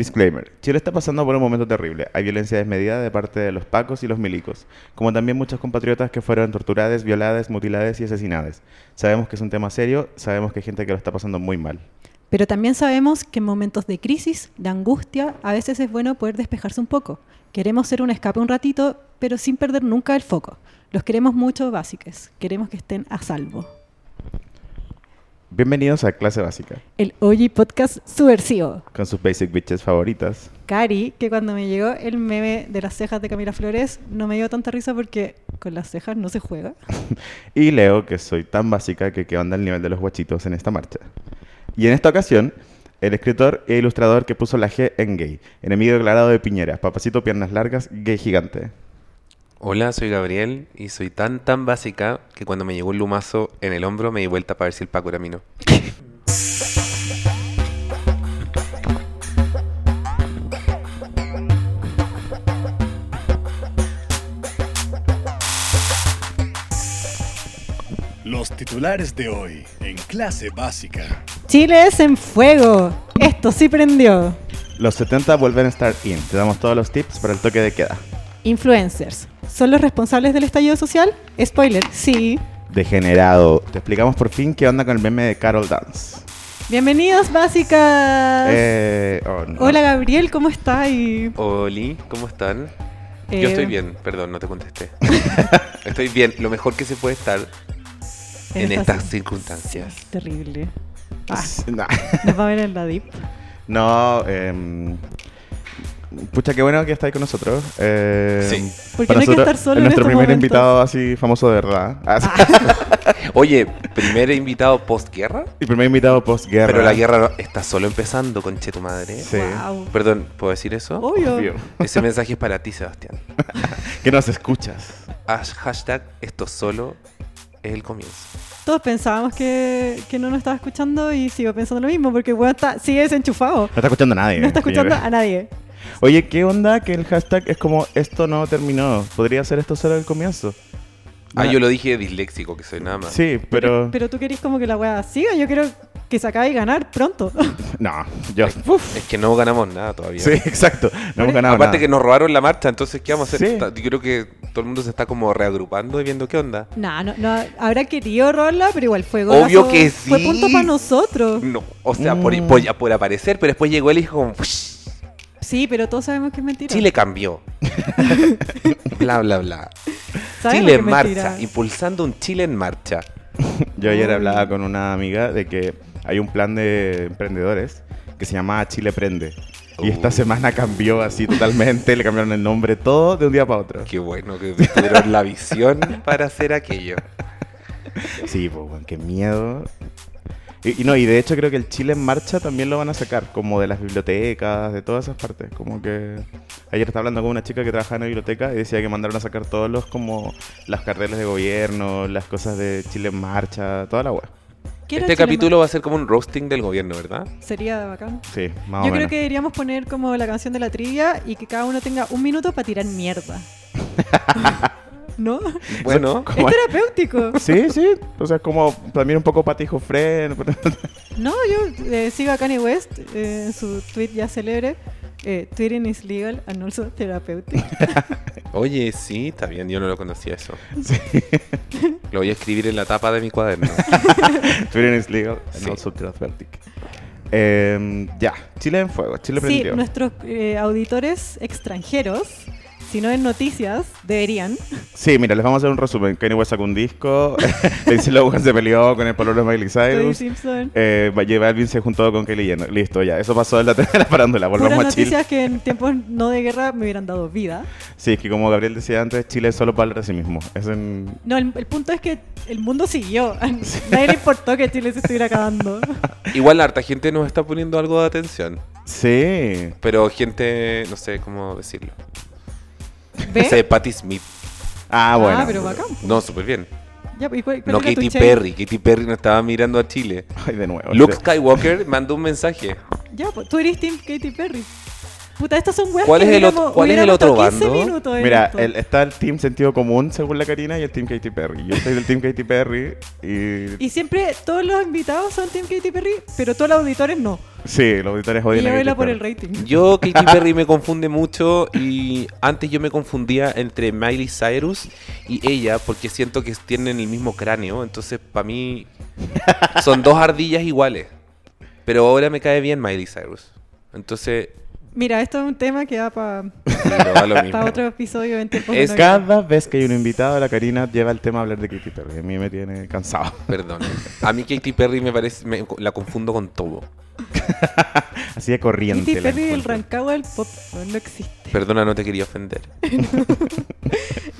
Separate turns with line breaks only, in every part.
Disclaimer. Chile está pasando por un momento terrible. Hay violencia desmedida de parte de los pacos y los milicos, como también muchos compatriotas que fueron torturadas, violadas, mutiladas y asesinadas. Sabemos que es un tema serio, sabemos que hay gente que lo está pasando muy mal.
Pero también sabemos que en momentos de crisis, de angustia, a veces es bueno poder despejarse un poco. Queremos ser un escape un ratito, pero sin perder nunca el foco. Los queremos mucho, básicos. Queremos que estén a salvo.
Bienvenidos a Clase Básica,
El OG Podcast Subversivo.
con sus basic bitches favoritas.
Cari, que cuando me llegó el meme de las cejas de Camila Flores, no me dio tanta risa porque con las cejas no se juega.
Y Leo, que soy tan básica que quedó anda al nivel de los guachitos en esta marcha. Y en esta ocasión, el escritor e ilustrador que puso la G en gay, enemigo declarado de Piñera, papacito piernas largas, gay gigante.
Hola, soy Gabriel y soy tan tan básica que cuando me llegó un lumazo en el hombro me di vuelta para ver si el Paco era mío.
Los titulares de hoy en clase básica.
Chile es en fuego. Esto sí prendió.
Los 70 vuelven a estar in. Te damos todos los tips para el toque de queda.
Influencers. ¿Son los responsables del estallido social? Spoiler, sí.
Degenerado. Te explicamos por fin qué onda con el meme de Carol Dance.
Bienvenidos, básicas.
Eh, oh, no.
Ah. Hola, Gabriel, ¿cómo estás? Y,
Oli, ¿cómo están?
eh,
Yo estoy bien, perdón, no te contesté. estoy bien, lo mejor que se puede estar en estas circunstancias.
Sí, terrible. Ah,
No,
nos va a ver en la DIP.
No, em, pucha, qué bueno que estáis con nosotros. Em,
Sí.
Porque
para
no hay que
nosotros
estar solo
es
en
nuestro
estos
primer
momentos.
invitado así famoso de verdad. Ah, sí.
Oye, primer invitado postguerra,
El primer invitado postguerra.
pero la guerra no- está solo empezando, conche tu madre.
Sí.
Wow.
Perdón, ¿puedo decir eso?
Obvio.
Obvio.
Ese mensaje es para ti, Sebastián.
Que nos escuchas.
Hash- Hashtag esto solo es el comienzo.
Todos pensábamos que, que no nos estaba escuchando y sigo pensando lo mismo porque bueno, está, sigue desenchufado.
No está escuchando a nadie.
No está escuchando
señora.
a nadie.
Oye, ¿qué onda que el hashtag es como esto no terminó? ¿Podría ser esto solo el comienzo?
Ah,
Na-
yo lo dije disléxico, que soy nada más.
Sí, pero...
Pero tú querés como que la weá siga. Yo quiero que se acabe de ganar pronto.
No, yo...
Es que no ganamos nada todavía.
Sí, exacto. No hemos ganado Ah,
Aparte
nada.
que nos robaron la marcha, entonces ¿qué vamos a hacer?
Sí.
Está- Yo creo que todo el mundo se está como reagrupando y viendo qué onda.
nah, no, no, habrá querido rola, pero igual fue golazo.
Obvio que
Fue
sí.
punto para nosotros.
No, o sea,
Mm.
por, por- por aparecer, pero después llegó él y dijo, como, "Ush,
Sí, pero todos sabemos que es mentira.
Chile cambió. bla, bla, bla.
Sabemos
Chile
que
en
es
marcha,
mentira.
impulsando un Chile en marcha.
Yo ayer
Ay.
hablaba con una amiga de que hay un plan de emprendedores que se llama Chile Prende. Y esta
Uh.
semana cambió así totalmente, le cambiaron el nombre todo de un día para otro.
Qué bueno que tuvieron la visión para hacer aquello.
Sí, pues, weón, qué miedo. Y, y no, y de hecho creo que el Chile en Marcha también lo van a sacar, como de las bibliotecas, de todas esas partes. Como que ayer estaba hablando con una chica que trabajaba en la biblioteca y decía que mandaron a sacar todos los como las carteles de gobierno, las cosas de Chile en Marcha, toda la web.
¿Qué era Chile
Este
en
capítulo va a ser como un roasting del gobierno, ¿verdad?
marcha? Sería bacán.
Sí, más o
Yo
menos.
creo que deberíamos poner como la canción de la trivia y que cada uno tenga un minuto para tirar mierda. ¿No?
Bueno,
Es terapéutico.
Sí, sí. O sea, es como también un poco patijo fren.
No, yo eh, sigo a Kanye West eh, en su tweet ya célebre. Eh, Tweeting is legal and also therapeutic.
oye, sí, está bien, yo no lo conocía eso. Lo voy a escribir en la tapa de mi cuaderno.
Twitter is legal and
Sí.
also transatlantic. Em, ya, Chile en fuego, Chile
Sí,
prendió.
nuestros eh, auditores extranjeros, si no en noticias, deberían.
Sí, mira, les vamos a hacer un resumen. Kanye West sacó un disco, Lindsay Lohan se peleó con el pololo de Miley
Cody
Cyrus,
Simpson.
eh, J Balvin se juntó con Kelly Jenner. Listo, ya, eso pasó en la tele de la farándula, volvamos
Puras
a Chile.
noticias que en tiempos no de guerra me hubieran dado vida.
Sí, es que como Gabriel decía antes, Chile es solo para hablar de sí mismo. Es en...
No, el, el punto es que el mundo siguió. A Nadie le importó que Chile se estuviera acabando.
Igual harta gente nos está poniendo algo de atención.
Sí,
Pero gente, no sé cómo decirlo.
¿Ve?
No sé, Patti Smith.
ah, bueno.
Ah, pero bacán.
No, súper bien.
Ya, pues, ¿y cuál- cuál
No
era tu
Katy
che?
Perry. Katy Perry no estaba mirando a Chile.
Ay, de nuevo.
Luke Skywalker mandó un mensaje.
Ya, pues, tú eres Team Katy Perry. Puta, estas son weas
¿Cuál
que
es el
hubiéramos-
otro- cuál es el
hubiéramos
otro
estado 15
bando?
minutos en
Mira,
esto.
el- está el Team Sentido Común, según la Karina, y el Team Katy Perry. Yo soy del Team Katy Perry y...
Y siempre todos los invitados son Team Katy Perry, pero todos los auditores no.
Sí, los auditores
Y
odian
yo
a Katy
bailo por
Perry.
el rating.
Yo, Katy Perry me confunde mucho y antes yo me confundía entre Miley Cyrus y ella porque siento que tienen el mismo cráneo, entonces para mí son dos ardillas iguales. Pero ahora me cae bien Miley Cyrus. Entonces,
Mira, esto es un tema que va para
sí, no va lo mismo.
otro episodio en tiempo
Es
Cada vez que hay un invitado, la Karina lleva el tema a hablar de Katy Perry. A mí me tiene cansado.
Perdón. A mí Katy Perry me parece me- la confundo con todo.
Así de corriente.
Katy
la
Perry el
encuentro.
Rancagua del pop weón, no existe.
Perdona, no te quería ofender.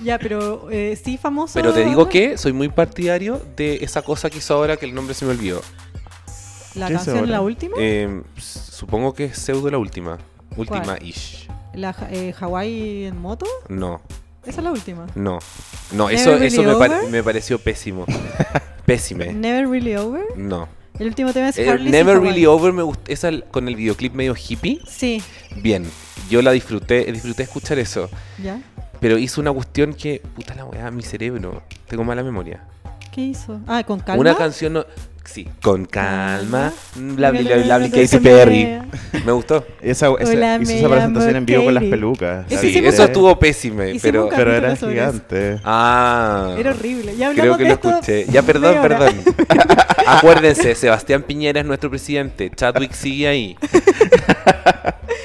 Ya, pero eh, sí famoso.
Pero te digo que soy muy partidario de esa cosa que hizo ahora que el nombre se me olvidó.
la
¿Qué es
canción
ahora?
la última,
Eh, s- supongo que es pseudo la última. Última ish.
la ja- eh, Hawái en moto,
No,
esa es la última.
no. No,
¿Never
eso, eso
Really
me, par-
Over?
me pareció pésimo. Pésime.
Never Really Over.
No.
El último tema es
Eh,
Harley's
Never
in Hawaii.
Really Over me gustó. Esa l- con el videoclip medio hippie.
Sí,
Bien. Yo la disfruté, disfruté escuchar eso.
ya.
Pero hizo una cuestión que. Puta la weá, mi cerebro. Tengo mala memoria.
¿Qué hizo? Ah, con calma. Mm.
Una canción. no- Sí, con calma.
Bla,
Bla, bla, bla, bla, bla,
bla, bla,
Katy
bla,
Perry.
bla.
Me gustó.
Esa, esa-
Hola,
hizo
me
esa presentación
llamo
en vivo con las
Katy.
pelucas.
Eso
la
Sí,
vi,
hicimos
eso
¿eh?
estuvo pésime,
Hicimos
pero.
un
Pero era
capítulo sobre
gigante.
Ah.
Era horrible. Ya
Creo
hablamos
que
de
lo
esto
escuché. Ya, perdón,
media hora.
perdón. Acuérdense, Sebastián Piñera es nuestro presidente. Chadwick sigue ahí.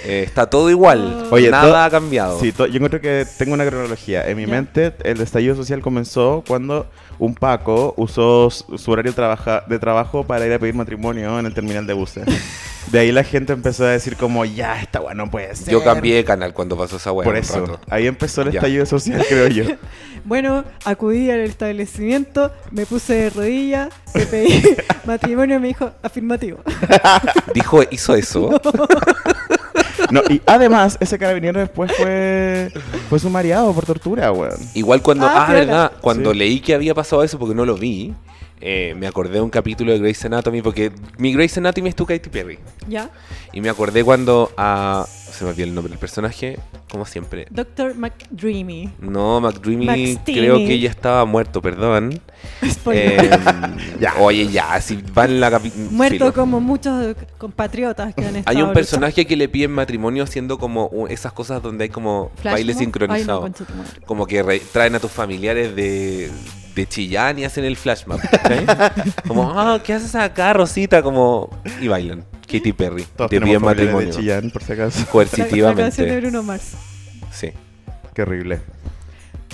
Eh, está todo igual.
Oh.
Oye, to-
Nada ha cambiado.
Sí, to- yo encuentro que tengo una cronología. En mi
Ya.
mente, el estallido social comenzó cuando un Paco usó su su horario trabaja- de trabajo para ir a pedir matrimonio en el terminal de buses. De ahí la gente empezó a decir como, ya, esta weá no puede ser.
Yo cambié de canal cuando pasó esa weá.
Por
un
eso,
rato.
ahí empezó el
Ya.
estallido social, creo yo.
Bueno, acudí al establecimiento, me puse de rodillas, le pedí matrimonio y me dijo afirmativo.
Dijo, hizo eso.
No, y además, ese carabinero después fue, fue sumariado por tortura, weón.
Igual cuando.
Ah,
Ah,
piola.
verdad. Cuando
Sí.
leí que había pasado eso porque no lo vi. eh, me acordé de un capítulo de Grey's Anatomy porque mi Grey's Anatomy es tu Katy Perry.
¿Ya?
Y me acordé cuando a. se me olvidó el nombre del personaje, como siempre.
Doctor McDreamy.
No, McDreamy
Maxtini.
creo que ya estaba muerto, perdón.
Spoiler.
Em, ya, oye, ya, si van la capi-
Muerto
filo.
como muchos compatriotas que han estado.
Hay un
luchando.
personaje que le piden matrimonio haciendo como u- esas cosas donde hay como
Flash mob. Ay,
baile
no,
sincronizado.
concha tu madre.
como que re- traen a tus familiares de, de Chillán y hacen el flash map. ¿cachai? como, ah, ¿qué haces acá, Rosita? Como, y bailan. Katy Perry.
Todos
te piden
tenemos familiares
matrimonio.
de Chillán, por si acaso.
La- La canción de
Coercitivamente.
Bruno Mars.
Sí.
Qué horrible.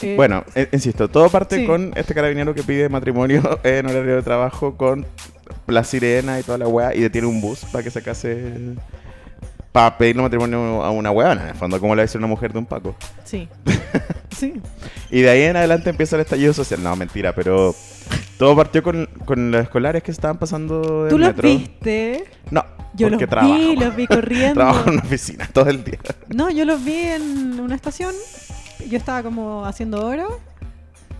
Eh,
Bueno, eh, insisto, todo parte
Sí.
con este carabinero que pide matrimonio en horario de trabajo con la sirena y toda la weá y detiene un bus para que se case. Para pedirle matrimonio a una weá, en el fondo, como le dice una mujer de un paco.
Sí. Sí.
Y de ahí en adelante empieza el estallido social. No, mentira, pero todo partió con, con los escolares que estaban pasando en
Tú los
metro.
viste.
No,
Yo los
porque trabajo.
vi, los vi corriendo.
Trabajo en una oficina todo el día.
No, yo los vi en una estación. Yo estaba como haciendo oro.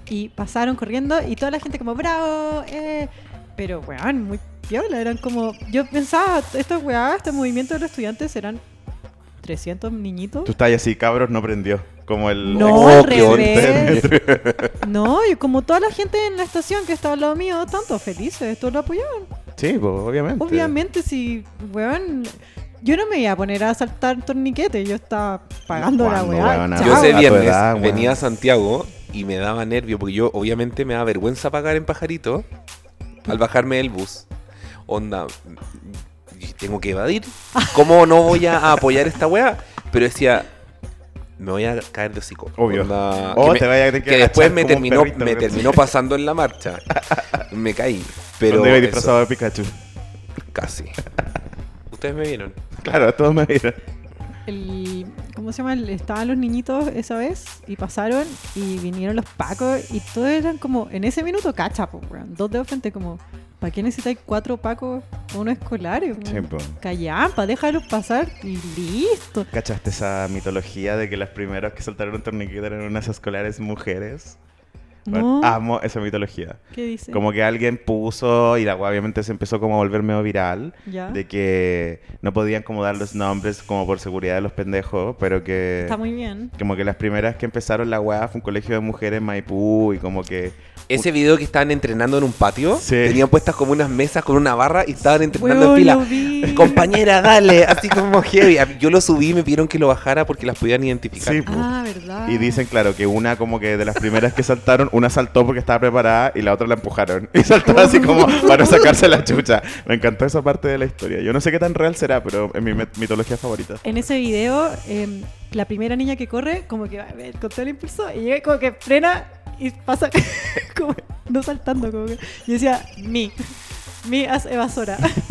Y pasaron corriendo. Y toda la gente como, bravo. eh". Pero, weón, muy piola. Eran como. Yo pensaba, estos weá, este movimiento de los estudiantes eran 300 niñitos.
Tú estás ahí así, cabros, no prendió. Como el.
No, al
Oh, qué onda.
revés. No, y como toda la gente en la estación que estaba al lado mío, tanto felices, todos lo apoyaban.
Sí, pues, obviamente.
Obviamente, si, weón. Yo no me iba a poner a saltar torniquete, yo estaba pagando la
¿Cuándo,
weá.
weona?
chao.
Yo ese
A tu
viernes
edad, weón.
venía a Santiago y me daba nervio porque yo obviamente me da vergüenza pagar en pajarito al bajarme del bus. Onda, y tengo que evadir. ¿Cómo no voy a apoyar esta weá? Pero decía, me voy a caer de hocico.
Obvio.
Onda,
O
que
oh, te
me-
vaya a tener que
que después
agachar
me
como un
terminó,
perrito,
me
¿no?
terminó pasando en la marcha. Me caí. Pero
¿Dónde iba
eso,
disfrazado de Pikachu?
casi. Ustedes me vieron.
Claro, todos me vieron.
el, ¿cómo se llama? El- Estaban los niñitos esa vez y pasaron y vinieron los pacos y todos eran como, en ese minuto, cacha, po, weón. Dos dedos frente, como, ¿para qué necesitáis cuatro pacos con uno escolar? Y,
Sí, po.
Callampa, déjalos pasar y listo.
¿Cachaste esa mitología de que las primeras que saltaron un torniquete eran unas escolares mujeres? Bueno,
No.
Amo esa mitología.
¿Qué dice?
Como que alguien puso, y la weá obviamente se empezó como a volver medio viral,
Ya.
de que no podían como dar los nombres como por seguridad de los pendejos, pero que...
Está muy bien.
Como que las primeras que empezaron la weá fue un colegio de mujeres en Maipú y como que...
Ese video que estaban entrenando en un patio,
Sí.
tenían puestas como unas mesas con una barra y estaban entrenando
Weón,
en
lo
fila.
vi.
Compañera, dale, así como heavy. A mí- Yo lo subí y me pidieron que lo bajara porque las podían identificar.
Sí.
Ah, verdad.
Y dicen, claro, que una como que de las primeras que saltaron, una saltó porque estaba preparada y la otra la empujaron. Y saltó así como para no sacarse la chucha. Me encantó esa parte de la historia. Yo no sé qué tan real será, pero es mi met- mitología favorita.
En ese video, em, la primera niña que corre, como que va a ver, con todo el impulso, y llega y como que frena y pasa, como no saltando. Como que. Yo decía, mi, mi as evasora.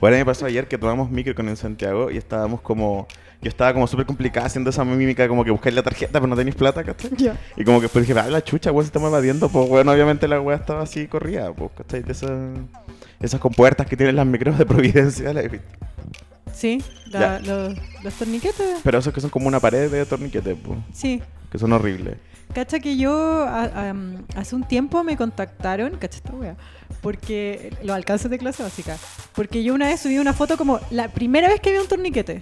Bueno, a mí me pasó ayer que tomamos micro con el Santiago y estábamos como... Yo estaba como súper complicada haciendo esa mímica como que buscáis la tarjeta pero no tenéis plata, ¿cachai?
Ya.
Y como que después dije, ah, la chucha, weón, se estamos evadiendo. Pues, weón, obviamente la weá estaba así corrida, pues, ¿cachai? De esas, esas compuertas que tienen las micros de Providencia. la-
Sí, la- los, los torniquetes.
Pero esos que son como una pared de torniquete, pues,
Sí,
que son horribles.
Cacha que yo a- am, hace un tiempo me contactaron, cacha esta wea, porque los alcances de clase básica. Porque yo una vez subí una foto como la primera vez que vi un torniquete.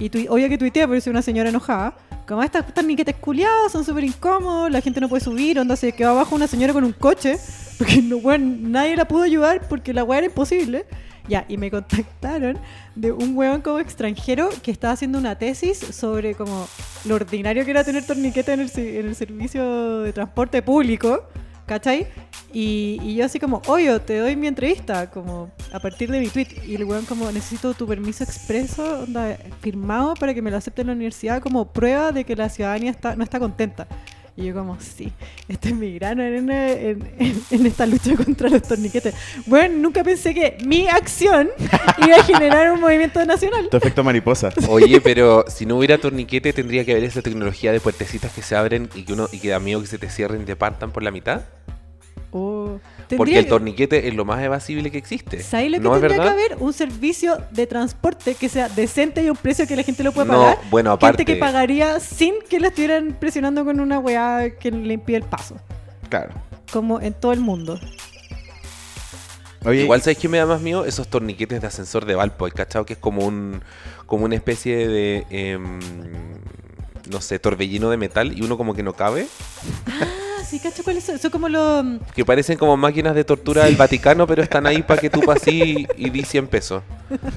Y tu, obvio que tuiteé, pero soy una señora enojada. Como estas torniquetes culiados, son súper incómodos, la gente no puede subir, onda se quedó abajo una señora con un coche, porque no, weón, nadie la pudo ayudar porque la weá era imposible. Ya, y me contactaron de un weón como extranjero que estaba haciendo una tesis sobre como lo ordinario que era tener torniquete en el, se- en el servicio de transporte público, ¿cachai? Y, y yo así como, oye, te doy mi entrevista, como a partir de mi tweet. Y el weón como, necesito tu permiso expreso, onda, firmado para que me lo acepte en la universidad como prueba de que la ciudadanía está, no está contenta. Y yo como, sí, este es mi gran arena en, en- en esta lucha contra los torniquetes. Bueno, nunca pensé que mi acción iba a generar un movimiento nacional.
Tu efecto mariposa.
Oye, pero si no hubiera torniquete, tendría que haber esa tecnología de puertecitas que se abren y que uno y que da miedo que se te cierren y te partan por la mitad.
Oh,
Porque
tendría
el
que-
torniquete es lo más evasible que existe.
¿Sabes lo que
Este, ¿No es
tendría que
verdad?
haber? Un servicio de transporte que sea decente y a un precio que la gente lo pueda
No,
pagar.
bueno, aparte-
Gente que pagaría sin que la estuvieran presionando con una weá que le impide el paso.
Claro.
Como en todo el mundo.
Oye,
Igual, ¿sabes qué me da más miedo? Esos torniquetes de ascensor de Valpo. ¿Hay cachado que es como un como una especie de, em, no sé, torbellino de metal y uno como que no cabe?
Ah, sí, cacho, ¿cuáles son? Son como los.
Que parecen como máquinas de tortura del Vaticano, pero están ahí para que tú pasí y di 100 pesos. A
me
mí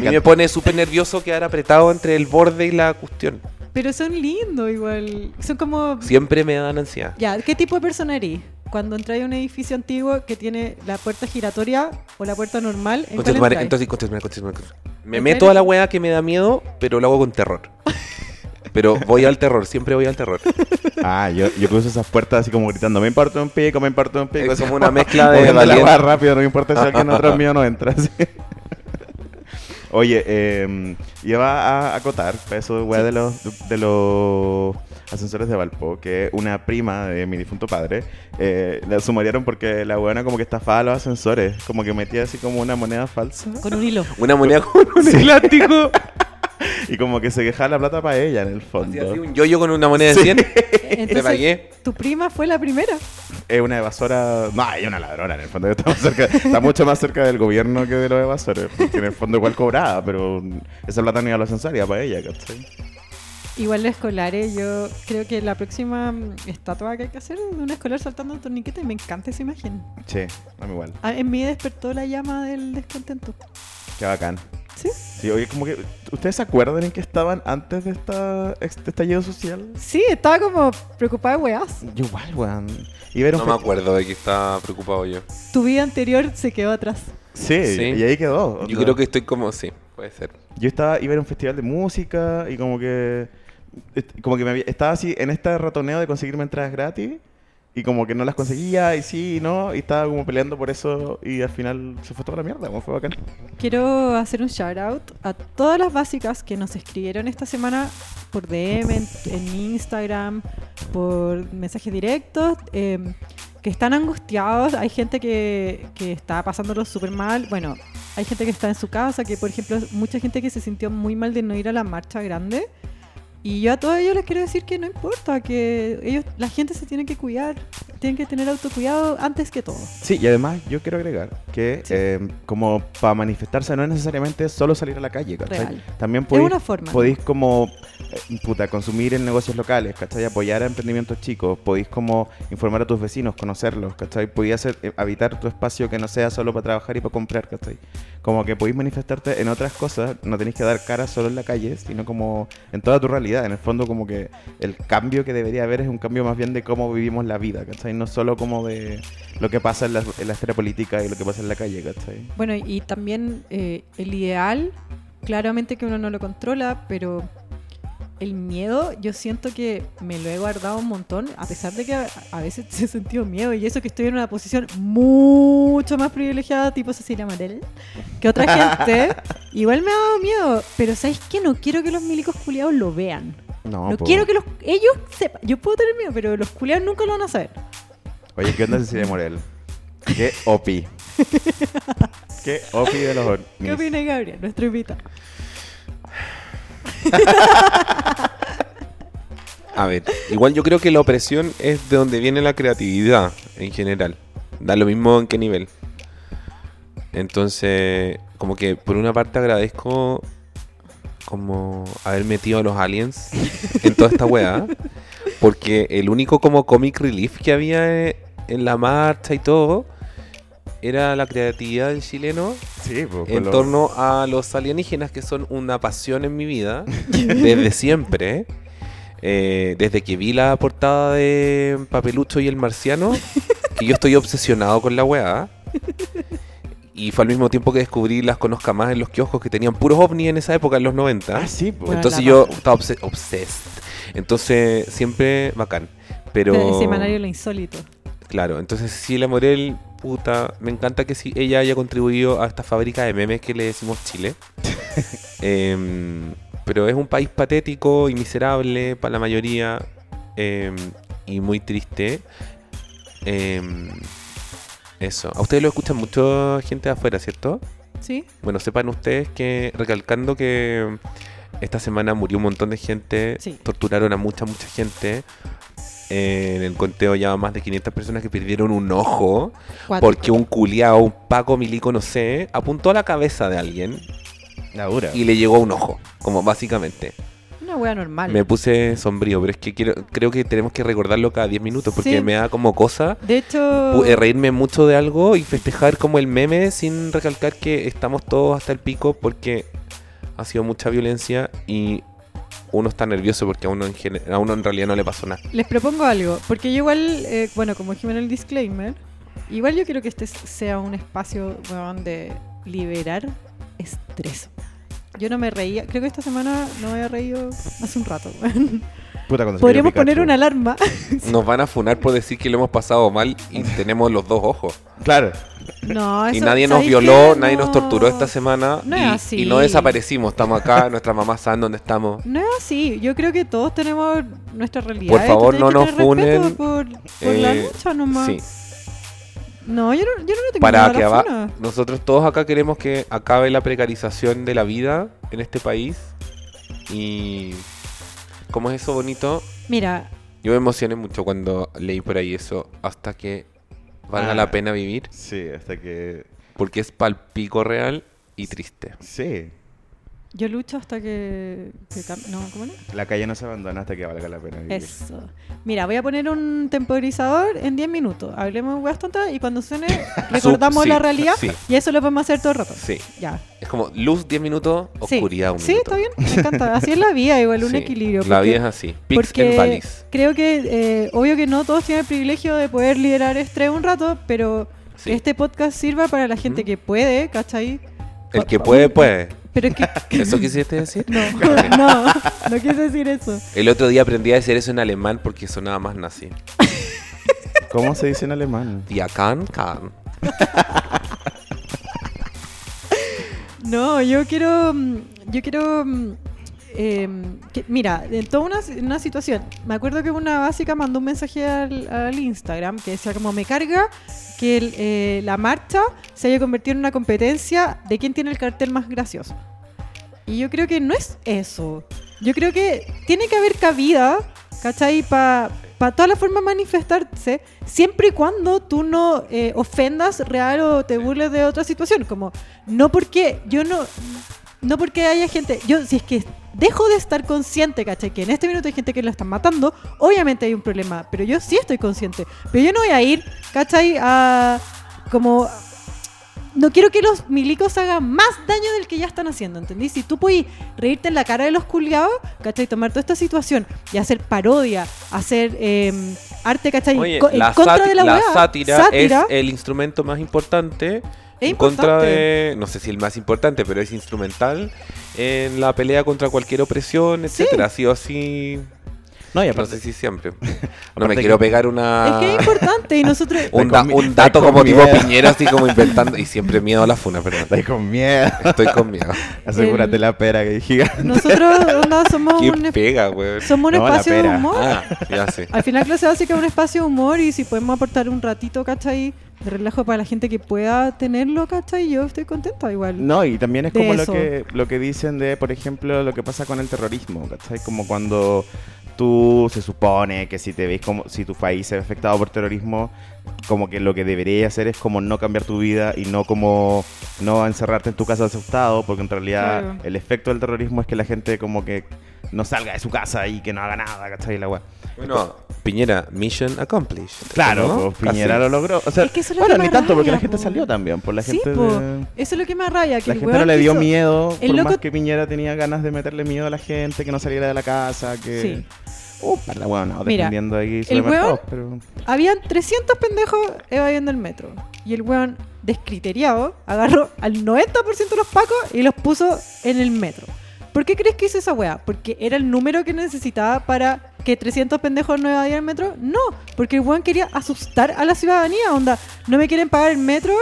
encanta.
me pone súper nervioso quedar apretado entre el borde y la cuestión.
Pero son lindos igual. Son como.
Siempre me dan ansiedad.
Ya, ¿qué tipo de persona eres? Cuando entras a un edificio antiguo que tiene la puerta giratoria o la puerta normal, ¿en
Concha
cuál
tu madre,
entras?
entonces, concha tu madre, concha tu madre, concha tu madre. Me
¿En
meto
serio?
a la weá que me da miedo, pero lo hago con terror. Pero voy al terror, siempre voy al terror.
Ah, yo, yo cruzo esas puertas así como gritando, me importa un pico, me importa un pico.
Es
así
como una mezcla de
moviendo la
valiente.
weá rápido, no me importa si alguien atrás mío no entra. así. Oye, eh, iba a acotar pa' eso, weá, de los, de los ascensores de Valpo, que una prima de mi difunto padre eh, la sumariaron porque la weona como que estafaba los ascensores, como que metía así como una moneda falsa.
Con un hilo.
Una moneda con un
Sí.
elástico.
Y como que se quejaba la plata para ella en el
Así,
fondo.
así, un yoyo con una moneda de
Sí.
100.
Entonces,
pagué.
Tu prima fue la primera.
Es una evasora. No, hay una ladrona en el fondo. Estamos cerca- está mucho más cerca del gobierno que de los evasores. Porque en el fondo igual cobraba, pero esa plata no iba a la censaria para ella, ¿cachai?
Igual los escolares, yo creo que la próxima mm, estatua que hay que hacer es de un escolar saltando un torniquete. Me encanta esa imagen.
Che, no me igual.
Ah, En mí despertó la llama del descontento.
Qué bacán.
¿Sí?
Sí, oye, como que. ¿Ustedes se acuerdan en qué estaban antes de esta este estallido social?
Sí, estaba como preocupada de weas.
Yo igual, weón. Y ver un
No me
festi-
acuerdo de que estaba preocupado yo.
Tu vida anterior se quedó atrás.
Sí,
Sí.
y ahí quedó.
Yo
onda.
creo que estoy como, sí, puede ser.
Yo estaba, iba a ir a un festival de música y como que. est- Como que me había- estaba así en este ratoneo de conseguirme entradas gratis y como que no las conseguía y sí y no y estaba como peleando por eso y al final se fue toda la mierda, como fue bacán.
Quiero hacer un shout out a todas las básicas que nos escribieron esta semana por DM, en, en Instagram, por mensajes directos, eh, que están angustiados. Hay gente que, que está pasándolo súper mal. Bueno, hay gente que está en su casa, que por ejemplo, mucha gente que se sintió muy mal de no ir a la marcha grande Y yo a todos ellos les quiero decir que no importa, que ellos, la gente se tiene que cuidar, tienen que tener autocuidado antes que todo.
Sí, y además yo quiero agregar que
Sí.
eh, como para manifestarse no es necesariamente solo salir a la calle, ¿cachai?
Real.
También podéis,
una forma.
podéis como, eh, puta, consumir en negocios locales, ¿cachai? Apoyar a emprendimientos chicos, podéis como informar a tus vecinos, conocerlos, ¿cachai? Podéis hacer, eh, habitar tu espacio que no sea solo para trabajar y para comprar, ¿cachai? Como que podéis manifestarte en otras cosas, no tenéis que dar cara solo en la calle, sino como en toda tu realidad. En el fondo como que el cambio que debería haber es un cambio más bien de cómo vivimos la vida, ¿cachai? No solo como de lo que pasa en la, en la esfera política y lo que pasa en la calle, ¿cachai?
Bueno, y también eh, el ideal, claramente que uno no lo controla, pero el miedo, yo siento que me lo he guardado un montón, a pesar de que a, a veces he sentido miedo, y eso que estoy en una posición mucho más privilegiada, tipo Cecilia Marel, que otra gente, igual me ha dado miedo, pero ¿sabes qué? No quiero que los milicos culiados lo vean.
No,
No, quiero que los, ellos sepan. Yo puedo tener miedo, pero los culiados nunca lo van a saber.
Oye, ¿qué onda Cecilia Morel? ¿Qué opi? ¿Qué opi de los ovnis?
¿Qué opina Gabriel, nuestro invitado?
A ver, igual yo creo que la opresión es de donde viene la creatividad en general. Da lo mismo en qué nivel. Entonces, como que por una parte agradezco como haber metido a los aliens en toda esta weá. Porque el único como comic relief que había eh, en la marcha y todo era la creatividad del chileno
Sí, po, con
en
los-
torno a los alienígenas que son una pasión en mi vida desde siempre. Eh, desde que vi la portada de Papelucho y el Marciano, que yo estoy obsesionado con la weá. Y fue al mismo tiempo que descubrí las conozca más en los kioscos que tenían puros ovnis en esa época, en los 90.
Ah, sí, po.
Bueno,
Entonces
la
yo
raja.
estaba obse- obsessed. Entonces siempre bacán. Pero.
El semanario Lo Insólito.
Claro, entonces Cecilia Morel, puta, me encanta que si ella haya contribuido a esta fábrica de memes que le decimos Chile. Em, pero es un país patético y miserable para la mayoría em, y muy triste. Em, eso, a ustedes lo escuchan mucho gente de afuera, ¿cierto?
¿Sí?
Bueno, sepan ustedes que, recalcando que esta semana murió un montón de gente,
Sí.
torturaron a mucha, mucha gente. Eh, en el conteo ya más de 500 personas que perdieron un ojo
Cuatro.
porque un culiao, un paco milico, no sé, apuntó a la cabeza de alguien
La dura.
y le llegó un ojo, como básicamente.
Una wea normal.
Me puse sombrío, pero es que quiero, creo que tenemos que recordarlo cada 10 minutos porque
Sí.
me da como cosa
De hecho,
pu- eh, reírme mucho de algo y festejar como el meme sin recalcar que estamos todos hasta el pico porque ha sido mucha violencia y uno está nervioso porque a uno en, gene- a uno en realidad no le pasó nada.
les propongo algo, porque yo igual, eh, bueno, como dijimos en el disclaimer, igual yo quiero que este sea un espacio weón, de liberar estrés. Yo no me reía, creo que esta semana no me había reído hace un rato. weón.
Puta, cuando se
Podríamos
murió
poner
Pikachu.
una alarma.
Nos van a funar por decir que lo hemos pasado mal y tenemos los dos ojos.
Claro.
No,
Y
Ah, eso-
nadie nos
¿sabéis
violó,
qué?
nadie nos
No.
torturó esta semana
No es
y,
así.
y no desaparecimos. Estamos acá, nuestras mamás saben dónde estamos.
No es así, yo creo que todos tenemos nuestra realidad.
Por favor, no nos funen.
Por, por la
Eh,
lucha nomás.
Sí.
No, yo no, yo no tengo
para
nada
que
la
aba-
funa.
nosotros todos acá queremos que acabe la precarización de la vida en este país y como es eso bonito
Mira,
yo me emocioné mucho cuando leí por ahí eso hasta que valga
Ah.
la pena vivir
Sí, hasta que...
porque es palpico real y triste
Sí.
yo lucho hasta que. que cam- no, ¿cómo era?
La calle no se abandona hasta que valga la pena vivir.
Eso. Mira, voy a poner un temporizador en 10 minutos. Hablemos weas tontas y cuando suene, recordamos
Sí,
la realidad
sí.
y eso lo podemos hacer todo el rato.
sí
Ya.
es como luz 10 minutos
Sí.
oscuridad un
Sí, está
minuto.
bien. Me encanta. Así es la vida, igual, un
Sí,
equilibrio.
la
porque-
vida es así pics
porque
and valleys
creo que, eh, obvio que no todos tienen el privilegio de poder liderar estrés un rato, pero
Sí.
que este podcast sirva para la gente
Ujú.
que puede, ¿cachai?
el que puede puede
Pero es que.
eso quisiste decir
No, no, no quise decir eso.
el otro día aprendí a decir eso en alemán porque sonaba más nazi
¿Cómo se dice en alemán?
Die Khan Khan.
No, yo quiero. mm, Yo quiero. mm, em, que- mira, en toda una, si- una situación, me acuerdo que una básica mandó un mensaje al, al Instagram que decía como me carga que el, eh, la marcha se haya convertido en una competencia de quién tiene el cartel más gracioso. Y yo creo que no es eso. Yo creo que tiene que haber cabida, ¿cachai? Para toda la forma de manifestarse, siempre y cuando tú no eh, ofendas real o te burles de otra situación. Como, no porque yo no. No porque haya gente. Yo, si es que dejo de estar consciente, ¿cachai? Que en este minuto hay gente que lo están matando, obviamente hay un problema, pero yo sí estoy consciente. Pero yo no voy a ir, ¿cachai? A. Como no quiero que los milicos hagan más daño del que ya están haciendo, ¿entendí? Si tú puedes reírte en la cara de los culiados, ¿cachai? Tomar toda esta situación y hacer parodia, hacer eh, arte, ¿cachai?
Oye,
Co- en
la,
contra
sáti-
de la,
la
weá.
sátira,
Sátira,
es el instrumento más importante.
Es
en contra
importante.
de, no sé si el más importante, pero es instrumental en la pelea contra cualquier opresión,
Sí.
etcétera. Ha sido así,
No, y
no
aparte,
sé si siempre. No
Aparte
me
que-
quiero pegar
es
una
que es importante y nosotros...
un,
Estoy
da-
con mi-
un dato
estoy con
como tipo
miedo.
Piñera, así como inventando. Y siempre miedo a la funa, perdón.
estáis con miedo.
Estoy con miedo.
Ah,
Asegúrate
El-
la pera que es gigante.
Nosotros onda, somos, un,
¿Qué
esp-
pega, güey?
somos un
No, la
espacio de
pera.
humor.
Ah, ya sé.
Al final clase básica es un espacio de humor y si podemos aportar un ratito, ¿cachai? De relajo para la gente que pueda tenerlo, ¿cachai? Yo estoy contenta igual.
No, y también es
De
como lo
eso.
que, lo que dicen de, por ejemplo, lo que pasa con el terrorismo, ¿cachai? Como cuando tú se supone que si te ves como si tu país se ve afectado por terrorismo, como que lo que deberías hacer es como no cambiar tu vida y no como no encerrarte en tu casa asustado, porque en realidad
Claro.
el efecto del terrorismo es que la gente como que no salga de su casa y que no haga nada, ¿cachai? La wea.
Bueno, Piñera, mission accomplished.
Claro,
¿no?
pues, Piñera
Así.
lo logró. O sea,
Es que eso es lo
bueno,
que me
ni tanto porque la
raya,
gente
po.
salió también, por la
sí,
gente
po.
de-
eso es lo que me arraya. Que
La
el
gente no
weón
le
que
dio
hizo-
miedo,
el
por
loco-
más que Piñera tenía ganas de meterle miedo a la gente, que no saliera de la casa, que... Uh,
Sí.
Upa, la weá, no,
Mira,
defendiendo ahí
el
supermercados, pero...
Habían 300 pendejos evadiendo el metro. Y el weón, descriteriado, agarró al 90% de los pacos y los puso en el metro. ¿Por qué crees que hizo esa weá? ¿Porque era el número que necesitaba para que 300 pendejos no evadieran el metro? No, porque el weón quería asustar a la ciudadanía. Onda, no me quieren pagar el metro.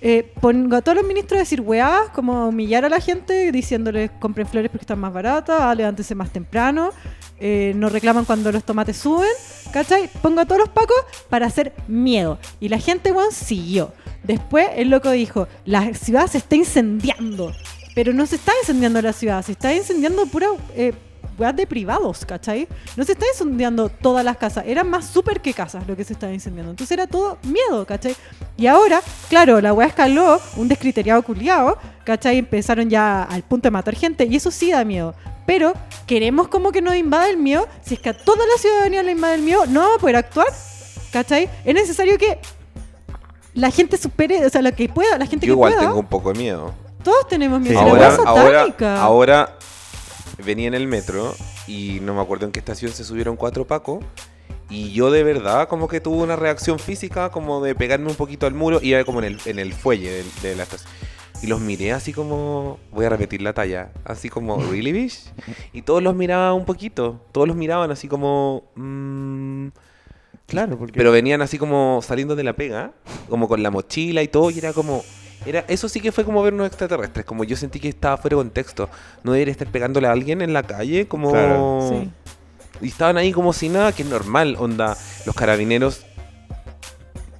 Eh, pongo a todos los ministros a decir weás, como humillar a la gente, diciéndoles compren flores porque están más baratas, ah, levántense más temprano, eh, no reclaman cuando los tomates suben, ¿cachai? Pongo a todos los pacos para hacer miedo. Y la gente, weón, siguió. Después el loco dijo, la ciudad se está incendiando. Pero no se está incendiando la ciudad, se está incendiando pura eh, weas de privados, ¿cachai? No se está incendiando todas las casas, eran más súper que casas lo que se estaba incendiando. Entonces era todo miedo, ¿cachai? Y ahora, claro, la wea escaló, un descriteriado culiado, ¿cachai? Empezaron ya al punto de matar gente y eso sí da miedo. Pero queremos como que nos invada el miedo, si es que a toda la ciudadanía le invade el miedo, no vamos a poder actuar, ¿cachai? Es necesario que la gente supere, o sea, lo que pueda, la gente
Yo
que
igual
pueda.
tengo un poco de miedo.
Todos tenemos miedo.
Sí.
la
Ahora,
wea
ahora,
satánica.
ahora venía en el metro y no me acuerdo en qué estación se subieron cuatro pacos. Y yo de verdad como que tuve una reacción física como de pegarme un poquito al muro y iba como en el, en el fuelle del- de, la estación. Y los miré así como, voy a repetir la talla, así como, ¿really, bitch? Y todos los miraba un poquito, todos los miraban así como, "Mm,
Claro, porque...
pero venían así como saliendo de la pega, como con la mochila y todo, y era como... Era, eso sí que fue como ver unos extraterrestres, como yo sentí que estaba fuera de contexto. No debería estar pegándole a alguien en la calle, como...
Claro.
Sí.
Y estaban ahí como si nada, que es normal, onda. Los carabineros...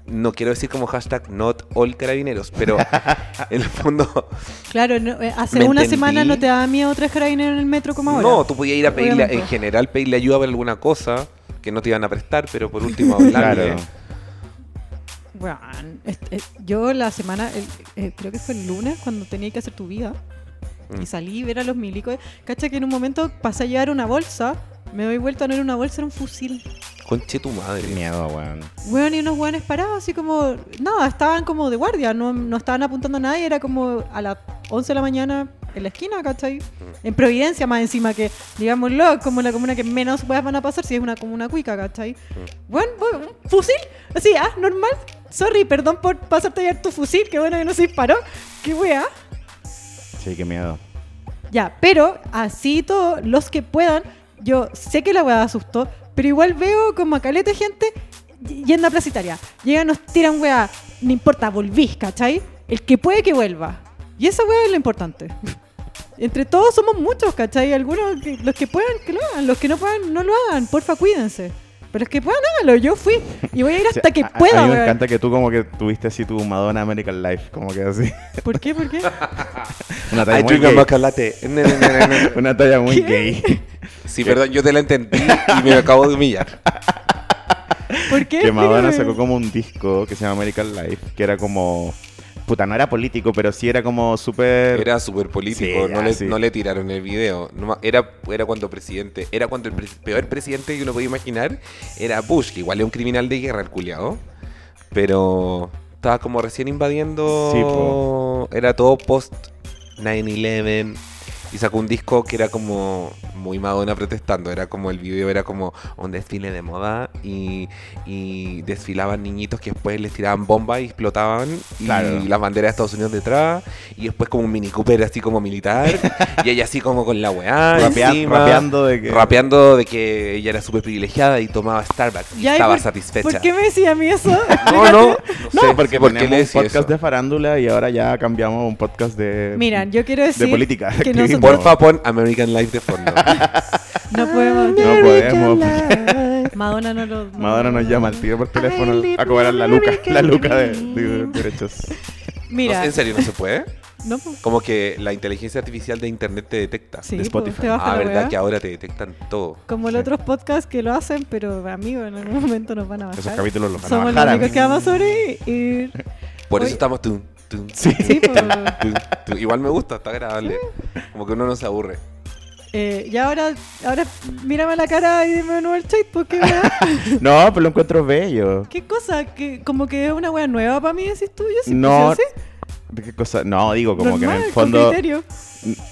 No quiero decir como hashtag not all carabineros, pero en el fondo...
Claro, no, eh, hace
¿Me
una
entendí?
semana no te daba miedo tres carabineros en el metro como ahora.
No, tú podías ir a pedirle,
Obviamente.
en general, pedirle ayuda para alguna cosa que no te iban a prestar, pero por último hablarle.
Claro.
Weón, este, eh, yo la semana, el- eh, creo que fue el lunes, cuando tenía que hacer tu vida,
Mm.
y salí a ver a los milicos. Cacha que en un momento pasé a llevar una bolsa, me doy vuelta, no era una bolsa, era un fusil.
Conche tu madre.
Qué miedo, weón.
Weón, y unos weones parados, así como, nada, estaban como de guardia, no, no estaban apuntando a nadie, era como a las 11 de la mañana en la esquina, ¿cachai? En Providencia, más encima, que, digámoslo, es como la comuna que menos weas van a pasar si es una comuna cuica, ¿cachai? Weón, weón, un fusil, así, ah, normal, sorry, perdón por pasarte a llevar tu fusil, que bueno que no se disparó, qué wea.
Sí, qué miedo.
Ya, pero así todo, los que puedan, yo sé que la weá asustó, pero igual veo como a caleta de gente y- yendo a Plaza Italia. Llegan, nos tiran weá, no importa, volvís, ¿cachai? El que puede que vuelva. Y esa weá es lo importante. Entre todos somos muchos, ¿cachai? Algunos, que- los que puedan, que lo hagan. Los que no puedan, no lo hagan. Porfa, cuídense. Pero es que, bueno, hágalo, yo fui. Y voy a ir
O sea,
hasta que
a- a-
pueda,
A mí me
weón.
encanta que tú como que tuviste así tu Madonna American Life, como que así.
¿Por qué? ¿Por qué?
Una talla
Ay,
muy
Julia
gay.
Macalate. Ne, ne, ne, ne, ne.
Una talla muy
¿Qué?
gay.
Sí, perdón, yo te la entendí y me acabo de humillar.
¿Por qué?
Que Madonna
Explícame.
sacó como un disco que se llama American Life, que era como... Puta, no era político, pero sí era como súper...
Era súper político,
Sí, ya,
no, le,
sí.
no le tiraron el video. No ma- era, era cuando presidente, era cuando el pre- peor presidente que uno podía imaginar era Bush, que igual es un criminal de guerra el culiao. Pero estaba como recién invadiendo.
Sí, po.
Era todo post 9-11. Y sacó un disco que era como muy Madonna protestando. Era como el video, era como un desfile de moda. Y, y desfilaban niñitos que después les tiraban bombas y explotaban. Y
Claro.
las banderas de Estados Unidos detrás. Y después como un mini Cooper así como militar. y ella así como con la weá.
Rapea-
encima,
rapeando de que-
Rapeando de que ella era súper privilegiada y tomaba Starbucks. Y
Ya, ¿y
estaba
por-
satisfecha.
¿Por qué me decía a mí eso?
No, no, no, sé,
porque
¿por qué
tenemos
le
un
decía
podcast
eso?
de farándula y ahora ya cambiamos a un podcast de...
Mira, yo quiero decir
política,
que
activismo.
nosotros
Porfa, pon American Life de fondo.
no podemos...
No podemos. porque
Madonna no lo... no-
Madonna nos llama al tiro por teléfono a cobrar la luca, la luca de, de derechos.
Mira,
No, ¿En serio no se puede?
no, pues,
Como que la inteligencia artificial de internet te detecta.
sí,
de
pues,
Spotify.
te baja
ah,
la
verdad
weá.
que ahora te detectan todo.
Como los otros podcasts que lo hacen, pero amigos, en algún momento nos van a bajar.
Esos capítulos los van
Somos
a bajar.
los
a
únicos
mí.
que vamos a sobrevivir.
Por
Oye.
eso estamos tú, tú,
Sí, pues.
tú, tú. Igual me gusta, está agradable. Como que uno no se aburre.
Eh, y ahora, ahora mírame a la cara y dime de nuevo el chat, porque ¿verdad?
No, pero lo encuentro bello.
¿Qué cosa? Que como que es una wea nueva para mí, decís tú, yo sí,
No,
pues, yo sí.
¿De qué cosa? No, digo, como que en
Normal,
el
con
fondo.
criterio.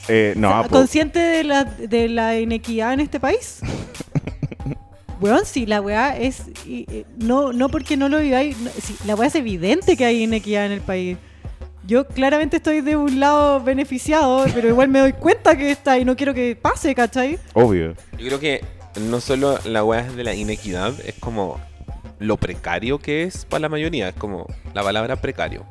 eh, no,
O sea,
po-
consciente de la, de la inequidad en este país. Weón, si la weá es. y- y- no, no porque no lo viváis. no, si la weá es evidente que hay inequidad en el país. Yo claramente estoy de un lado beneficiado, pero igual me doy cuenta que está y no quiero que pase, ¿cachai?
obvio.
Yo creo que no solo la weá es de la inequidad, es como lo precario que es para la mayoría. Es como la palabra precario.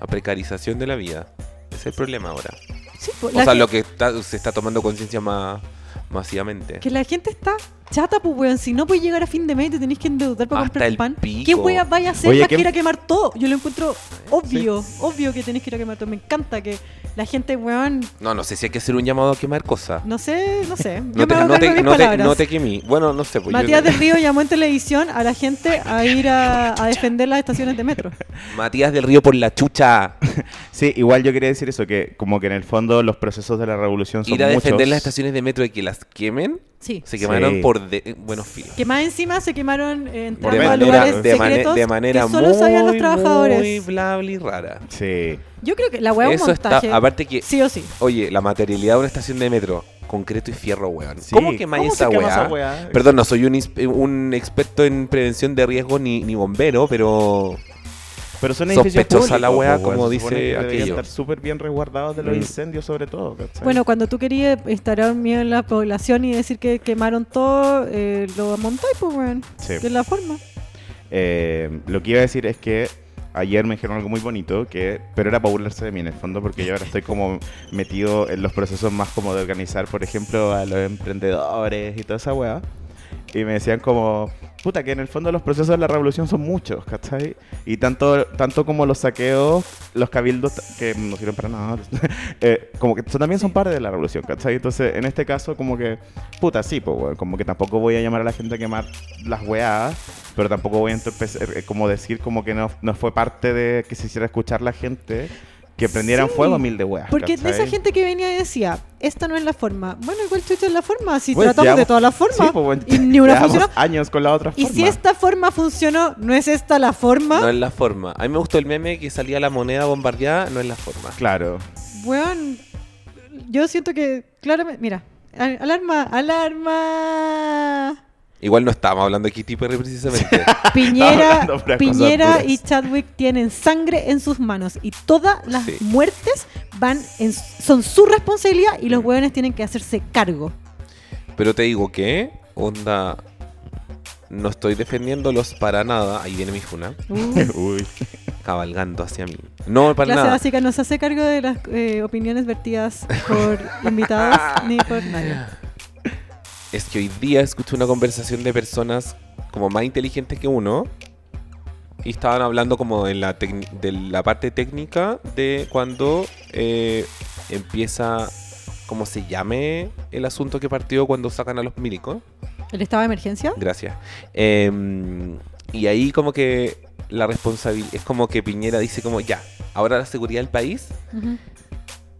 La precarización de la vida. Ese es el problema ahora.
Sí, po,
O
la
sea,
gen-
lo que está- se está tomando conciencia más masivamente.
Que la gente está chata, pues, weón. Si no puedes llegar a fin de mes, y te tenés que endeudar para
Hasta
comprar
el
pan.
pico.
¿Qué weá vaya a hacer
Oye,
más
¿qué-
que ir a quemar todo? Yo lo encuentro obvio, obvio que tenés que ir a quemar todo. Me encanta que la gente, weón,
No, no sé si hay que hacer un llamado a quemar cosas.
No sé, no sé. Yo
No te,
me hago
no
cargo de
te,
mis
no te,
palabras.
no te quemí. Bueno, no sé. Pues yo-
Matías del Río llamó en televisión a la gente a ir a, a defender las estaciones de metro.
Matías del Río por la chucha.
Sí, igual yo quería decir eso, que como que en el fondo los procesos de la revolución son
Ir a defender
muchos.
las estaciones de metro y que las quemen.
Sí.
Se quemaron
Sí.
por de- buenos filos.
Que más encima se quemaron eh,
Por
De
entrando a
manera-
lugares
de, mane-
secretos
de manera
que solo
muy,
sabían los trabajadores.
muy bla, bla y rara.
Sí.
Yo creo que la hueá es un
Eso está,
montaje.
aparte que,
Sí o sí.
oye, la materialidad de una estación de metro, concreto y fierro, weón.
Sí.
¿Cómo quemáis
¿Cómo se
esa
quema
weá?
esa weá?
Perdón, no soy un, ins- eh, un experto en prevención de riesgo ni, ni bombero, pero
Pero son edificios
Sospechosa la
públicos,
weá,
po, weón.
como
Se supone
dice
que deberían
aquello.
estar súper bien resguardados de los
Mm.
incendios, sobre todo. ¿cachai?
Bueno, cuando tú querías instalar miedo en la población y decir que quemaron todo, eh, lo montáis, pues, weón.
Sí.
De la forma.
Eh, lo que iba a decir es que ayer me dijeron algo muy bonito, que pero era para burlarse de mí en el fondo, porque yo ahora estoy como metido en los procesos más como de organizar, por ejemplo, a los emprendedores y toda esa weá. Y me decían como, puta, que en el fondo los procesos de la revolución son muchos, ¿cachai? Y tanto, tanto como los saqueos, los cabildos, ta- que no sirven para nada, eh, como que son- también son parte de la revolución, ¿cachai? Entonces, en este caso, como que, puta, sí, pues, weón, como que tampoco voy a llamar a la gente a quemar las weadas, pero tampoco voy a entorpecer, eh, como decir como que no, no fue parte de que se hiciera escuchar la gente, que prendieran
Sí,
fuego a mil de
Ah,
weas.
Porque de
¿cachai?
esa gente que venía y decía, esta no es la forma. Bueno, igual chucha es la forma. Si
Bueno,
tratamos de
llevamos-
todas las
Sí,
formas.
pues, weón,
y ni una
llevamos
funcionó.
años con la otra
Y
forma.
si esta forma funcionó, ¿no es esta la forma?
no es la forma. A mí me gustó el meme que salía la moneda bombardeada, no es la forma.
Claro.
Weón, yo siento que claramente... Mira, al- alarma, alarma.
Igual no estábamos hablando de Kitty Perry precisamente.
Piñera,
hablando puras
Piñera
cosas
y
duras.
Chadwick tienen sangre en sus manos y todas las
Sí.
muertes van en, son su responsabilidad y
Mm.
los weones tienen que hacerse cargo.
Pero te digo que, onda, no estoy defendiéndolos para nada. Ahí viene mi funa,
Uh,
Uy.
cabalgando hacia mí. No, para
clase
nada.
básica nos hace cargo de las eh, opiniones vertidas por invitadas ni por nadie.
Es que hoy día escucho una conversación de personas como más inteligentes que uno y estaban hablando como de la, tecni- de la parte técnica de cuando eh, empieza, como se llame el asunto que partió cuando sacan a los milicos.
¿El estado de emergencia?
Gracias. Eh, y ahí como que la responsabilidad, es como que Piñera dice como, ya, ahora la seguridad del país
Ujú.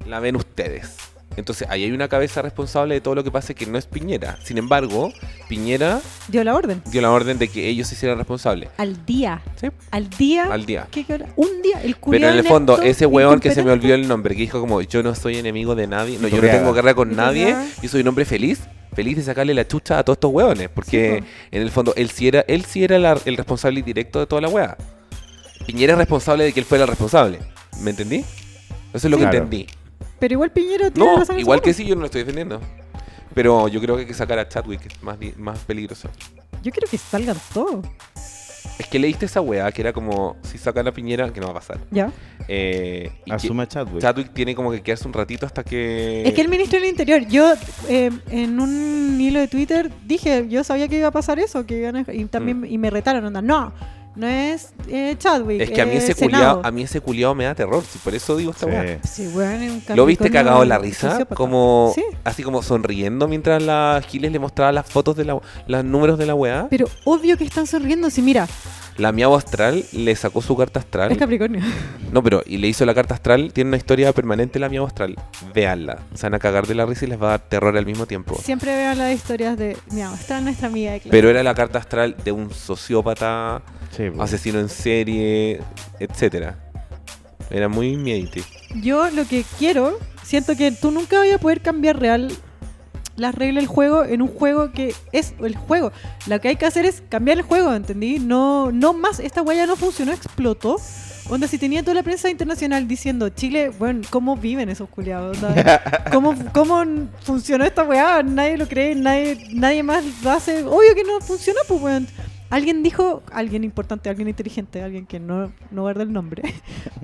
la ven ustedes. Entonces ahí hay una cabeza responsable de todo lo que pase que no es Piñera. Sin embargo, Piñera
Dio la orden.
dio la orden de que ellos se hicieran responsables.
Al día.
Sí.
Al día.
Al día.
¿Qué- qué hora? Un día. El
Pero
Ah, culiao
en el fondo,
inepto,
ese weón que se me
incompetente.
olvidó el nombre, que dijo como, yo no soy enemigo de nadie, no, yo no
Iturriaga.
tengo guerra con nadie,
Iturriaga.
yo soy un hombre feliz, feliz de sacarle la chucha a todos estos weones, porque
Sí, po.
en el fondo él sí era, él sí era la- el responsable directo de toda la wea. Piñera es responsable de que él fuera el responsable, ¿me entendí? Eso es lo que
Claro.
entendí.
Pero igual Piñero tiene
No,
razón. en
igual
su
que
mano.
sí, yo no lo estoy defendiendo. Pero yo creo que hay que sacar a Chadwick, que es más, di- más peligroso.
Yo quiero que salgan todos.
Es que leíste esa weá que era como, si sacan a Piñera, que no va a pasar.
Ya.
Eh, y que
Asuma Chadwick.
Chadwick tiene como que quedarse un ratito hasta que...
Es que el ministro del Interior, yo eh, en un hilo de Twitter dije, yo sabía que iba a pasar eso, que iban a- y también
Mm.
y me retaron, onda, no, no es eh, Chadwick.
Es que a mí
es
ese
Senado".
culiao, a mí ese culiao me da terror, si por eso digo esta
Sí.
weá.
Sí, weón, es un
¿Lo viste
Capricornio
cagado en la risa?
sociópata.
Como
Sí.
así como sonriendo mientras la Giles le mostraba las fotos de la los números de la weá.
Pero obvio que están sonriendo, si mira,
La miau astral le sacó su carta astral.
es Capricornio.
No, pero y le hizo la carta astral, tiene una historia permanente la miau astral. Veanla. Se van a cagar de la risa y les va a dar terror al mismo tiempo.
Siempre veo las historias de, mira, está nuestra amiga de clase.
Pero era la carta astral de un sociópata,
Sí,
Mm.
po.
asesino en serie, etcétera. Era muy miedity.
Yo lo que quiero, siento que tú nunca vas a poder cambiar real las reglas del juego en un juego que es el juego. Lo que hay que hacer es cambiar el juego, ¿entendí? No, no más, esta huella no funcionó, explotó. Onda, si tenía toda la prensa internacional diciendo, Chile, bueno, ¿cómo viven esos culiados? Onda, ¿Cómo, ¿Cómo funcionó esta weá? Nadie lo cree, nadie, nadie más lo hace. Obvio que no funcionó, pues, weón. Alguien dijo, alguien importante, alguien inteligente, alguien que no, no guarda el nombre,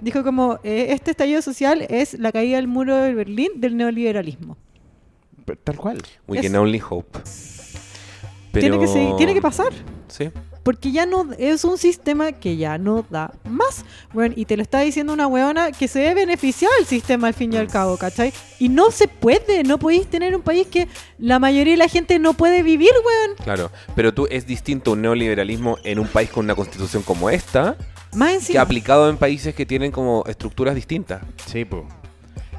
dijo como, eh, este estallido social es la caída del muro de Berlín del neoliberalismo.
Pero Tal cual.
We
Es-
can only hope.
Tiene, que
Pero-
seguir- tiene que pasar.
Sí.
Porque ya no es un sistema que ya no da más. Bueno, y te lo está diciendo una huevona que se ve beneficiado el sistema al fin y al cabo, ¿cachai? Y no se puede, no podéis tener un país que la mayoría de la gente no puede vivir, weón.
Claro, pero tú es distinto un neoliberalismo en un país con una constitución como esta
Más
que
encima.
aplicado en países que tienen como estructuras distintas.
Sí, pues.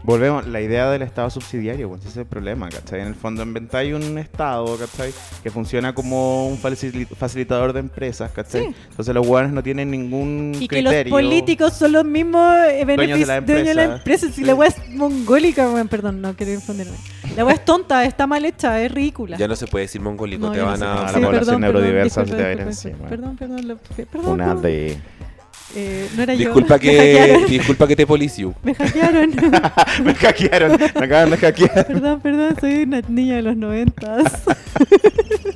Volvemos, la idea del Estado subsidiario, pues ese es el problema, ¿cachai? En el fondo inventáis un Estado, ¿cachai? Que funciona como un facili- facilitador de empresas, ¿cachai?
Sí.
Entonces los guanes no tienen ningún
y que los
criterio.
políticos son los mismos eh,
Dueños de la
benefic- dueños de la
empresa.
empresa. Si
Sí.
la weá es mongólica, weón, perdón, no quiero confundirme. La weá es tonta, está mal hecha, es ridícula.
Ya no se puede decir mongólico,
No,
te
yo no
van
sé.
a...
la
Sí,
población
perdón, perdón,
neurodiversa
disculpa,
se te va a ir
disculpa,
encima.
Perdón, perdón, lo- perdón.
Una
perdón.
de...
Eh, no era
Disculpa
yo. Me
que,
hackearon.
disculpa que te policio.
Me hackearon.
me hackearon, me acaban de hackear.
perdón, perdón, soy una niña de los noventas.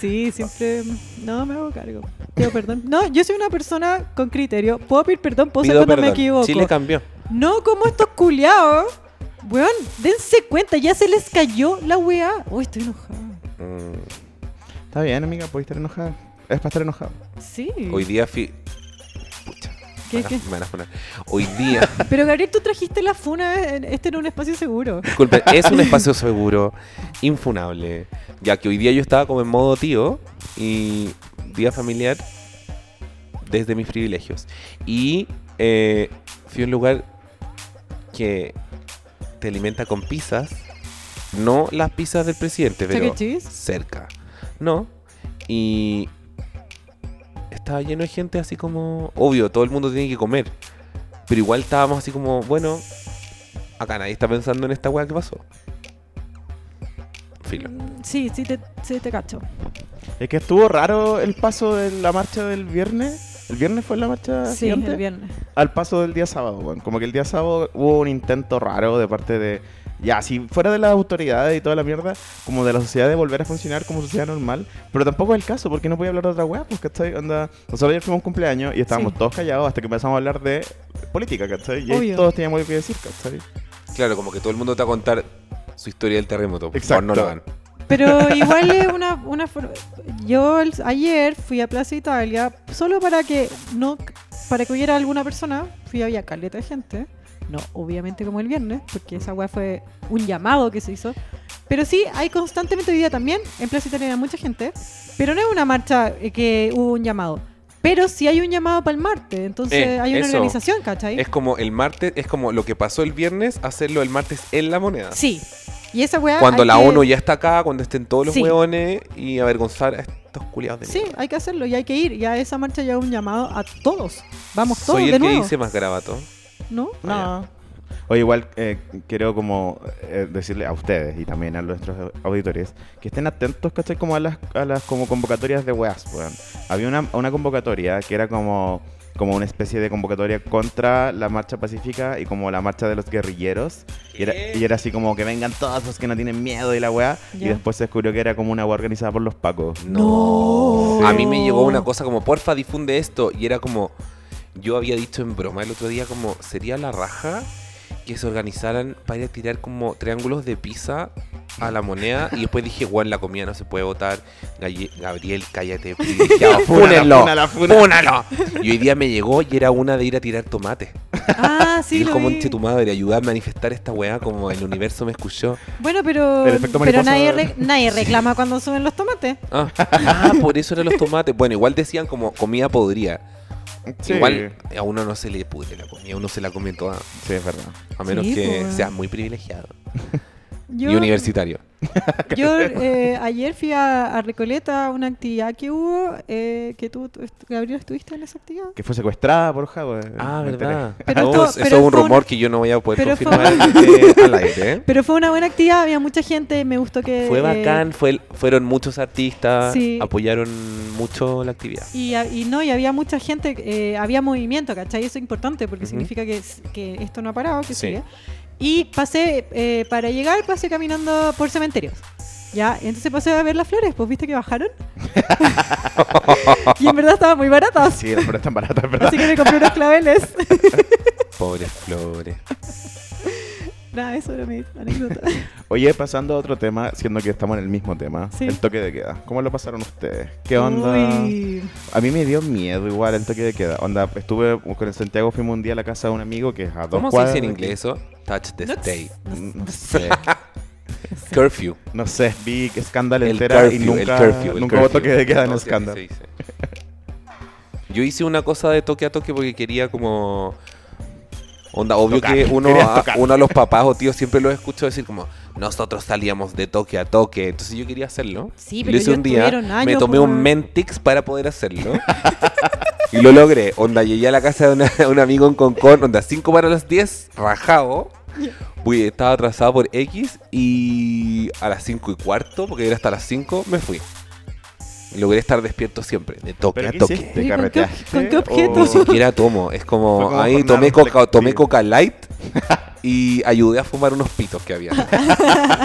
sí, siempre. No, me hago cargo. Pido perdón. No, yo soy una persona con criterio. Puedo pedir perdón, puedo ser
Pido
cuando
perdón.
me equivoco.
Chile cambió.
No como estos culiados. Weón, dense cuenta, ya se les cayó la weá. Uy, estoy enojada.
Mm,
Está bien, amiga, podéis estar enojada. Es para estar enojado.
Sí.
hoy día... fi- Pucha,
¿Qué,
me
qué?
van a- me van a funar. Hoy día...
Pero Gabriel, tú trajiste la funa. en- Este era un espacio seguro.
Disculpen, es un espacio seguro, infunable. Ya que hoy día yo estaba como en modo tío y día familiar desde mis privilegios. Y eh, fui a un lugar que te alimenta con pizzas. No las pizzas del presidente,
Chuck E.
pero
Cheese.
cerca. No. Y estaba lleno de gente así como... Obvio, todo el mundo tiene que comer. Pero igual estábamos así como, bueno, acá nadie está pensando en esta weá que pasó. Filo.
Mm, Sí, sí te, sí te cacho.
Es que estuvo raro el paso de la marcha del viernes. ¿El viernes fue la marcha?
Sí,
gigante?
el viernes.
al paso del día sábado, weón. Como que el día sábado hubo un intento raro de parte de. Ya, si fuera de las autoridades y toda la mierda, como de la sociedad de volver a funcionar como sociedad normal. Pero tampoco es el caso, porque no podía hablar de otra weá, pues, ¿cachai? Onda, nosotros ayer fuimos a un cumpleaños y estábamos
Sí.
todos callados hasta que empezamos a hablar de política, ¿cachai? Y ahí
Obvio.
todos teníamos algo que decir, ¿cachai?
Claro, como que todo el mundo te va a contar su historia del terremoto. Por
Exacto.
favor, no lo hagan.
Pero igual es una, una for- Yo el- ayer fui a Plaza Italia solo para que no para que hubiera alguna persona. Fui había caleta de gente. No, obviamente como el viernes, porque esa weá fue un llamado que se hizo. Pero sí, hay constantemente hoy día también. En Plaza Italia había mucha gente. Pero no es una marcha eh, que hubo un llamado. Pero sí hay un llamado para el martes. Entonces
Eh,
hay una
eso.
organización, ¿cachai?
Es como el martes, es como lo que pasó el viernes, hacerlo el martes en la moneda.
Sí. Y esa weá.
Cuando
hay
la
que-
ONU ya está acá, cuando estén todos los
Sí.
hueones y avergonzar a estos culiados de
Sí,
mierda.
hay que hacerlo y hay que ir. Ya esa marcha ya es un llamado a todos. Vamos todos
Soy
de
el que
nuevo.
dice más grabato.
¿No?
No. Oye, igual eh, quiero como eh, decirle a ustedes y también a nuestros auditores que estén atentos, ¿cachai? Como a las, a las como convocatorias de weas, weón. Había una, una convocatoria que era como, como una especie de convocatoria contra la marcha pacífica y como la marcha de los guerrilleros. Y era, y era así como que vengan todos los que no tienen miedo y la wea. Y
Ya.
después se descubrió que era como una wea organizada por los pacos.
No.
Sí.
A mí me llegó
Oh.
una cosa como, porfa, difunde esto. Y era como, yo había dicho en broma el otro día, como, sería la raja que se organizaran para ir a tirar como triángulos de pizza a la moneda. Y después dije, guau, la comida no se puede votar. Galle- Gabriel, cállate, privilegiado. ¡Fúnenlo!
Fúnala, fúnala,
¡Fúnalo! Y hoy día me llegó y era una de ir a tirar tomate.
Ah, sí.
y es
lo
como,
vi.
un tu madre, ayudarme a manifestar esta weá como el universo me escuchó.
Bueno, pero,
El efecto
pero
mariposa.
nadie, re- nadie reclama cuando suben los tomates.
Ah, ah, por eso eran los tomates. Bueno, igual decían como comida podría.
Sí.
Igual eh, a uno no se le pudre la comida, uno se la come toda,
Sí, es verdad.
a menos
Sí,
que
po, weón.
seas muy privilegiado
Yo,
y universitario.
yo eh, ayer fui a, a Recoleta a una actividad que hubo, eh, que tú, tú- Gabriel, estuviste en esa actividad.
Que fue secuestrada por Javo. eh,
Ah,
me enteré.
verdad.
Pero
No,
esto-
eso
pero
es un
fue un-
rumor que yo no voy a poder
pero fue
confirmar eh, al aire. ¿eh?
Pero fue una buena actividad, había mucha gente, me gustó que...
Fue
eh,
bacán, fue, el- fueron muchos artistas,
Sí.
apoyaron mucho la actividad.
Y, a- y no, y había mucha gente, eh, había movimiento, ¿cachai? Eso es importante porque
Ujú.
significa que, s- que esto no ha parado, que
Sí.
sigue. Y pasé, eh, para llegar, pasé caminando por cementerios. Ya, entonces pasé a ver las flores, pues viste que bajaron. y en verdad estaban muy baratas.
Sí, pero es tan barata, es verdad.
Así que me compré unos claveles.
Pobres flores.
Nada, eso era mi anécdota.
Oye, pasando a otro tema, siendo que estamos en el mismo tema,
Sí.
el toque de queda. ¿Cómo lo pasaron ustedes? ¿Qué onda?
Uy.
A mí me dio miedo igual el toque de queda. Onda, estuve con el Santiago, fuimos un día a la casa de un amigo que es a dos
¿Cómo se
cuadras
dice en
de
inglés eso? Touch the
No-
state.
aquí. No sé,
Curfew.
no sé, vi escándalo
El
entera y
curfew, el
nunca,
curfew, el
nunca hubo
curfew.
toque de queda en
No, sí, así
escándalo.
se dice. Yo hice una cosa de toque a toque porque quería como... Onda, obvio
Tocar,
que uno
querías
a,
tocar.
uno a los papás o tíos siempre los escucho decir como nosotros salíamos de toque a toque, entonces yo quería hacerlo.
Sí,
Y
pero ellos tuvieron
me
años, pues,
tomé
po,
un
weón.
Mentix para poder hacerlo. y lo logré. Onda, llegué a la casa de una- un amigo en Concón, onda, 5 para las 10, rajado. Fui- estaba atrasado por X y a las 5 y cuarto, porque era hasta las 5, me fui. Y Logré estar despierto siempre, de toque
¿Pero
a
qué
toque.
hiciste? Oh,
¿Y con qué-
¿Carreteaste
con qué
o-
Ni
objeto?
siquiera tomo, es
Fue
como,
como
ahí
jornada
tomé coca,
reflexiva.
tomé coca light y ayudé a fumar unos pitos que había.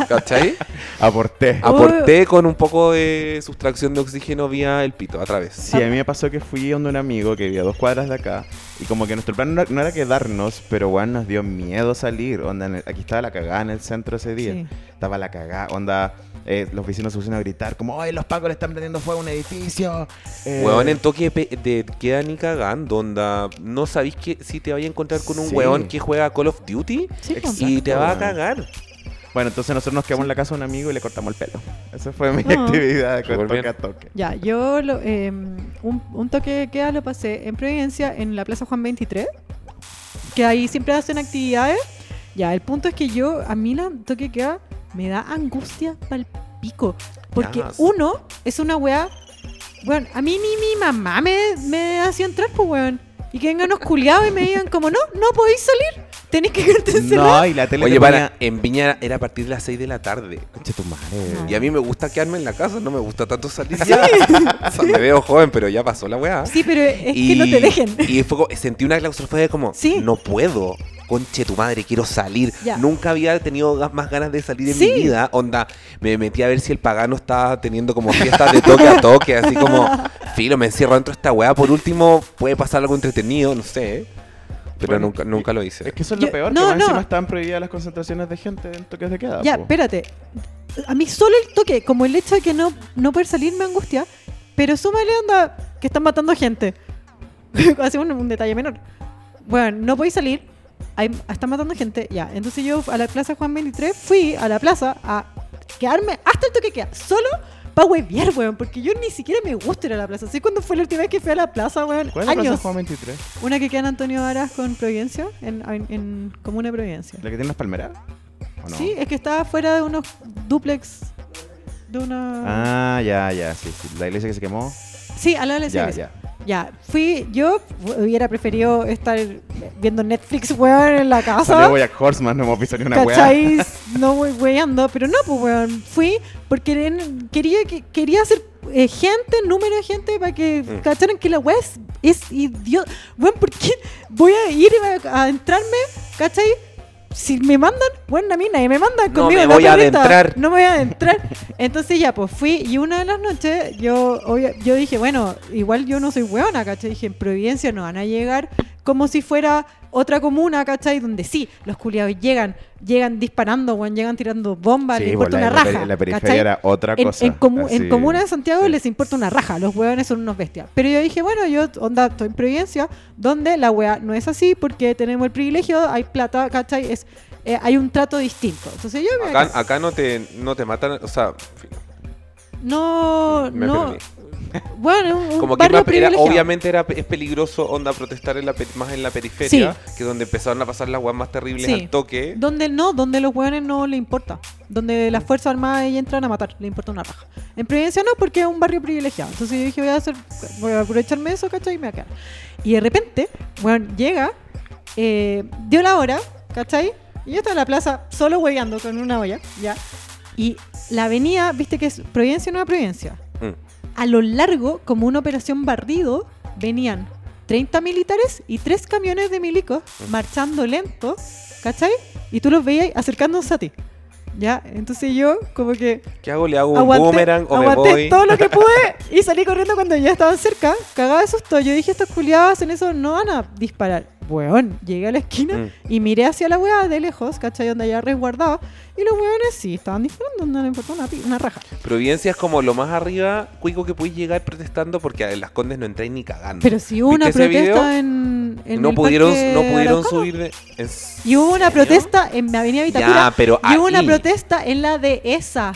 ¿Cachai?
Aporté. Oh.
Aporté con un poco de sustracción de oxígeno vía el pito, a través.
Sí, a mí me pasó que fui donde un amigo que vivía a dos cuadras de acá y como que nuestro plan no era- no era quedarnos, pero bueno, nos dio miedo salir. Onda, en el- aquí estaba la cagada en el centro ese día.
Sí.
Estaba la cagada, onda, eh, los vecinos se pusieron a gritar como, ¡ay, los pacos le están prendiendo fuego a un edificio! Eh,
Huevón en toque de, pe- de queda ni cagando, onda. No sabéis que si te vais a encontrar con un
Sí.
hueón que juega Call of Duty
Sí, pues.
Exacto,
y te va a
weón.
cagar.
Bueno, entonces nosotros nos quedamos en la casa de un amigo y le cortamos el pelo. Esa fue mi
Ah.
actividad con
Súper
toque
bien.
a toque.
Ya, yo lo, eh, un, un toque de queda lo pasé en Providencia, en la Plaza Juan 23, que ahí siempre hacen actividades. Ya, el punto es que yo, a mí la toque de queda me da angustia pal pico, porque
Ya, sí.
uno es una weá, bueno, a mí ni mi mamá me, me hacía entrar, pues weón, y que vengan unos culiados y me digan como, no, no podéis salir, tenéis que quedarte encerrado.
No, y la tele
Oye,
te
para,
ponía-
en Viña era a partir de las 6 de la tarde.
Conche tu madre.
No.
Y a mí me gusta quedarme en la casa, no me gusta tanto salir. ya. O sea, me veo joven, pero ya pasó la weá.
Sí, pero es que no te dejen.
Y fue como- sentí una claustrofobia como,
Sí.
no puedo. Conche tu madre, quiero salir.
Ya.
Nunca había tenido ga- más ganas de salir en
Sí.
mi vida. Onda, me metí a ver si el pagano estaba teniendo como fiestas de toque a toque. Así como, filo, me encierro dentro de esta weá. Por último, puede pasar algo entretenido, no sé. Pero
Bueno,
nunca, nunca lo hice.
Es que eso es
Yo-
lo peor,
no,
que más
no.
encima estaban prohibidas las concentraciones de gente en toques de queda.
Ya,
Ah, po.
espérate. a mí solo el toque, como el hecho de que no, no poder salir me angustia, pero súmale onda que están matando gente. Hacemos un, un detalle menor. Bueno, no podéis salir, hay- están matando gente, ya. Entonces yo a la plaza Juan 23 fui a la plaza a quedarme hasta el toque queda, solo para huevear, weón, porque yo ni siquiera me gusta ir a la plaza. ¿Sabes cuándo fue la última vez que fui a la plaza, weón?
¿Cuál es la plaza
Años.
Juan 23?
Una que queda en Antonio Aras con Providencia, en, en, en Comuna Providencia.
¿La que tiene las palmeras? ¿O no?
Sí, es que estaba fuera de unos duplex de una...
Ah, ya, ya, sí, sí. La iglesia que se quemó.
Sí, al lado de la
Ya,
iglesia.
ya.
Ya, fui yo, hubiera preferido estar viendo Netflix, weón, en la casa.
Salió Boyack Horseman, no hemos visto ni una weá.
¿Cacháis? No voy weando, pero no, pues weón. Fui porque en- quería que quería hacer eh, gente, número de gente, para que
Mm.
cacharan que la weá es, es idiota. Weón, ¿por qué voy a ir a, a entrarme? ¿Cachai? Si me mandan, bueno, a mí nadie me manda
No
conmigo.
me
la
voy a
perrita.
adentrar.
No me voy a adentrar. Entonces ya, pues fui y una de las noches yo, obvia- yo dije, bueno, igual yo no soy weona, ¿cachai? Dije, en Providencia no van a llegar como si fuera otra comuna, ¿cachai? Donde sí, los culiados llegan, llegan disparando, weón, llegan tirando bombas, les
Sí, pues,
importa
la,
una
la peri-
raja.
la periferia
¿cachai?
era otra
en,
cosa.
en comu- en
así.
comuna de Santiago
Sí.
les importa una raja, los hueones son unos bestias. Pero yo dije, bueno, yo onda, estoy en Providencia, donde la hueá no es así porque tenemos el privilegio, hay plata, ¿cachai? Es, eh, hay un trato distinto. Entonces yo me voy a
Acá,
casar.
acá no, te, no te matan, o sea, en fin,
no,
me
no,
perdí.
bueno, un, un
como que
barrio
más- era-
privilegiado.
obviamente era, es peligroso onda protestar en la, pe- más en la periferia, que donde empezaron a pasar las guas más terribles
Sí.
al toque.
Donde no, donde los hueones no le importa. Donde las Fuerzas Armadas ahí entran a matar, le importa una raja. En Providencia no, porque es un barrio privilegiado. Entonces yo dije, voy a, hacer, voy a aprovecharme de eso, ¿cachai? Y me voy a quedar. Y de repente, bueno, llega, eh, dio la hora, ¿cachai? Y yo estaba en la plaza solo hueveando con una olla, ¿ya? Y la avenida, viste que es Providencia Nueva Providencia.
Mm.
A lo largo, como una operación barrido, venían 30 militares y tres camiones de milicos marchando lento, ¿cachai? Y tú los veías acercándose a ti. Ya, entonces yo como que
¿Qué hago? ¿Le hago un
aguanté,
boomerang o me
aguanté
voy?
todo lo que pude y salí corriendo cuando ya estaban cerca, cagada de susto. Yo dije, estos culiados en eso no van a disparar. Weón, llegué a la esquina
Mm.
y miré hacia la weá de lejos, ¿cachai? Donde ya resguardaba. Y los weones sí, estaban disparando, no les importó una, pi- una raja.
Providencia es como lo más arriba, cuico, que puedes llegar protestando porque en las condes no entráis ni cagando.
Pero si hubo una
¿Viste ese video?
protesta en, en
no
el
pudieron,
parque
no pudieron
Araucano.
subir de- en-
Y hubo una
¿En serio?
protesta en la avenida Vitacura.
Ya, pero
y hubo una
ahí.
protesta en la dehesa.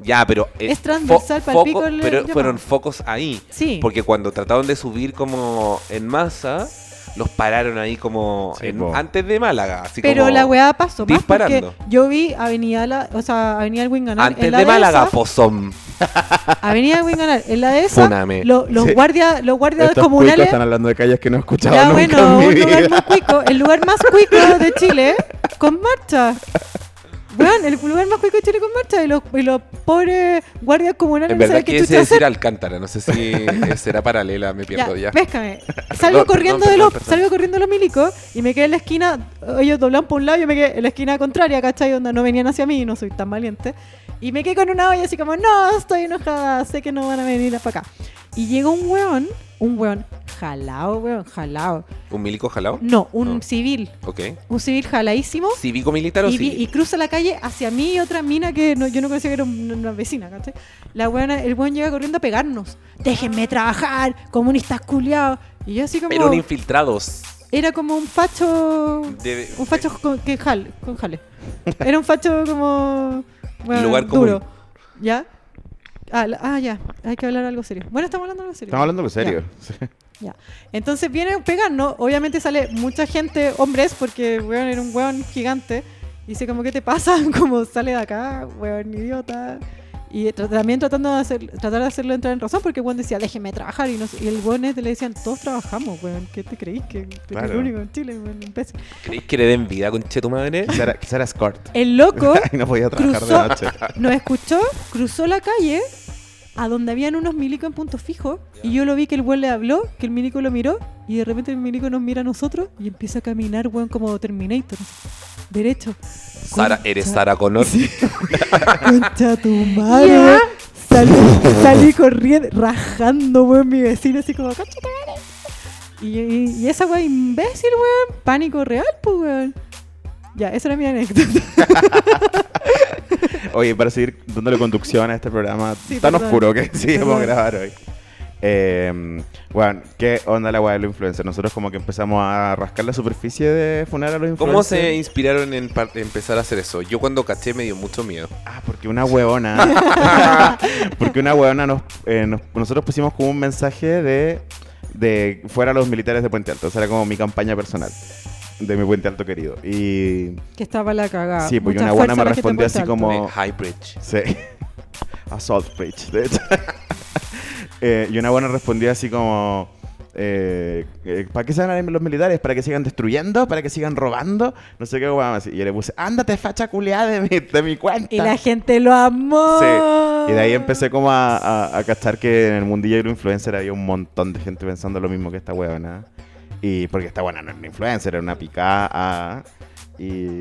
Ya, pero eh,
Es transversal
fo-
pa'l
foco-
pico el
pero
llamado.
fueron focos ahí,
Sí.
porque cuando trataron de subir como en masa, los pararon ahí como
Sí,
en-
po.
antes de Málaga, así
pero
como
la weá pasó más porque
disparando.
yo vi Avenida la, o sea, Avenida del Winganar
antes
en la
de Málaga,
dehesa,
pozón.
Avenida del Winganar en la dehesa,
Fúname.
lo- los
Sí.
guardias, los guardias
Estos cuicos
comunales
están hablando de calles que no he escuchado
Ya
nunca
bueno,
en mi
un lugar
vida.
más cuico, el lugar más cuico de Chile con marcha. Weón, el lugar más cuico de Chile con marcha y los, y los pobres guardias comunales
En
no
verdad
saben qué
quise
chucha hacer.
decir Alcántara, no sé si eh, será paralela, me pierdo ya.
Péscame. Salgo
Perdón,
corriendo
perdón,
de los,
perdón.
salgo corriendo de los milicos y me quedé en la esquina, ellos doblaban por un lado, yo me quedé en la esquina contraria, ¿cachai? Onda, no venían hacia mí, no soy tan valiente. Y me quedé con una olla así como, no, estoy enojada, sé que no van a venir para acá. Y llegó un weón, un weón, jalao, weón, jalao.
¿Un milico jalao?
No, un
No.
civil,
Ok.
un civil jaladísimo.
¿Cívico militar o
Y, vi-
sí?
y cruza la calle hacia mí y otra mina que no- yo no conocía que era un- una vecina, ¿cachai? La weona, el weón llega corriendo a pegarnos. Déjenme trabajar, comunistas culiados. Y yo así como...
Pero un infiltrados.
Era como un facho...
De-
Un facho con, que jale, con jale. Era un facho como... bueno,
Lugar común.
duro. ¿Ya? Ah, la- ah, ya. Hay que hablar algo serio. Bueno, estamos hablando algo serio.
Estamos hablando en
Ya.
serio. Sí.
Ya. Entonces viene a pegarnos. Obviamente sale mucha gente, hombres, porque weón era un weón gigante. Y dice, como, ¿qué te pasa? Como sale de acá, weón idiota. Y tra- también tratando de hacer, tratar de hacerlo entrar en razón, porque el weón decía, déjeme trabajar. Y, nos- y el weón este le decían, todos trabajamos, weón. ¿Qué te creís? Que que eres
Claro.
el único en Chile, weón, imbécil".
¿Creéis que le den vida, conche tu madre?
Quizá era- quizá era escort.
El loco
Y no podía trabajar
Cruzó-
de noche.
nos escuchó, cruzó la calle a donde habían unos milicos en punto fijo y yo lo vi que el weón le habló, que el milico lo miró y de repente el milico nos mira a nosotros y empieza a caminar, weón, como Terminator. así, Derecho.
Sara, eres
Concha-
Sara Connor.
Concha tu madre. weón. Salí, salí corriendo, rajando, weón, mi vecino así como, concha tu madre. Y, y- y esa weón imbécil, weón, pánico real, pues, weón. Ya, esa era mi anécdota.
Oye, para seguir dándole conducción a este programa
Sí,
tan
perdón.
oscuro que sí vamos a
Perdón.
grabar hoy. Eh, bueno, ¿qué onda la weá de los influencers? Nosotros como que empezamos a rascar la superficie de funar a los influencers.
¿Cómo se inspiraron en par- empezar a hacer eso? Yo cuando caché me dio mucho miedo.
Ah, porque una huevona. porque una huevona nos, eh, nos- nosotros pusimos como un mensaje de, de fuera los militares de Puente Alto. O sea, era como mi campaña personal de mi Puente Alto querido. Y
Que estaba la cagada.
Sí, porque una
Mucha
buena me
fuerza la
respondió
gente puesta
así
alto.
como-
De Highbridge.
Sí. Assault Bridge, de hecho. Eh, y una buena respondió así como... eh, eh, ¿Para qué se van a ir los militares? ¿Para que sigan destruyendo? ¿Para que sigan robando? No sé qué weón así. Y yo le puse, ándate facha culiada de mi, de mi cuenta.
Y la gente lo amó.
Sí. Y de ahí empecé como a, a, a cachar que en el mundillo de los influencer había un montón de gente pensando lo mismo que esta huevona. Y porque esta buena no era una influencer, era una picada. Y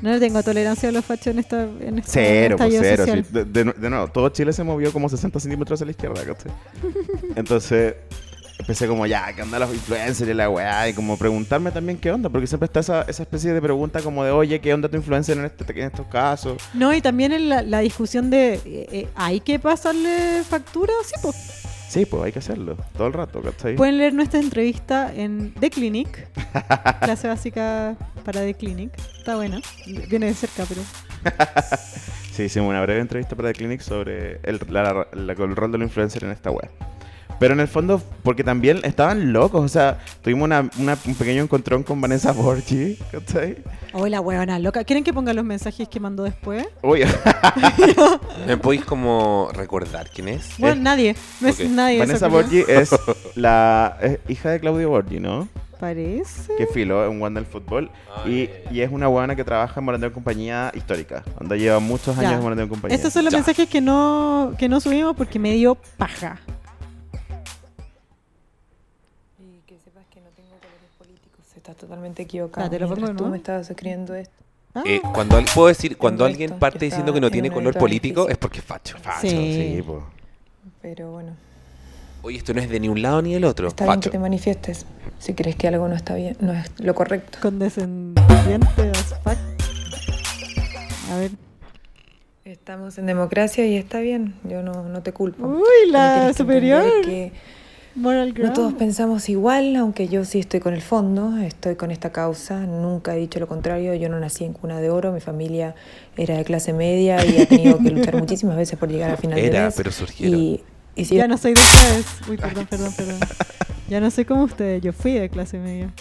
No le tengo tolerancia a los fachos en esta. En esta
Cero, pues
estallido
cero.
social.
sí. De, de- de nuevo, todo Chile se movió como 60 centímetros a la izquierda, ¿cachai? Entonces, empecé como, ya, ¿qué onda los influencers y la weá? Y como preguntarme también qué onda, porque siempre está esa, esa especie de pregunta como de, oye, ¿qué onda tu influencer en, este- en estos casos?
No, y también en la, la discusión de. eh, eh, ¿Hay que pasarle factura? Sí, pues.
Sí, pues hay que hacerlo, todo el rato, ¿cachai?
Pueden leer nuestra entrevista en The Clinic. clase básica para The Clinic. Está buena. Viene de cerca, pero.
Sí, hicimos una breve entrevista para The Clinic sobre el, la- la- el rol del influencer en esta web. Pero en el fondo, porque también estaban locos, o sea, tuvimos una- una- un pequeño encontrón con Vanessa Borgi, ¿cachai?
Hola, Oh, huevona loca. ¿Quieren que ponga los mensajes que mandó después?
Uy,
¿Me podéis como recordar quién es?
Bueno,
Eh,
nadie. No es
ok.
nadie.
Vanessa
eso creo.
Borgi es la es hija de Claudio Borgi, ¿no?
Parece.
Que filo, es un guan del fútbol.
Ah,
y,
ya, ya, ya.
y es una guana que trabaja en Morandeo en Compañía histórica. Donde lleva muchos
Ya.
años en Morandeo en Compañía.
Estos son los
Ya.
mensajes que no, que no subimos porque me dio paja.
Y que sepas que no tengo colores políticos. Estás totalmente equivocado.
Ya, te lo pongo
Mientras
de
tú
nuevo.
me estabas escribiendo esto.
Ah,
Eh, cuando al- puedo decir, cuando
Correcto,
alguien parte
está
diciendo que no
en
tiene
una
color
etapa
político
difícil.
es porque es facho.
Facho,
Sí.
sí, po.
Pero bueno,
Oye, esto no es de ni un lado ni del otro.
está bien que
facho.
te manifiestes. Si crees que algo no está bien, no es lo correcto.
condescendiente as fuck. A ver.
Estamos en democracia y está bien. Yo no, no te culpo.
Uy,
Pero
la
tienes que
superior.
entender que
Moral
No todos
ground.
pensamos igual, aunque yo sí estoy con el fondo, estoy con esta causa, nunca he dicho lo contrario, yo no nací en cuna de oro, mi familia era de clase media y ha tenido que luchar muchísimas veces por llegar a final de
Era,
mes.
pero surgieron.
Y, y si
Ya no soy de esta vez. Uy, perdón, perdón, perdón. Ya no soy como ustedes. Yo fui de clase media.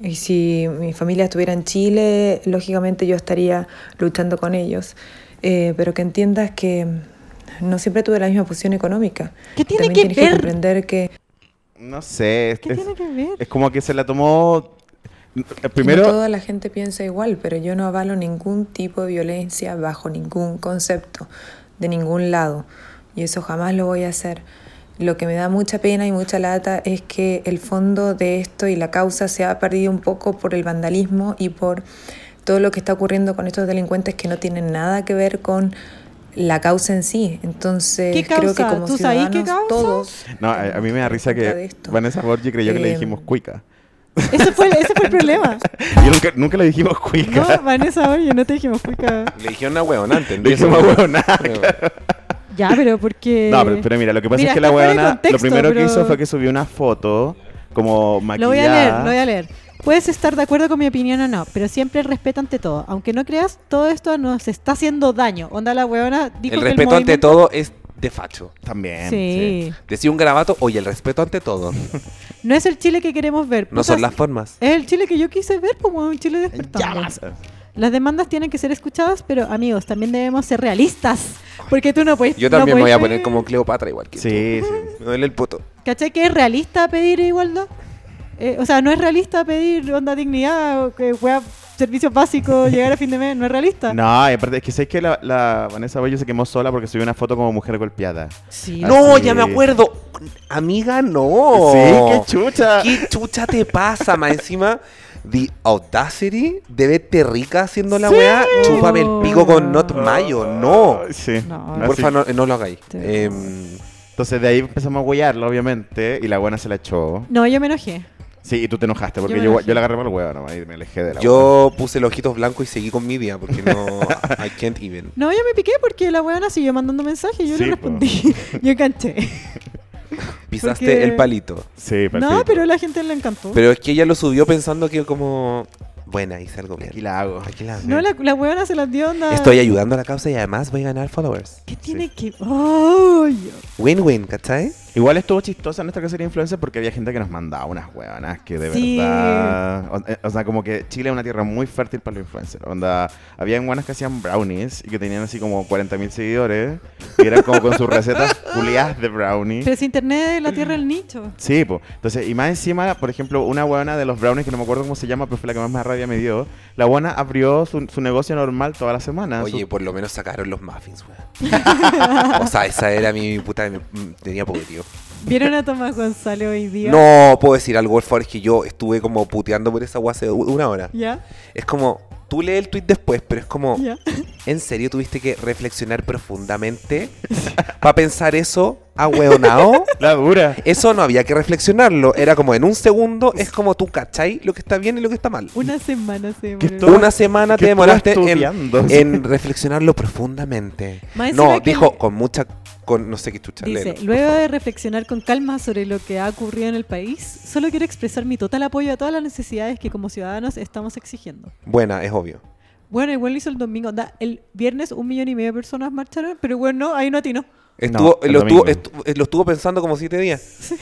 Y si mi familia estuviera en Chile, lógicamente yo estaría luchando con ellos. Eh, pero que entiendas que no siempre tuve la misma posición económica.
¿Qué tiene
También
que
tienes que
ver?
comprender que
No sé. Es,
¿Qué tiene que ver?
es como que se la tomó. eh,
No
Primero.
toda la gente piensa igual, pero yo no avalo ningún tipo de violencia bajo ningún concepto, de ningún lado. Y eso jamás lo voy a hacer. Lo que me da mucha pena y mucha lata es que el fondo de esto y la causa se ha perdido un poco por el vandalismo y por todo lo que está ocurriendo con estos delincuentes que no tienen nada que ver con la causa en sí. Entonces,
¿Qué
creo que
causa?
como
¿Tú sabés
ciudadanos,
qué causa?
todos
No, a, a mí me da risa
tenemos estar en contra de
que
esto.
Vanessa Borgi creyó que le
Em,
Eh,
dijimos cuica.
Ese fue, ese fue el problema.
Y nunca, nunca le dijimos
No,
cuica.
Vanessa, oye, no te dijimos cuica.
Le dijeron a huevona,
le
¿entendí?
dijimos huevona.
Ya, pero porque.
No, pero, pero mira, lo que pasa
Mira,
es que la
está fuera de
huevona lo
contexto,
primero que
pero-
hizo fue que subió una foto como maquillada.
Lo voy a leer, lo voy a leer. Puedes estar de acuerdo con mi opinión o no, pero siempre el respeto ante todo. Aunque no creas, todo esto nos está haciendo daño. Onda la huevona dijo
El
que
respeto ante
movimiento-
todo es de facho.
También. sí.
Sí.
Decía un garabato, oye, el respeto ante todo.
No es el Chile que queremos ver.
No
putas.
son las formas.
Es el Chile que yo quise ver como un Chile
Ya
despertando.
basta.
Las demandas tienen que ser escuchadas, pero amigos, también debemos ser realistas. Porque tú no puedes.
Yo
no
también me voy
puedes
a poner
pedir-
como Cleopatra igual que tú.
Sí, sí.
Me duele el puto.
¿Cachai que es realista pedir igualdad? Eh, o sea, no es realista pedir onda dignidad, o que wea, servicios básicos, llegar a fin de mes, no es realista.
No, y aparte, es que sabes que la, la Vanessa Bello se quemó sola porque subió una foto como mujer golpeada.
Sí,
Ah,
No,
sí.
ya me acuerdo. Amiga, no.
Sí, qué chucha.
¿Qué chucha te pasa? Más encima, the audacity de verte rica haciendo la
Sí.
weá. Chúpame el pico con not mayo. No.
Oh, Sí.
No,
Así-
Porfa, no, no lo hagáis.
Sí.
Em,
Entonces de ahí empezamos a huellarla, obviamente, y la buena se la echó.
No, yo me enojé.
Sí, y tú te enojaste porque
Yo me
yo, yo,
enojé.
la agarré por el huevo nomás y me alejé de la hueá.
Yo puse los ojitos blancos y seguí con mi día porque no. I can't even.
No, yo me piqué porque la weona siguió mandando mensajes y yo
Sí,
le
po.
respondí. yo canché.
Pisaste
Porque-
el palito.
Sí, perfecto.
No, pero a la gente le encantó.
Pero es que ella lo subió pensando que como. Buena, hice algo bien.
Aquí la hago.
Aquí la-
No, la, la weona se las dio onda.
Estoy ayudando a la causa y además voy a ganar followers.
¿Qué tiene que.? ¡Oh! yo-
Win-win, ¿cachai?
Igual estuvo chistosa nuestra cacería de influencers porque había gente que nos mandaba unas hueonas que de
Sí.
verdad... o- eh, O, sea, como que Chile es una tierra muy fértil para los influencers. Onda, había hueonas que hacían brownies y que tenían así como 40.000 seguidores y eran como con sus recetas culiadas de brownies.
Pero si internet es la tierra del nicho.
Sí, pues. Entonces, y más encima, por ejemplo, una buena de los brownies, que no me acuerdo cómo se llama, pero fue la que más más rabia me dio. La buena abrió su, su negocio normal toda la semana.
Oye,
Ah, Su-
por lo menos sacaron los muffins, weón. o sea, esa era mi puta. mi- mm, tenía poquito.
¿Vieron a Tomás González hoy día?
No puedo decir algo, por favor, es que yo estuve como puteando por esa weá hace u- una hora.
¿Ya?
Es como. Tú lees el tweet después, pero es como.
¿Ya?
¿En serio tuviste que reflexionar profundamente para pensar eso ah, a hueonao?
La dura.
Eso no había que reflexionarlo. Era como en un segundo, es como tú cachai lo que está bien y lo que está mal.
Una semana se
¿Qué
demoró.
Tú-
Una semana
que
te
tú
demoraste en,
estudiando.
en reflexionarlo profundamente.
Más
No,
encima que
dijo
el-
con mucha. con no sé qué chucha.
Dice,
léelo.
luego de reflexionar con calma sobre lo que ha ocurrido en el país, solo quiero expresar mi total apoyo a todas las necesidades que como ciudadanos estamos exigiendo.
Buena, es obvio.
Bueno, igual lo hizo el domingo. onda, el viernes un millón y medio de personas marcharon, pero bueno, no, ahí no atinó.
Estuvo,
el
lo, estuvo,
domingo.
estu- eh, lo estuvo pensando como siete días.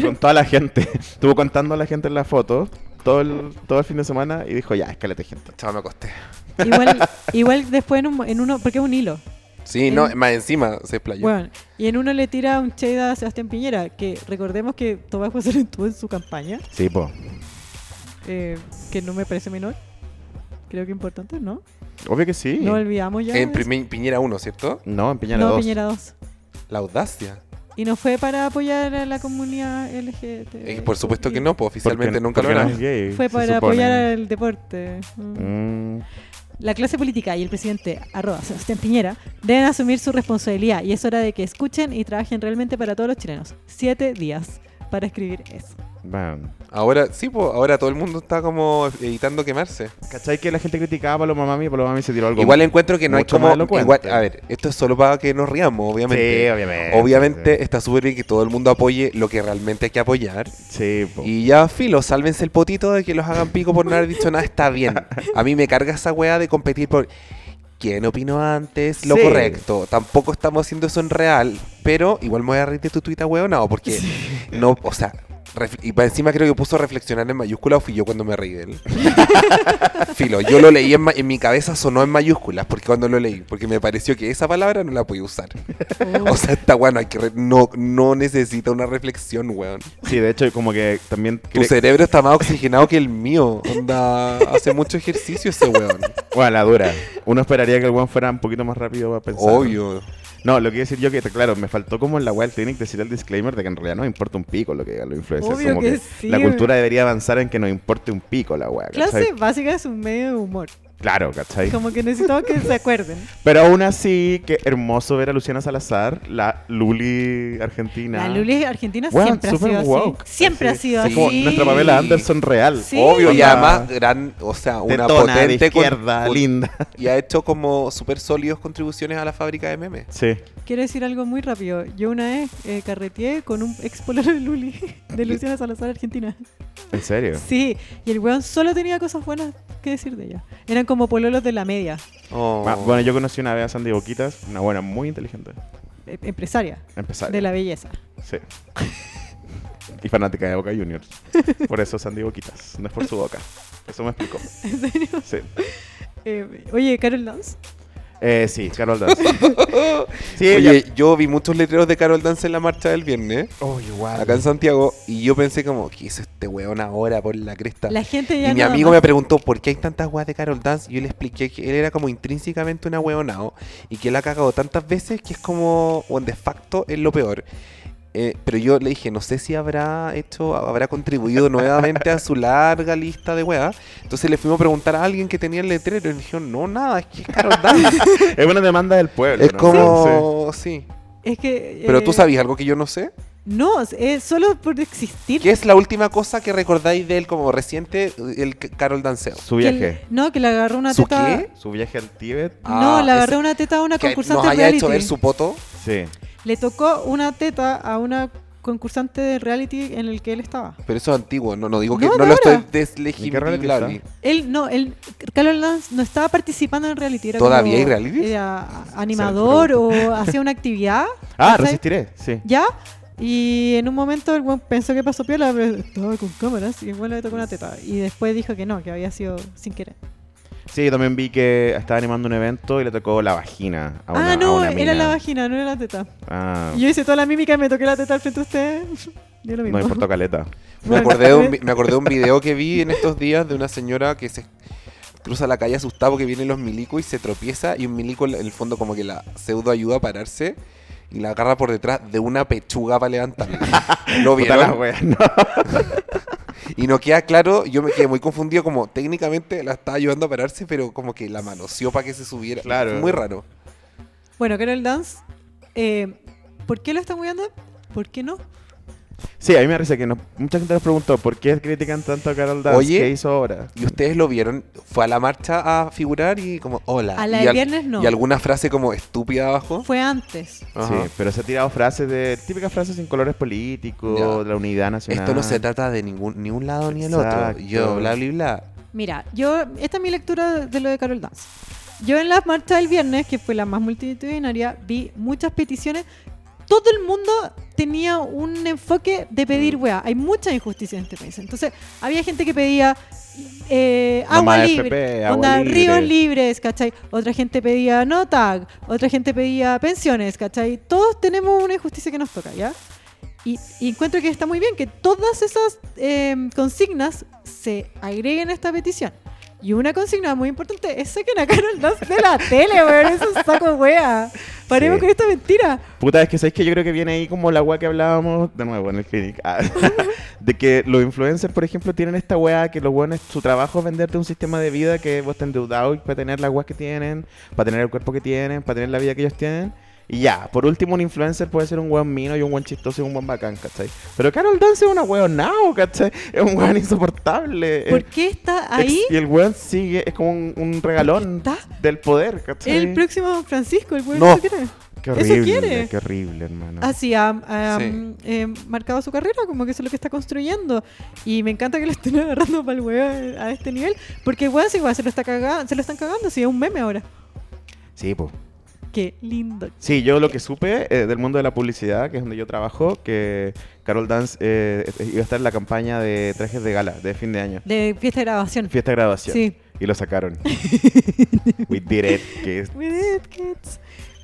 Con toda la gente. Estuvo contando a la gente en la foto todo el, todo el fin de semana y dijo, ya, escalete gente.
Chao, me acosté.
Igual, igual después en, un- en uno, porque es un hilo.
Sí, no,
Eh.
más encima se explayó.
Bueno, y en uno le tira un shade a Sebastián Piñera, que recordemos que Tomás José estuvo en su campaña,
Sí, po.
eh, que no me parece menor. Creo que importante, ¿no?
Obvio que sí.
No olvidamos ya.
en
de eso.
Primi- Piñera 1, ¿cierto?
No, en Piñera
no,
2.
Piñera 2.
La audacia.
Y no fue para apoyar a la comunidad LGBT.
Eh, por supuesto que no, pues
Porque-
oficialmente nunca lo
porque no
era.
es gay,
Fue
se
para
supone.
apoyar al deporte. Mm.
Mm,
La clase política y el presidente, arroba Sebastián Piñera, deben asumir su responsabilidad y es hora de que escuchen y trabajen realmente para todos los chilenos. Siete días para escribir eso.
bueno.
Ahora, sí, pues, ahora todo el mundo está como evitando quemarse.
¿Cachai que la gente criticaba a Pablo Mamami y Pablo Mamami se tiró algo?
Igual encuentro que no hay
mucho
como.
más elocuente.
igual- a ver, esto es solo para que nos riamos, obviamente.
Sí, obviamente.
Obviamente
Sí,
está súper bien que todo el mundo apoye lo que realmente hay que apoyar.
Sí, po.
Y ya, filo, sálvense el potito de que los hagan pico por no haber dicho nada, está bien. A mí me carga esa wea de competir por quién opinó antes, lo
Sí.
correcto. Tampoco estamos haciendo eso en real, pero igual me voy a reír de tu tuita, no, porque no, o sea, ref- y pa- encima creo que puso reflexionar en mayúscula o fui yo cuando me reí de él. filo, yo lo leí en, ma- en mi cabeza, sonó en mayúsculas, porque cuando lo leí, porque me pareció que esa palabra no la podía usar. O sea, está bueno, hay que re- no, no necesita una reflexión, weón.
Sí, de hecho, como que también...
Tu
cre-
cerebro está más oxigenado que el mío. Onda, hace mucho ejercicio ese weón.
Bueno, la dura. Uno esperaría que el weón fuera un poquito más rápido para pensar.
Obvio.
No, lo que iba a decir yo que, claro, me faltó como en la Wild Clinic decir el disclaimer de que en realidad no importa un pico lo que digan los influencers.
Obvio
como
que sí.
La cultura debería avanzar en que nos importe un pico la weá,
Clase
¿cachai?
básica es un medio de humor.
Claro, ¿cachai?
Como que necesitaba que se acuerden.
Pero aún así, qué hermoso ver a Luciana Salazar, la Luli argentina.
La Luli argentina
Weón,
siempre ha
súper
sido
woke.
así. Siempre ha sido
Es
así.
como nuestra Pamela Anderson real.
Sí.
Obvio. Y
Onda,
además, gran, o sea, una
tetona de
potente con-
izquierda,
con-
linda.
Y ha hecho como súper sólidos contribuciones a la fábrica de memes.
Sí.
Quiero decir algo muy rápido. Yo una vez eh, carreteé con un ex pololo de Luli, de Luciana Salazar Argentina.
¿En serio?
Sí, y el weón solo tenía cosas buenas que decir de ella. Eran como pololos de la media,
Oh.
Ah, Bueno, yo conocí una vez a Sandy Boquitas, una buena muy inteligente.
eh, empresaria
Empresaria.
de la belleza.
Sí. Y fanática de Boca Juniors. Por eso Sandy Boquitas. No es por su boca. Eso me explicó.
¿En serio?
Sí.
Eh, oye, Carol Dance.
Eh, sí, Carol Dance. Sí,
Oye,
ella-
yo vi muchos letreros de Carol Dance en la marcha del viernes,
Oh, igual.
acá en Santiago, y yo pensé como, ¿qué hizo este weón ahora por la cresta?
La gente ya
Y mi
nada
amigo
más.
me preguntó por qué hay tantas weas de Carol Dance. Y yo le expliqué que él era como intrínsecamente una hueonao y que él ha cagado tantas veces que es como, bueno, de facto es lo peor. Eh, pero yo le dije, no sé si habrá hecho, habrá contribuido nuevamente a su larga lista de weas. Entonces le fuimos a preguntar a alguien que tenía el letrero y me dijeron, no, nada, es que es Carol Dance.
Es una demanda del pueblo.
es
¿no?
como, sí.
Es que.
Pero
eh,
tú sabías algo que yo no sé.
No, es solo por existir.
¿Qué es la última cosa que recordáis de él como reciente? El C- Carol Danceo.
Su
Que
viaje.
el- no, que le agarró una
¿Su
teta.
qué?
Su viaje al Tíbet.
No,
Ah,
le agarró
ese-
una teta a una
Que
concursante
nos
de
haya
reality.
hecho ver su poto.
Sí.
Le tocó una teta a una concursante de reality en el que él estaba.
Pero eso es antiguo. No, no digo que
No,
no,
de ahora.
lo estoy
¿Y qué reality
deslegitimando.
está?
Él no, él Carlos Lanz no estaba participando en reality. Era
¿Todavía
como-
hay realities?
Era animador o hacía una actividad.
Ah,
¿cachai?
resistiré. Sí.
Ya. Y en un momento el weón pensó que pasó piola, pero estaba con cámaras y el weón le tocó una teta. Y después dijo que no, que había sido sin querer.
Sí, yo también vi que estaba animando un evento y le tocó la vagina a una
ah,
a
no,
una mina.
era la vagina, no era la teta.
Ah,
Y Yo hice toda la mímica y me toqué la teta al frente de usted. Yo lo mismo.
no importó caleta.
Me acordé, de un, vi- me acordé de un video que vi en estos días de una señora que se cruza la calle asustada porque vienen los milicos y se tropieza y un milico en el fondo como que la pseudo ayuda a pararse y la agarra por detrás de una pechuga para levantarla. ¿Lo
Puta la
vieron?
wea, no.
Y no queda claro, yo me quedé muy confundido como técnicamente la estaba ayudando a pararse pero como que la manoseó para que se subiera.
Claro.
Muy raro.
Bueno, Carol Dance, eh, ¿por qué lo están cuidando? ¿Por qué no?
Sí, a mí me parece que nos- mucha gente nos preguntó por qué critican tanto a Carol Dance.
Oye.
¿Qué hizo ahora?
Y ustedes lo vieron, fue a la marcha a figurar y como hola.
A la
y
del viernes no.
Y alguna frase como estúpida abajo.
Fue antes.
Ajá.
Sí, pero se ha tirado frases de típicas frases sin colores políticos,
Ya.
de la unidad nacional.
Esto no se trata de ningún ni un lado ni el
Exacto.
otro. Yo, bla, bla, bla.
Mira, yo, esta es mi lectura de lo de Carol Dance. Yo en la marcha del viernes, que fue la más multitudinaria, vi muchas peticiones. Todo el mundo tenía un enfoque de pedir
Mm.
weá. Hay mucha injusticia en este país. Entonces, había gente que pedía eh,
No
agua
más
libre,
FP, agua
onda,
libre.
ríos libres, ¿cachai? Otra gente pedía no tag, otra gente pedía pensiones, ¿cachai? Todos tenemos una injusticia que nos toca, ¿ya? Y, y encuentro que está muy bien que todas esas eh, consignas se agreguen a esta petición. Y una consigna muy importante es saquen a Carol Dance de la tele, weón. Eso es saco wea. Paremos
Sí.
con esta mentira.
Puta, es que sabéis que yo creo que viene ahí como la weá que hablábamos de nuevo en el clinic. Ah, de que los influencers, por ejemplo, tienen esta weá que los weones, su trabajo es venderte un sistema de vida que vos te endeudado para tener las weas que tienen, para tener el cuerpo que tienen, para tener la vida que ellos tienen. Y ya, por último, un influencer puede ser un weón mino y un weón chistoso y un weón bacán, ¿cachai? Pero Carol Dance es una weón now, ¿cachai? Es un weón insoportable.
¿Por
Es-
qué está ahí
Ex- Y el weón sigue, es como un, un regalón
¿Está?
del poder, ¿cachai?
el próximo Francisco, el weón?
No.
¿Eso quiere?
Qué
eso
horrible,
quiere.
qué horrible, hermano.
Así ha, ha,
Sí.
mm, eh, marcado su carrera, como que eso es lo que está construyendo. Y me encanta que lo estén agarrando para el weón a este nivel. Porque weón, sí, weón, se lo está caga- se lo están cagando, si es un meme ahora.
Sí, pues.
Qué lindo.
Sí, yo lo que supe eh, del mundo de la publicidad, que es donde yo trabajo, que Carol Dance eh, eh, iba a estar en la campaña de trajes de gala de fin de año.
De fiesta de grabación.
Fiesta de graduación.
Sí.
Y lo sacaron. We did it. Que es-
We did, kids.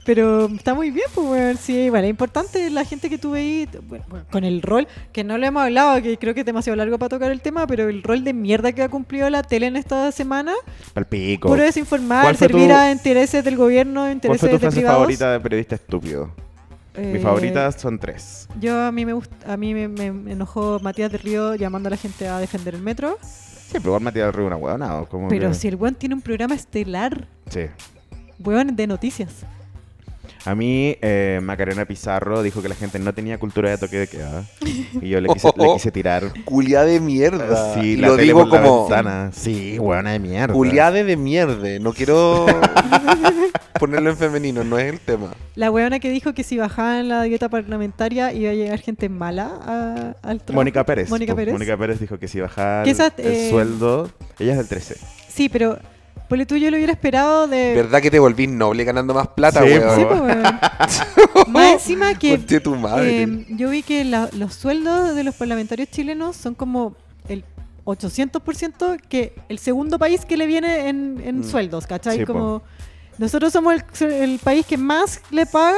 Pero está muy bien, pues, weón. Sí, bueno, es importante la gente que tuve ahí, t- bueno, bueno, con el rol, que no lo hemos hablado, que creo que es demasiado largo para tocar el tema, pero el rol de mierda que ha cumplido la tele en esta semana,
palpico.
puro
¿Cuál
desinformar,
fue
servir
tu-
a intereses del gobierno,
¿Cuál
intereses
fue tu
de
frase
privados.
favorita de periodista estúpido?
Eh,
Mis favoritas son tres.
Yo a mí me gust- a mí me, me- me enojó Matías de Río llamando a la gente a defender el metro,
Siempre igual Matías Rubio una huevona. o como
pero
que-
si el weón tiene un programa estelar,
Sí.
weón de noticias.
A mí, eh, Macarena Pizarro dijo que la gente no tenía cultura de toque de queda. Y yo le quise, le quise tirar.
Culiá de mierda.
Sí,
y
la
lo
tele
digo
por la
como
ventana. Sí, huevona de mierda.
culiade de mierda. No quiero ponerlo en femenino, no es el tema.
La weona que dijo que si bajaban la dieta parlamentaria iba a llegar gente mala a- al trabajo.
Mónica Pérez.
Mónica
Pu-
Pérez.
Mónica Pérez dijo que si bajara
Que esa,
el
eh,
sueldo, ella es del 13.
Sí, pero ponle tú, yo lo hubiera esperado de...
¿Verdad que te volvís noble ganando más plata,
Sí,
Sí,
weón?
pues, weón. Más encima que
Conche tu madre.
eh, yo vi que la- los sueldos de los parlamentarios chilenos son como el 800% que el segundo país que le viene en, en
Mm.
sueldos, ¿cachai?
Sí, po.
como nosotros somos el, el país que más le paga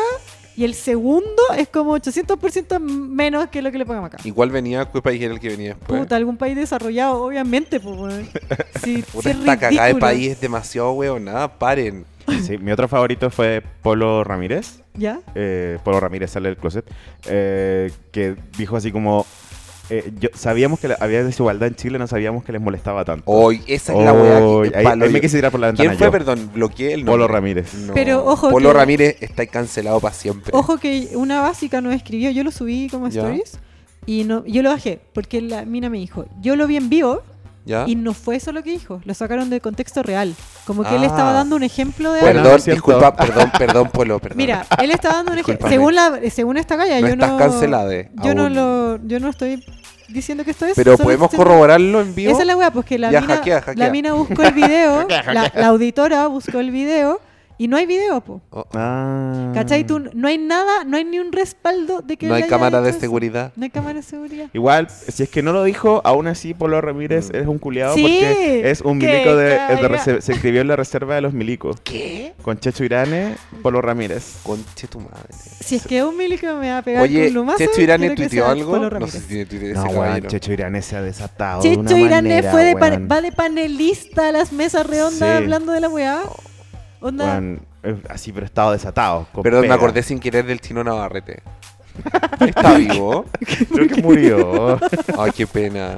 y el segundo es como 800% menos que lo que le pagamos acá.
Igual venía, ¿qué país era el que venía después?
Puta, algún país desarrollado, obviamente, pues, weón. Sí, sí
Puta,
es
esta cagada de
ridículo.
país es demasiado, weón. Nada, paren.
Sí, mi otro favorito fue Polo Ramírez.
¿Ya?
eh, Polo Ramírez sale del closet. eh, que dijo así como: eh, yo- sabíamos que la- había desigualdad en Chile, no sabíamos que les molestaba tanto.
Hoy, Oh, esa es la weá.
Oy,
que-
ahí-
palo
ahí me
yo.
quise tirar por la ventana
¿Quién fue?
yo.
Perdón, bloqueé el nombre.
Polo Ramírez.
No.
Pero ojo
Polo
que-
Ramírez está cancelado para siempre.
Ojo que una básica no escribió, yo lo subí como
Ya.
stories y no, yo lo bajé porque la mina me dijo, yo lo vi en vivo
¿Ya?
y no fue eso lo que dijo, lo sacaron de contexto real, como que él
Ah.
estaba dando un ejemplo de...
Bueno, no
algo.
Perdón,
es cierto.
disculpa, perdón, perdón, Polo, perdón.
Mira, él estaba dando un ejemplo,
Discúlpame.
según, la, según esta galla,
No
yo
estás
no...
cancelada, eh,
yo no,
aún.
lo, yo no estoy diciendo que esto es...
Pero
solo
podemos
estoy-
corroborarlo en vivo.
Esa es la weá, porque la,
Ya,
mina,
hackea, hackea.
la mina buscó el video, la, la auditora buscó el video y no hay video, po.
Oh, oh.
Ah.
¿Cachai? Tú, no hay nada, no hay ni un respaldo de que
no
él
hay
haya
cámara
hecho
de este
eso.
seguridad.
No hay cámara de seguridad.
Igual, si es que no lo dijo, aún así Polo Ramírez es un culiado
Sí,
porque es un
qué
milico de, es de
caga.
rese- se escribió en la reserva de los milicos. ¿Qué? Con Checho Irane, Polo Ramírez.
Conche tu madre.
Si es que un milico me va a pegar
Oye,
con lumazo,
Checho Irane
quiero que
tuiteó
sea
algo.
Polo
No sé
Ramírez.
si tiene Twitter ese
No, weón,
caballero.
Checho Irane se ha desatado. de Ah, una
Checho Irane
manera,
fue de pa-
weón.
va de panelista a las mesas redondas
Sí.
hablando de la weá. Onda,
Weón, eh, así, pero estaba desatado. con
Perdón, me
pega.
acordé sin querer del chino Navarrete. Está vivo.
Creo que murió.
Ay, qué pena.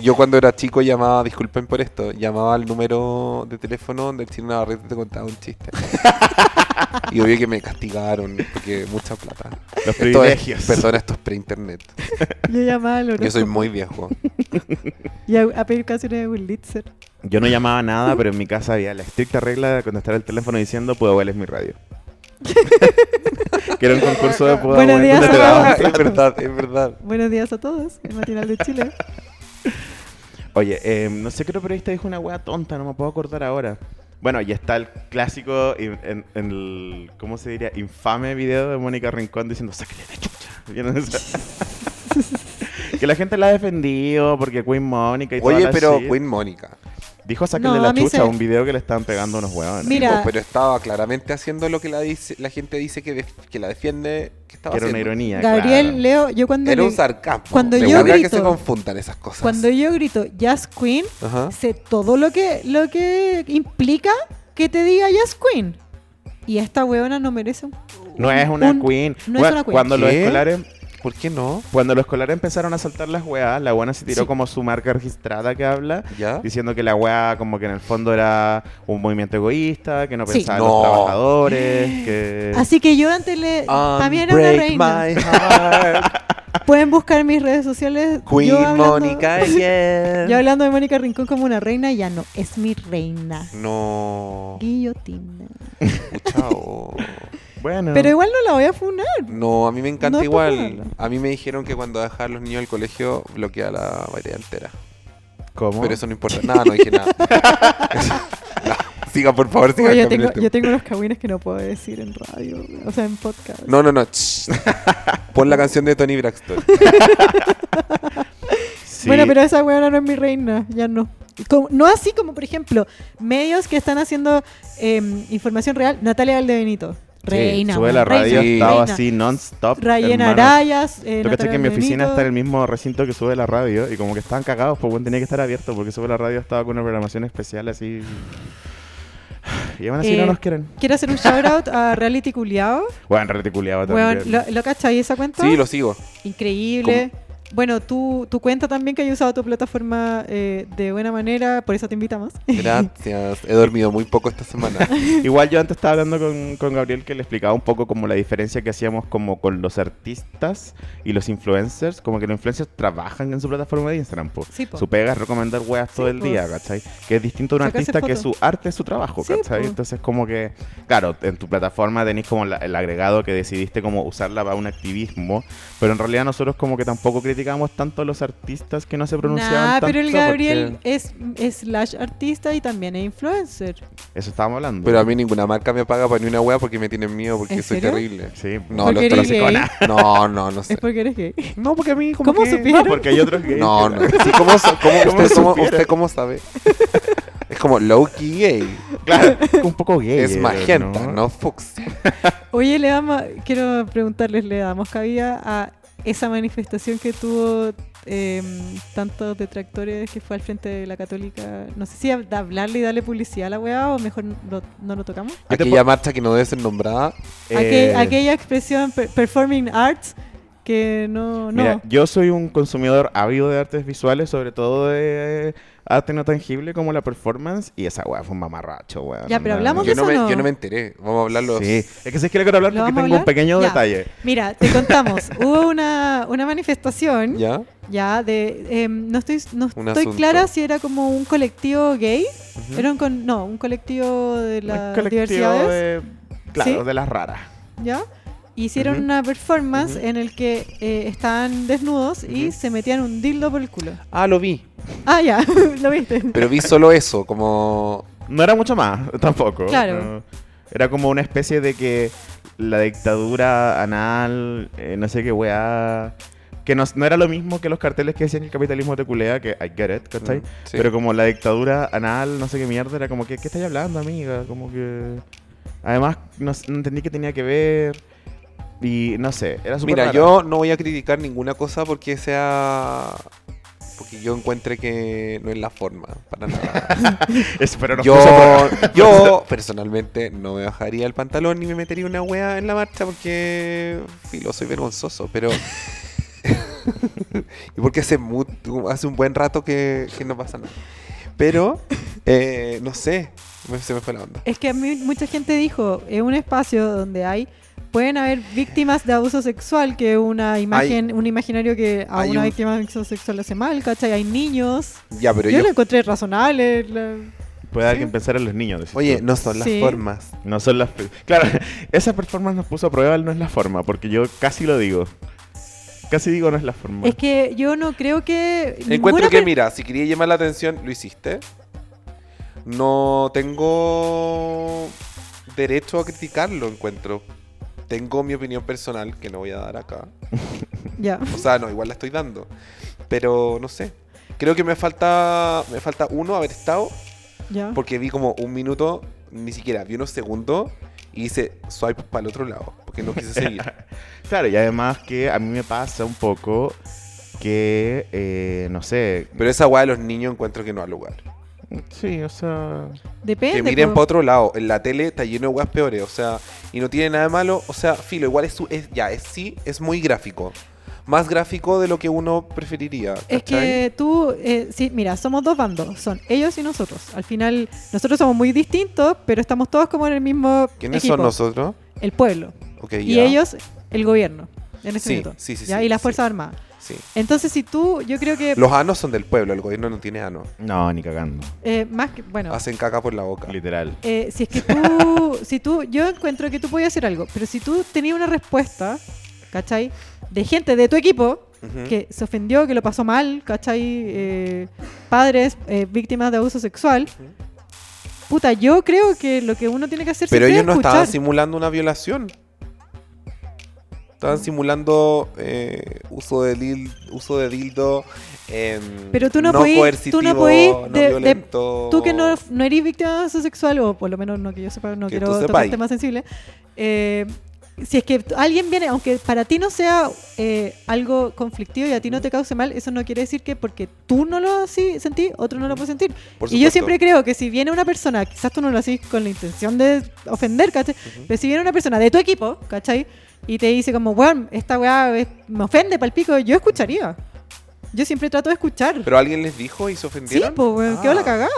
Yo cuando era chico llamaba, disculpen por esto, llamaba al número de teléfono donde el chino Navarrete te contaba un chiste. Y obvio que me castigaron, porque mucha plata.
Los
Esto es-
privilegios.
perdona, esto es pre-internet.
yo llamaba al
Yo
Orozco
soy muy viejo.
y a, a pedir canciones de Wurlitzer.
Yo no llamaba nada, pero en mi casa había la estricta regla de contestar el teléfono diciendo Puedo es mi radio. que era un concurso de Puedo
Buenos días,
te
amor.
daban.
es verdad, es verdad.
Buenos días a todos, el matinal de Chile.
Oye, eh, no sé qué periodista dijo una wea tonta, no me puedo acordar ahora. Bueno, y está el clásico, in- en, en el, ¿cómo se diría? Infame video de Mónica Rincón diciendo, sáquenle la chucha. ¿Vieron eso? que la gente la ha defendido porque Queen Mónica y toda
Oye,
la
pero
shit.
Queen Mónica.
Dijo sáquenle
No, a
la
mí
chucha
se-
un video que le estaban pegando unos huevones.
Mira,
Oh, pero estaba claramente haciendo lo que la, dice, la gente dice que, def- que la defiende. Que estaba
Que era una
haciendo.
ironía,
Gabriel,
claro.
Leo, yo cuando,
Era
le-
un sarcasmo.
cuando
Me
yo
carga que
grito-
se confundan esas cosas.
cuando yo grito Jazz Queen,
Ajá.
sé todo lo que, lo que implica que te diga Jazz Queen. Y esta weona no merece un...
No es una
un-
queen.
no es
Bueno,
una queen.
Cuando los
¿Qué?
escolares,
¿Por qué no?
cuando los escolares empezaron a saltar las weas, la buena se tiró
Sí.
como su marca registrada que habla,
¿Ah?
¿Ya?
diciendo que la wea como que en el fondo era un movimiento egoísta, que no
Sí.
pensaba en
No.
los trabajadores, que
Así que yo antes le... También era una
Eh. Unbreak
reina.
my heart,
Pueden buscar mis redes sociales. yo
Queen
hablando-
Mónica again.
Yo hablando de Mónica Rincón como una reina, ya no. Es mi reina.
No. pues,
Guillotina.
Chao.
bueno.
Pero igual no la voy a funar.
No, a mí me encanta
No es por
igual.
nada.
A mí me dijeron que cuando dejar los niños al colegio bloquea la variedad altera.
¿Cómo?
Pero eso no importa. Nada, no dije nada. No, siga, por favor, siga.
Oye, yo,
cambien el este.
tengo,
tema.
yo tengo unos cagüines que no puedo decir en radio, o sea, en podcast.
No, no, no. shh. Pon la canción de Tony Braxton.
Sí.
Bueno, pero esa weona no es mi reina, ya no. Como- no así como, por ejemplo, medios que están haciendo em, información real. Natalia Valdebenito,
Sí,
reina.
sube
weón,
la radio,
reina,
estaba
reina.
así non-stop.
Rayén
hermano.
Arayas. Eh,
Yo caché
Natalia
que en mi oficina
Valdebenito.
está en el mismo recinto que sube la radio y como que estaban cagados, pues bueno, tenía que estar abierto porque sube la radio estaba con una programación especial así. Y aún así no
Eh,
nos quieren.
Quiero hacer un shout out a Reality Culeado.
Bueno, reticuleado también.
Weón, ¿lo, lo cachai esa cuenta?
Sí, lo sigo.
Increíble. Bueno, tu, tu cuenta también que hay usado tu plataforma eh, de buena manera, por eso te invitamos.
Gracias. He dormido muy poco esta semana.
Igual yo antes estaba hablando con, con Gabriel que le explicaba un poco como la diferencia que hacíamos como con los artistas y los influencers, como que los influencers trabajan en su plataforma de Instagram, po.
Sí, po.
Su pega es recomendar weas todo el
po.
día, ¿cachai? Que es distinto a un
Sacarse
artista que su
fotos.
arte es su trabajo,
Sí,
¿cachai?
po.
Entonces como que, claro, en tu plataforma tenés como la- el agregado que decidiste como usarla para un activismo, pero en realidad nosotros como que tampoco criticamos tanto a los artistas que no se pronunciaban
Nah,
tanto.
pero el
porque-
Gabriel es, es slash artista y también es influencer.
Eso estábamos hablando.
Pero a mí ninguna marca me paga para ni una wea porque me tienen miedo, porque
¿En
soy
serio?
terrible.
Sí.
No,
Porque
los
eres
trolls- No, no, no sé.
Es porque eres gay.
No, porque a mí
como ¿Cómo que- supieron?
porque hay otros gays.
No,
que-
no. Sí, ¿cómo, so- cómo-
¿Cómo
usted, cómo-
supiera?
usted cómo sabe? Es como low-key gay.
Claro, un poco gay.
es
eh,
magenta, no, fucsia.
Oye, le damos, quiero preguntarles, ¿le damos cabida a esa manifestación que tuvo em, tantos detractores que fue al frente de la católica? No sé si hab- de hablarle y darle publicidad a la weá o mejor lo- no lo tocamos.
Yo te
Aquella marcha que no debe ser nombrada.
Eh,
Aquel- aquella expresión per- performing arts que no, no.
Mira, yo soy un consumidor ávido de artes visuales, sobre todo de arte no tangible como la performance, y esa weá fue un mamarracho, weón.
Ya, pero
No,
hablamos
yo-
Yo no, me,
eso no?
yo no me enteré. Vamos a hablarlo.
Sí, es que sé que le quiero hablar
¿Lo
porque
vamos a
tengo un
hablar?
pequeño
Ya.
detalle.
Mira, te contamos. Hubo una, una manifestación ya,
¿Ya?
de... em, no estoy, no
Un
estoy
asunto.
clara si era como un colectivo gay. Era un con- no, un colectivo de las
Un colectivo
diversidades.
de- claro,
Sí.
de las raras.
¿ya? Hicieron
Ujú.
una performance
Ujú.
en el que eh, estaban desnudos y se metían un dildo por el culo.
Ah, lo vi.
Ah, ya, lo viste.
Pero vi solo eso, como.
No era mucho más, tampoco.
Claro.
No. Era como una especie de que la dictadura anal, eh, no sé qué weá. Que no, no era lo mismo que los carteles que decían que el capitalismo te culea, que I get it, ¿cachai?
Mm, sí.
Pero como la dictadura anal, no sé qué mierda, era como que, ¿qué estáis hablando, amiga? Como que. Además, no, s- no entendí qué tenía que ver. Y no sé, era súper
Mira,
raro.
yo no voy a criticar ninguna cosa porque sea. Porque yo encuentre que no es la forma, para nada.
Es- pero nos
yo,
puso por-
yo personalmente no me bajaría el pantalón ni me metería una wea en la marcha porque. Filo, soy vergonzoso, pero. y porque hace, mu- hace un buen rato que, que no pasa nada. Pero, eh, no sé, me- se me fue la onda.
Es que a mí mucha gente dijo, es un espacio donde hay pueden haber víctimas de abuso sexual, que una imagen, un imaginario que a
hay
una
un-
víctima de abuso sexual le hace mal, ¿cachai? Hay niños.
Ya, pero
yo,
yo.
lo encontré razonable. la-
Puede alguien pensar en los niños. decís
Oye,
tú.
no son las
Sí.
formas.
No son las. Claro, esa performance nos puso a prueba, el no es la forma, porque yo casi lo digo. Casi digo no es la forma.
Es que yo no creo que...
Encuentro
ninguna
que,
per-
mira, si quería llamar la atención, lo hiciste. No tengo derecho a criticarlo, encuentro. Tengo mi opinión personal, que no voy a dar acá.
Ya.
O sea, no, igual la estoy dando. Pero no sé. Creo que me falta. Me falta uno haber estado.
ya.
Porque vi como un minuto, ni siquiera, vi unos segundos y hice swipe para el otro lado. Porque no quise seguir.
Claro, y además que a mí me pasa un poco que, eh, no sé.
Pero esa weá de los niños encuentro que no al lugar.
Sí, o sea.
Depende.
Que miren
po.
para otro lado. En la tele está lleno de weas peores. O sea, y no tiene nada de malo. O sea, filo, igual es, su- es ya, es sí, es muy gráfico. Más gráfico de lo que uno preferiría.
Es
¿cachai?
que tú, eh, sí, mira, somos dos bandos, son ellos y nosotros. Al final, nosotros somos muy distintos, pero estamos todos como en el mismo
¿Quiénes
equipo,
son nosotros?
El pueblo.
Ok,
Y
ya.
ellos, el gobierno, en este
Sí,
minuto,
sí, sí,
¿ya?
sí,
y las
sí.
Fuerzas Armadas.
Sí.
Entonces, si tú, yo creo que
Los anos son del pueblo, el gobierno no tiene ano.
No, ni cagando.
eh, más que, bueno,
Hacen caca por la boca.
Literal.
eh, si es que tú, si tú, yo encuentro que tú podías hacer algo, pero si tú tenías una respuesta, ¿cachai? De gente de tu equipo,
Ujú.
que se ofendió, que lo pasó mal, ¿cachai? Eh, padres, eh, víctimas de abuso sexual. Puta, yo creo que lo que uno tiene que hacer
Pero
siempre
ellos
es
no estaban
escuchar.
simulando una violación.
Mm.
Estaban simulando eh, uso, de dil- uso de dildo. em,
Pero tú no podí- tú no
coercitivo,
podí
no
de- de-
violento.
Tú que no, no eres víctima de abuso sexual, o por lo menos no que yo sepa, no
Que tú
quiero
sepáis.
tocar temas sensibles. eh, si es que t- alguien viene, aunque para ti no sea eh, algo conflictivo y a ti no te cause mal, eso no quiere decir que porque tú no lo así sentí, otro no lo puede sentir.
Por
Y yo
supuesto.
siempre creo que si viene una persona, quizás tú no lo haces con la intención de ofender, ¿cachai? Pero si viene una persona de tu equipo, ¿cachai? Y te dice como, weón, esta weá es- me ofende pa'l pico, yo escucharía. Yo siempre trato de escuchar.
Pero alguien les dijo y se
sí,
ofendieron.
pues, weón,
Ah.
quedó la cagada.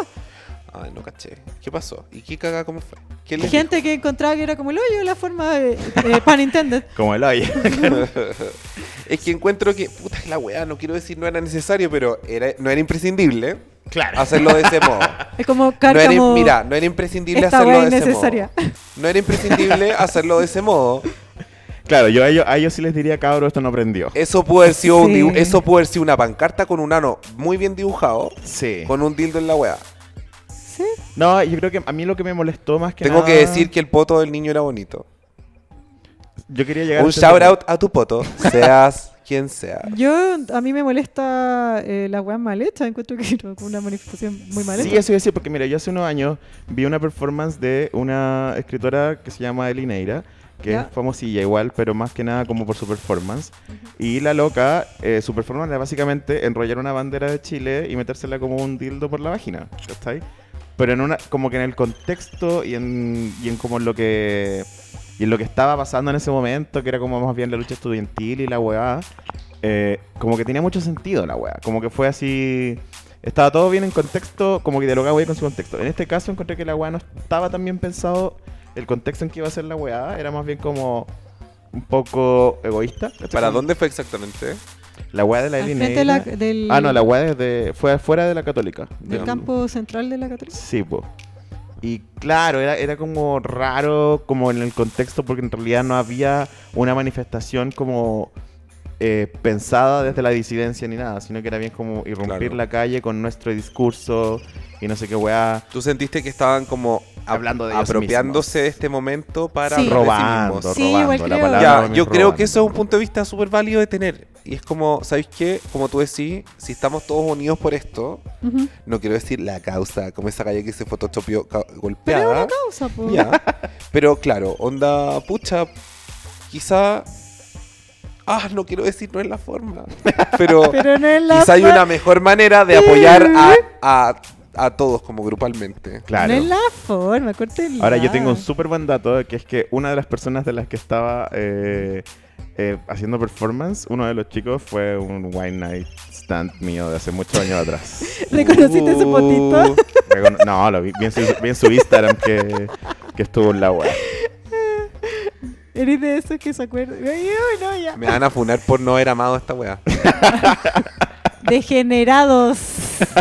Ay, no caché. ¿Qué pasó? ¿Y qué cagada cómo fue? ¿Qué les
Gente que encontraba que era como el hoyo, la forma de eh, pan intended.
Como el hoyo.
dijo? es que encuentro que, puta la weá, no quiero decir no era necesario, pero era, no era imprescindible
claro.
hacerlo de ese modo.
Es como
No era,
cárcamo.
mira, no era imprescindible
esta
hacerlo
weá
de ese modo.
innecesaria.
No era imprescindible hacerlo de ese modo.
Claro, yo a ellos, a ellos sí les diría, cabro, esto no prendió.
Eso pudo haber sido, un
Sí.
dibu- eso pudo haber sido una pancarta con un ano muy bien dibujado,
Sí.
con un dildo en la weá.
Sí.
No, yo creo que a mí lo que me molestó más que
Tengo
nada-
que decir que el poto del niño era bonito.
Yo quería llegar a
Un
ese
shout
tema.
out a tu poto, seas quien sea.
Yo, a mí me molesta eh, la weá mal hecha. Encuentro que era una manifestación muy mal ¿eh? hecha.
Sí, eso iba a decir, porque mira, yo hace unos años vi una performance de una escritora que se llama Elineira, que
Ya.
es famosilla igual, pero más que nada como por su performance. Y la loca, eh, su performance era básicamente enrollar una bandera de Chile y metérsela como un dildo por la vagina, ¿cachai? Pero en una, como que en el contexto y en, y en como lo que Y en lo que estaba pasando en ese momento, que era como más bien la lucha estudiantil y la weá, eh, como que tenía mucho sentido la weá. Como que fue así. Estaba todo bien en contexto, como que dialogaba bien con su contexto. En este caso encontré que la weá no estaba tan bien pensado. El contexto en que iba a ser la weá era más bien como un poco egoísta. ¿cachai?
¿Para
Como-
dónde fue exactamente?
La weá de la
Al
Evelyn
frente de la-
Eila-
del-
Ah, no, la weá es de- fue afuera de la Católica.
Del
De-
campo central de la Católica.
Sí, po. Y claro, era, era como raro como en el contexto porque en realidad no había una manifestación como eh, pensada desde la disidencia ni nada, sino que era bien como irrumpir
Claro.
la calle con nuestro discurso y no sé qué weá.
¿Tú sentiste que estaban como a-
Hablando de ellos
apropiándose de este momento para
Sí.
hablar de
Robando,
mismos?
Sí,
robando.
igual
la
creo.
palabra
Ya,
para mí
yo
es
creo que
robando.
eso es un punto de vista súper válido de tener. Y es como, ¿sabéis qué? Como tú decís, si estamos todos unidos por esto,
Ujú.
no quiero decir la causa, como esa calle que se photoshopió ca-
Pero es
golpeada.
una causa, po.
Ya. Pero claro, onda, pucha, quizá. Ah, no quiero decir, no es la forma. Pero,
Pero no es la
quizá hay
for-
una mejor manera de apoyar a, a- a todos como grupalmente.
Claro.
No es la forma, córtenla.
Ahora yo tengo un súper buen dato, que es que una de las personas de las que estaba eh, eh, haciendo performance, uno de los chicos fue un Wine Night Stand mío de hace muchos años atrás.
¿Reconociste ese
Uh.
potito?
Recono- No, lo vi, vi en su, vi en su Instagram que, que estuvo en la web.
Eres de esos que se acuerdan. Ay, uy, no, ya.
Me van a funar por no haber amado a esta weá.
Degenerados.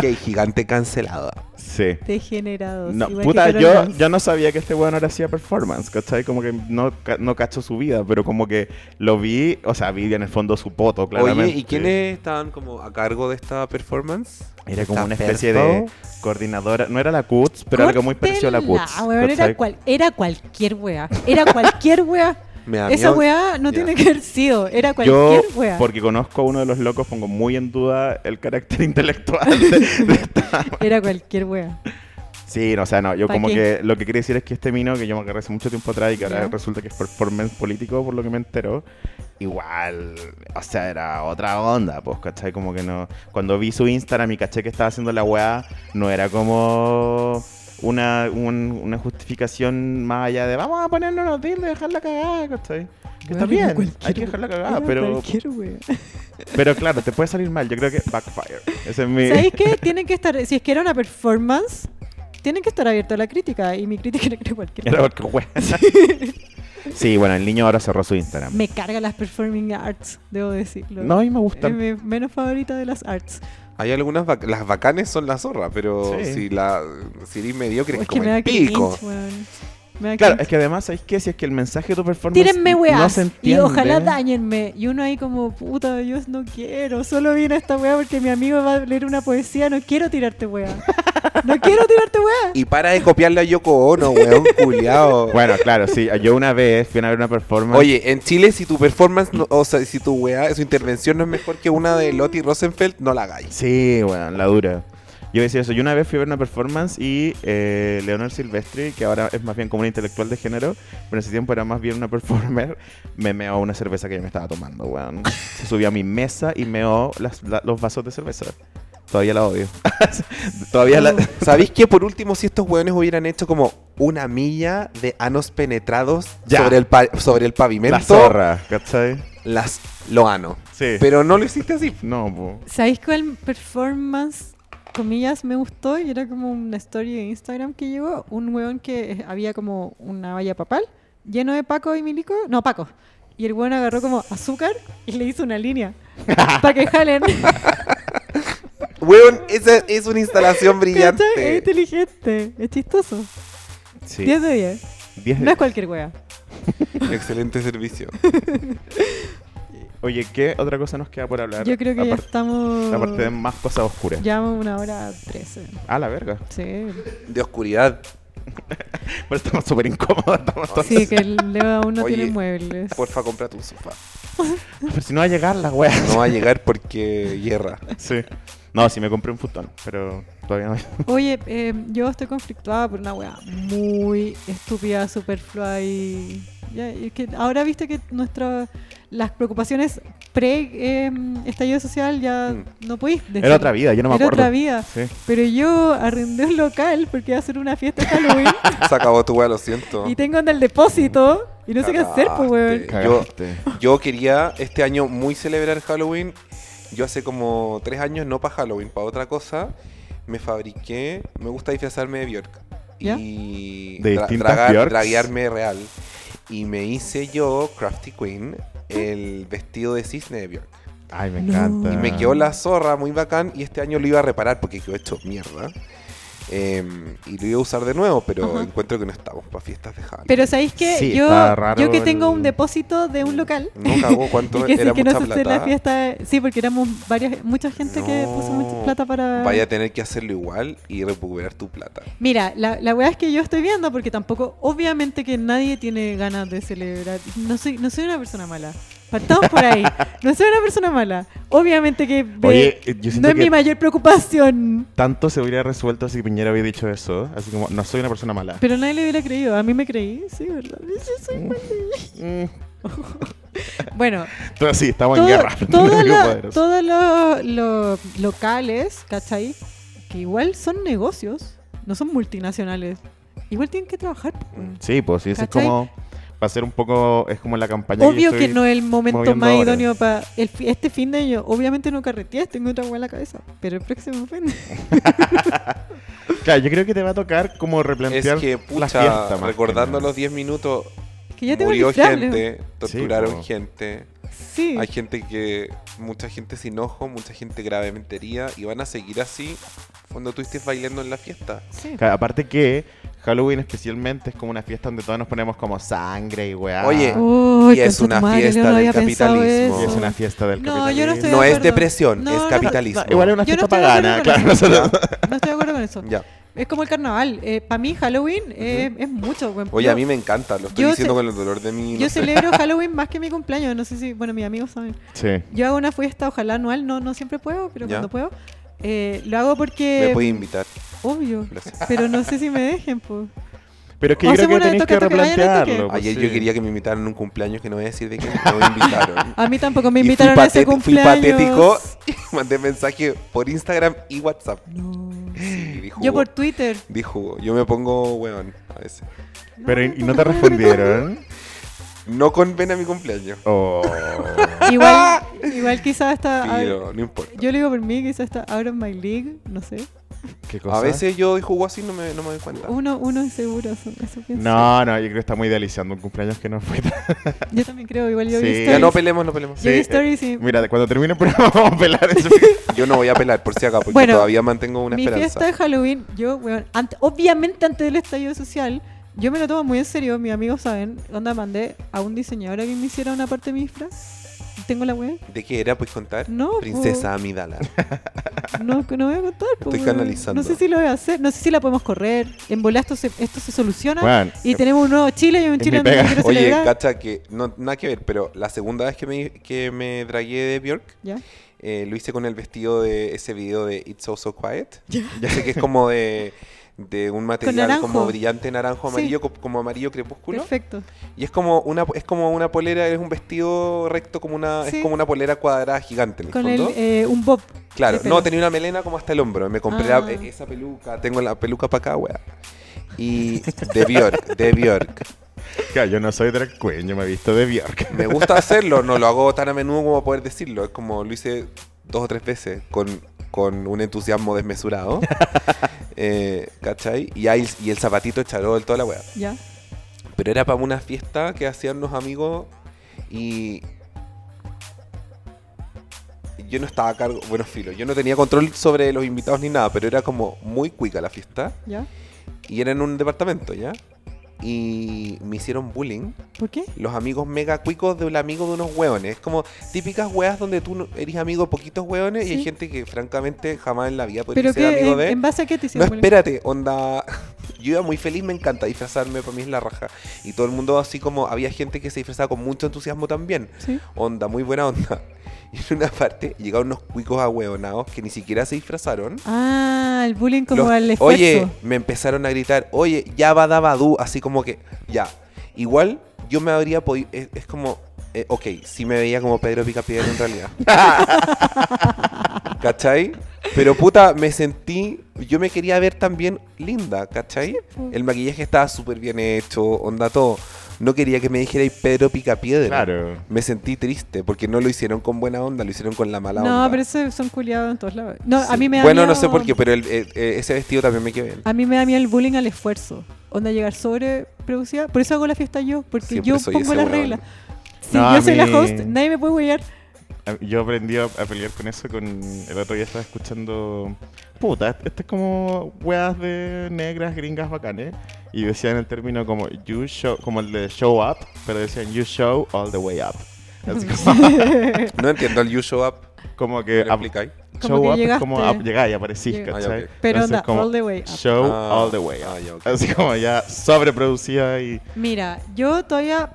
Gay gigante cancelada.
Sí.
Degenerados.
No,
igual que
puta,
Carol
yo,
Dance.
yo no sabía que este weón ahora hacía performance, ¿cachai? Como que no, ca- no cacho su vida, pero como que lo vi, o sea, vi en el fondo su poto, claramente.
Oye, ¿y quiénes estaban como a cargo de esta performance?
Era como
¿Está
una especie de
Ferto?
coordinadora. No era la CUTS, pero algo muy parecido a la
Córtenla,
CUTS.
weón,
¿cachai?
era, cual- era cualquier wea. Era cualquier wea.
Me da
Esa
miedo.
wea no
Ya.
tiene que haber sido. Era
Yo,
cualquier wea.
porque conozco a uno de los locos, pongo muy en duda el carácter intelectual de, de esta-
Era cualquier wea.
Sí, no, o sea, no, yo
¿Pa'
como
qué?
que lo que quería decir es que este mino, que yo me agarré hace mucho tiempo atrás y que ahora
Ya.
resulta que es performance político, por lo que me entero, igual, o sea, era otra onda, pues, ¿cachai? Como que no... Cuando vi su Instagram y caché que estaba haciendo la weá, no era como una, un- una justificación más allá de vamos a ponernos unos dildos y dejar la cagada, ¿cachai? Que está
Weón, era
bien,
cualquier
hay que
wea.
dejar la cagada,
Era
pero,
Cualquier wea.
pero claro, te puede salir mal, yo creo que backfire. Ese es mi...
¿Sabéis qué? Tienen que estar, si es que era una performance, tienen que estar abierto a la crítica. Y mi crítica era que era cualquier
Era
wea.
porque wea. Sí, bueno, el niño ahora cerró su Instagram.
Me carga las performing arts, debo decirlo.
No, a mí me
es
gustan.
mi menos favorita de las arts.
Hay algunas vac- las bacanes son la zorra, pero
Sí.
si la si eres mediocre
Oh,
es
es que
como
me da
el pico.
cringe, weón. Me da
Claro,
cringe.
es que además, ¿sabes qué? Si es que el mensaje de tu performance
Tírenme
no
weas
se
y
entiende...
ojalá dañenme. Y uno ahí como, puta, yo no quiero. Solo vine a esta wea porque mi amigo va a leer una poesía. No quiero tirarte wea. No quiero tirarte wea.
Y para de copiarle a Yoko Ono, weón, culiao.
Bueno, claro, sí. Yo una vez fui a ver una performance...
Oye, en Chile si tu performance, no- o sea, si tu weá, su intervención no es mejor que una de Lottie Rosenfeld, no la hagáis.
Sí, bueno, la dura. Yo decía eso. Yo una vez fui a ver una performance y eh, Leonor Silvestri, que ahora es más bien como un intelectual de género, pero en ese tiempo era más bien una performer, me meó una cerveza que yo me estaba tomando, weón. Se subió a mi mesa y meó las- la- los vasos de cerveza. Todavía la odio. Todavía la...
¿Sabéis que por último si estos weones hubieran hecho como una milla de anos penetrados
Ya.
sobre el pa- sobre el pavimento?
La zorra, ¿cachai?
Las lo ano.
Sí.
Pero no lo hiciste así.
No, po.
¿Sabéis cuál performance, comillas, me gustó? Y era como una story de Instagram que llegó. Un weón que eh, había como una valla papal lleno de Paco y Milico. No, Paco. Y el weón agarró como azúcar y le hizo una línea. Para que jalen.
Weón, esa es una instalación brillante.
¿Cachai? Es inteligente. Es chistoso.
Sí.
10 de 10.
Diez de-
No es cualquier wea.
Excelente servicio.
Oye, ¿qué otra cosa nos queda por hablar?
Yo creo que ya
Aparte-
estamos.
La parte de más cosas oscuras.
Ya una hora 13.
Ah, la verga.
Sí.
De oscuridad.
Pero estamos súper incómodos. Estamos todos...
Sí, que el Leo aún no
Oye,
tiene muebles.
Porfa, cómprate un sofá.
Pero si no va a llegar la wea.
No va a llegar porque hierra.
Sí. No, sí me compré un futón, pero todavía no.
Oye, eh, yo estoy conflictuada por una wea muy estúpida, superflua y. ya, y que ahora viste que nuestra, las preocupaciones pre-estallido social ya
Mm.
no podís decir.
Era otra vida, yo no me
Era
acuerdo.
otra vida.
Sí.
Pero yo arrendé un local porque iba a hacer una fiesta de Halloween.
Se acabó tu weá, lo siento.
Y tengo en el depósito Y no sé qué hacer, pues, weón.
Cagaste. Yo,
Cagaste.
yo quería este año muy celebrar Halloween. Yo hace como tres años, no para Halloween, para otra cosa, me fabriqué. Me gusta disfrazarme de Bjork.
¿Ya?
Y
¿De distintas Bjorks?
draguearme real. Y me hice yo, Crafty Queen, el vestido de cisne de Bjork.
Ay, me
No.
encanta.
Y me quedó la zorra muy bacán y este año lo iba a reparar porque quedó hecho mierda. Em, y lo iba a usar de nuevo, pero
Ajá.
encuentro que no estamos para fiestas de Halloween.
Pero sabéis que
Sí,
yo,
está raro
yo que
el-
tengo un depósito de un local.
No cagó cuánto
y que
era
sí, que no
mucha
se hace
plata.
la fiesta. Sí, porque éramos varias, mucha gente que puso mucha
No.
plata para.
Vaya a tener que hacerlo igual y recuperar tu plata.
Mira, la, la weá es que yo estoy viendo porque tampoco, obviamente que nadie tiene ganas de celebrar. No soy, no soy una persona mala. Partamos por ahí. No soy una persona mala. Obviamente que ve-
Oye, eh, yo
no
siento
es mi
que
mayor preocupación.
tanto se hubiera resuelto si Piñera hubiera dicho eso. Así como, no soy una persona mala.
Pero nadie le hubiera creído. A mí me creí, sí, ¿verdad? Yo soy mala.
Mm.
Bueno,
Entonces, sí, estamos en
todo-
guerra.
todo
Digo,
lo-
poderoso.
todos los los locales, ¿cachai? Que igual son negocios, no son multinacionales. Igual tienen que trabajar. po.
Sí, pues sí, eso es
¿Cachai?
como. Va a ser un poco. Es como la campaña.
Obvio
yo
que
estoy-
no es el momento
moviendo
más
ahora.
idóneo para este fin de año. Obviamente no carretees, tengo otra hueá en la cabeza. Pero el próximo fin de
Claro, yo creo que te va a tocar como replantear
Es que,
la
pucha,
fiesta. más que
recordando
nada.
los 10 minutos,
que ya tengo
murió
disfraces.
gente, torturaron
po.
gente.
Sí.
Hay gente que, mucha gente sin ojo, mucha gente gravemente herida y van a seguir así cuando tú estés bailando en la fiesta.
sí.
Claro, Aparte que Halloween especialmente es como una fiesta donde todos nos ponemos como sangre y weá.
Oye,
Uy,
Y es
concha tu
una
madre,
fiesta
yo no
del
había pensado
capitalismo.
Y es
eso.
una fiesta del
No, yo no estoy
capitalismo.
no
de
es
acuerdo.
depresión,
No,
es
no, no.
capitalismo.
No, igual es una
Yo no
fiesta
estoy de
pagana,
acuerdo con
claro.
eso.
nosotros-
No estoy de acuerdo con eso.
Ya.
Es como el carnaval. Para mí Halloween eh, es mucho. weón.
Oye,
Yo-
a mí me encanta, lo estoy
yo
diciendo
ce-
con el dolor de mi.
Yo
no sé.
celebro Halloween más que mi cumpleaños. No sé si, bueno, mis amigos saben.
Sí.
Yo hago una fiesta, ojalá anual, no, no siempre puedo, pero
Ya.
cuando puedo. Eh, lo hago porque.
Me puede invitar.
Obvio.
Gracias.
Pero no sé si me dejen, pues.
Pero es que yo
Hacemos
creo que
una de
tenéis
toque,
que
toque, vayan a toque.
replantearlo. pues,
Ayer
sí.
yo quería que me invitaran a un cumpleaños que no voy a decir de que no me invitaron.
A mí tampoco me
Y fui
invitaron a ese
patet-
cumpleaños.
Fui patético y mandé mensaje por Instagram y WhatsApp.
No.
Sí, dijo.
Yo por Twitter.
Dijo, yo me pongo weón a veces.
Pero y- y no te
tampoco me
respondieron.
No con pena mi cumpleaños.
Oh.
Igual, igual quizás hasta.
Pero no importa.
Yo le digo por mí, quizás hasta out of my league, no sé.
¿Qué cosa?
A veces yo jugo así no me, no me doy cuenta.
Uno, uno es seguro, eso, eso pienso.
No, no, yo creo que está muy idealizando un cumpleaños que no fue tan...
Yo también creo, igual yo
Sí.
vi
Ya
stories.
no peleemos, no peleemos.
Yo vi
Sí,
stories
eh,
y
Mira, cuando termine el programa vamos a pelar eso.
Yo no voy a pelar por si acá, porque
Bueno,
todavía mantengo una
mi fiesta
esperanza.
de Halloween, yo, weón, ante- obviamente antes del estallido social, yo me lo tomo muy en serio, mis amigos saben, onda mandé a un diseñador a que me hiciera una parte de mi disfraz. ¿Tengo la web?
¿De qué era? ¿Puedes contar?
No, pues. po.
Princesa Amidala.
No, no voy a contar. po,
Estoy
weón.
canalizando.
No sé si lo voy a hacer, no sé si la podemos correr. En bola esto se, esto se soluciona.
Bueno,
Y tenemos un nuevo Chile y un
Es
Chile
mi
donde
pega.
yo quiero
Oye,
celebrar.
cacha, que no, nada que ver, pero la segunda vez que me, que me dragué de Bjork,
¿Ya?
eh, lo hice con el vestido de ese video de It's So So Quiet. Ya sé que es como de, de un material
naranjo.
como brillante naranjo
Sí.
amarillo, co- como amarillo crepúsculo.
Perfecto.
Y es como una es como una polera, es un vestido recto como una
Sí.
es como una polera cuadrada gigante en el
Con el,
fondo.
eh, un bob.
claro,
de pelo.
no tenía una melena como hasta el hombro, me compré
Ah.
la- eh, esa peluca, tengo la peluca para acá, weá. Y de Bjork, de Bjork.
Claro, yo no soy drag queen, yo me he visto de Bjork.
Me gusta hacerlo, no lo hago tan a menudo como poder decirlo. Es como lo hice dos o tres veces con, con un entusiasmo desmesurado. Eh, ¿Cachai? Y, ahí, y el zapatito de charol, toda la weá.
Ya.
Pero era para una fiesta que hacían unos amigos y. Yo no estaba a cargo, bueno, filo, yo no tenía control sobre los invitados ni nada, pero era como muy cuica la fiesta
¿Ya?
y era en un departamento, ¿ya? Y me hicieron bullying
¿Por qué?
los amigos mega cuicos del amigo de unos hueones. Es como típicas hueas donde tú no- eres amigo de poquitos hueones y
Sí.
hay gente que francamente jamás en la vida podría
¿Pero
ser
qué?
amigo
¿En,
de.
en base a qué te
no,
hicieron? bullying?
espérate, onda. Yo iba muy feliz, me encanta disfrazarme, para mí es la raja. Y todo el mundo así como había gente que se disfrazaba con mucho entusiasmo también.
Sí.
Onda, muy buena onda. Y en una parte llegaron unos cuicos ahueonados que ni siquiera se disfrazaron.
Ah, el bullying como
Los-
al esfuerzo.
Oye, me empezaron a gritar, oye, ya badabadú, así como que, ya. Igual yo me habría podido, es, es como, eh, ok, sí me veía como Pedro Picapiedra en realidad. ¿Cachai? Pero puta, me sentí, yo me quería ver también linda, ¿cachai?
po.
El maquillaje estaba súper bien hecho, onda todo. no quería que me dijerais Pedro Picapiedra.
Claro.
Me sentí triste porque no lo hicieron con buena onda, lo hicieron con la mala
no,
onda.
pero eso son culiados en todos lados. No, a mí me da
bueno,
miedo-
no sé por qué, pero el- eh, eh, ese vestido también me quedó bien.
A mí me da miedo el bullying al esfuerzo. Onda llegar sobre producida. Por eso hago la fiesta yo, porque
Siempre
yo
soy
pongo
ese
las
weón.
reglas. Si
No, a
yo soy la
mí-
host, nadie me puede huear.
A- Yo aprendí a, a pelear con eso con el otro día estaba escuchando puta, esto es como weas de negras gringas bacanes y decían el término como you show como el de show up, pero decían you show all the way up. Así como,
No entiendo el You Show Up.
como que
¿Me
ap-
lo explicáis?
Como
show
que
up es como
llegaste.
ap- llegar y aparecís,
Llega-
Ah, ya,
¿cachai?
ok.
Pero
Entonces,
onda, all the way up.
Show
Ah,
all the way up.
ah, ya, ok.
Así como ya sobreproducida y
Mira, yo todavía.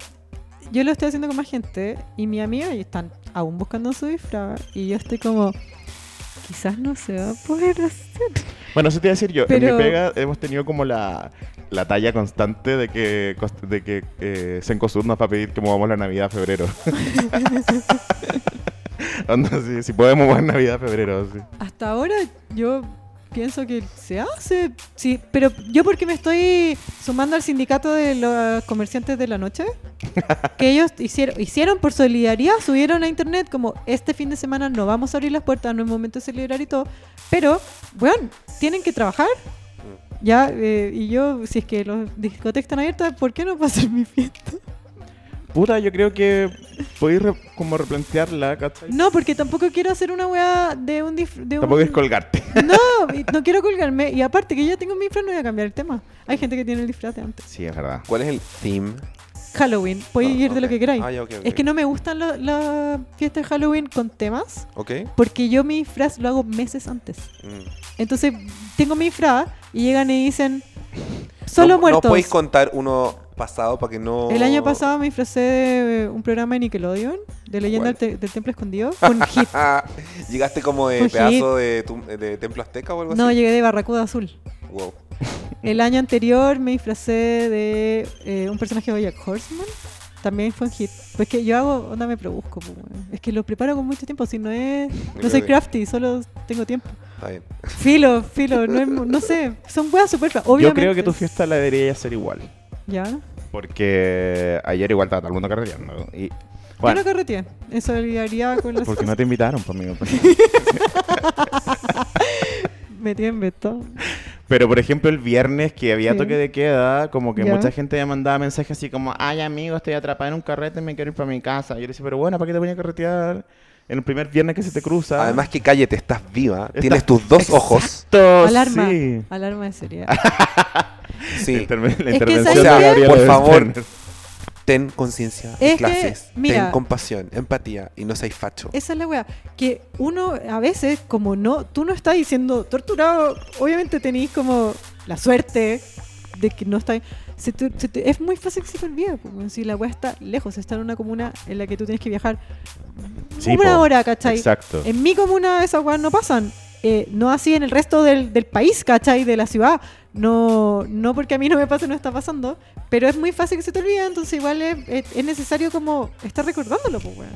Yo lo estoy haciendo con más gente y mi amiga y están aún buscando su disfraz. Y yo estoy como. Quizás no se va a poder hacer.
Bueno, eso te iba a decir yo. En
Pero-
mi pega hemos tenido como la, la talla constante de que, cost- de que eh, Cencosud nos va a pedir que movamos la Navidad a febrero. Onda, sí, si podemos mover Navidad a febrero, sí.
Hasta ahora yo pienso que se hace. Sí, pero yo porque me estoy sumando al sindicato de los comerciantes de la noche, que ellos hicieron, hicieron por solidaridad, subieron a internet como este fin de semana no vamos a abrir las puertas, no es momento de celebrar y todo. Pero, bueno, tienen que trabajar. Ya, eh, y yo, si es que los discotecas están abiertas, ¿por qué no pasar mi fiesta?
Puta, yo creo que podéis re- como replantearla, ¿cachai?
No, porque tampoco quiero hacer una weá de un... disf- De
Tampoco
un...
es colgarte.
No, y no quiero colgarme. Y aparte que ya tengo mi disfraz, no voy a cambiar el tema. Hay gente que tiene el disfraz de antes.
Sí, es verdad.
¿Cuál es el theme?
Halloween, podéis
Ah,
ir de lo
ok.
que queráis.
Ah, ya, ok, ok.
Es que no me gustan lo- las fiestas de Halloween con temas,
¿Ok?
porque yo mi disfraz lo hago meses antes.
Mm.
Entonces tengo mi disfraz y llegan y dicen, solo
no,
muertos.
No podéis contar uno pasado para que no.
El año pasado me disfracé de un programa de Nickelodeon, de Leyenda
¿Cuál?
del, Te- del Templo Escondido, con hit.
Ah, Llegaste como de
Fue
pedazo de, tum- de templo azteca o algo
No,
así.
llegué de Barracuda Azul.
Wow.
El año anterior me disfracé de eh, un personaje de Jack Horseman. También fue un hit. Pues que yo hago, onda me produzco. po, weón. Es que lo preparo con mucho tiempo. Si no es. No soy
Ok.
crafty, solo tengo tiempo.
Está bien.
Filo, filo, no, es mu- no sé. Son weas superfluas.
Yo
Obviamente.
creo que tu fiesta la debería ser igual.
Ya.
Porque ayer igual estaba todo el mundo carreteando. Y,
Yo
bueno,
no carreteé. En solidaridad con los.
porque no te invitaron, pues, amigo.
Me tienen veto.
Pero por ejemplo el viernes que había
Sí.
toque de queda, como que
Ya.
mucha gente me mandaba mensajes así como, ay amigo, estoy atrapado en un carrete, me quiero ir para mi casa. Y yo le decía, pero bueno, ¿para qué te voy a carretear en el primer viernes que se te cruza?
Además que cállate, estás viva.
Estás-
Tienes tus dos ojos.
Esto,
Alarma.
Oh, sí.
Alarma de seriedad.
Sí.
Interve- la
que,
intervención
¿sabes
de
qué?
Gabriela
Por
Del
favor.
Turner.
Ten conciencia
Es
de
que,
clases.
mira-
Ten compasión, empatía y no seas facho.
Esa es la wea. Que uno a veces, como no, tú no estás siendo torturado, obviamente tenéis como la suerte de que no estás. se te- se te- es muy fácil que se te olvide, po, weón. si la wea está lejos, está en una comuna en la que tú tienes que viajar
Sí,
una
po.
hora, ¿cachai?
Exacto.
En mi comuna esas weas no pasan. Eh, no así en el resto del, del país, ¿cachai? De la ciudad. No, no porque a mí no me pase, no está pasando. Pero es muy fácil que se te olvide, entonces igual es, es- es necesario como estar recordándolo, pues, weón.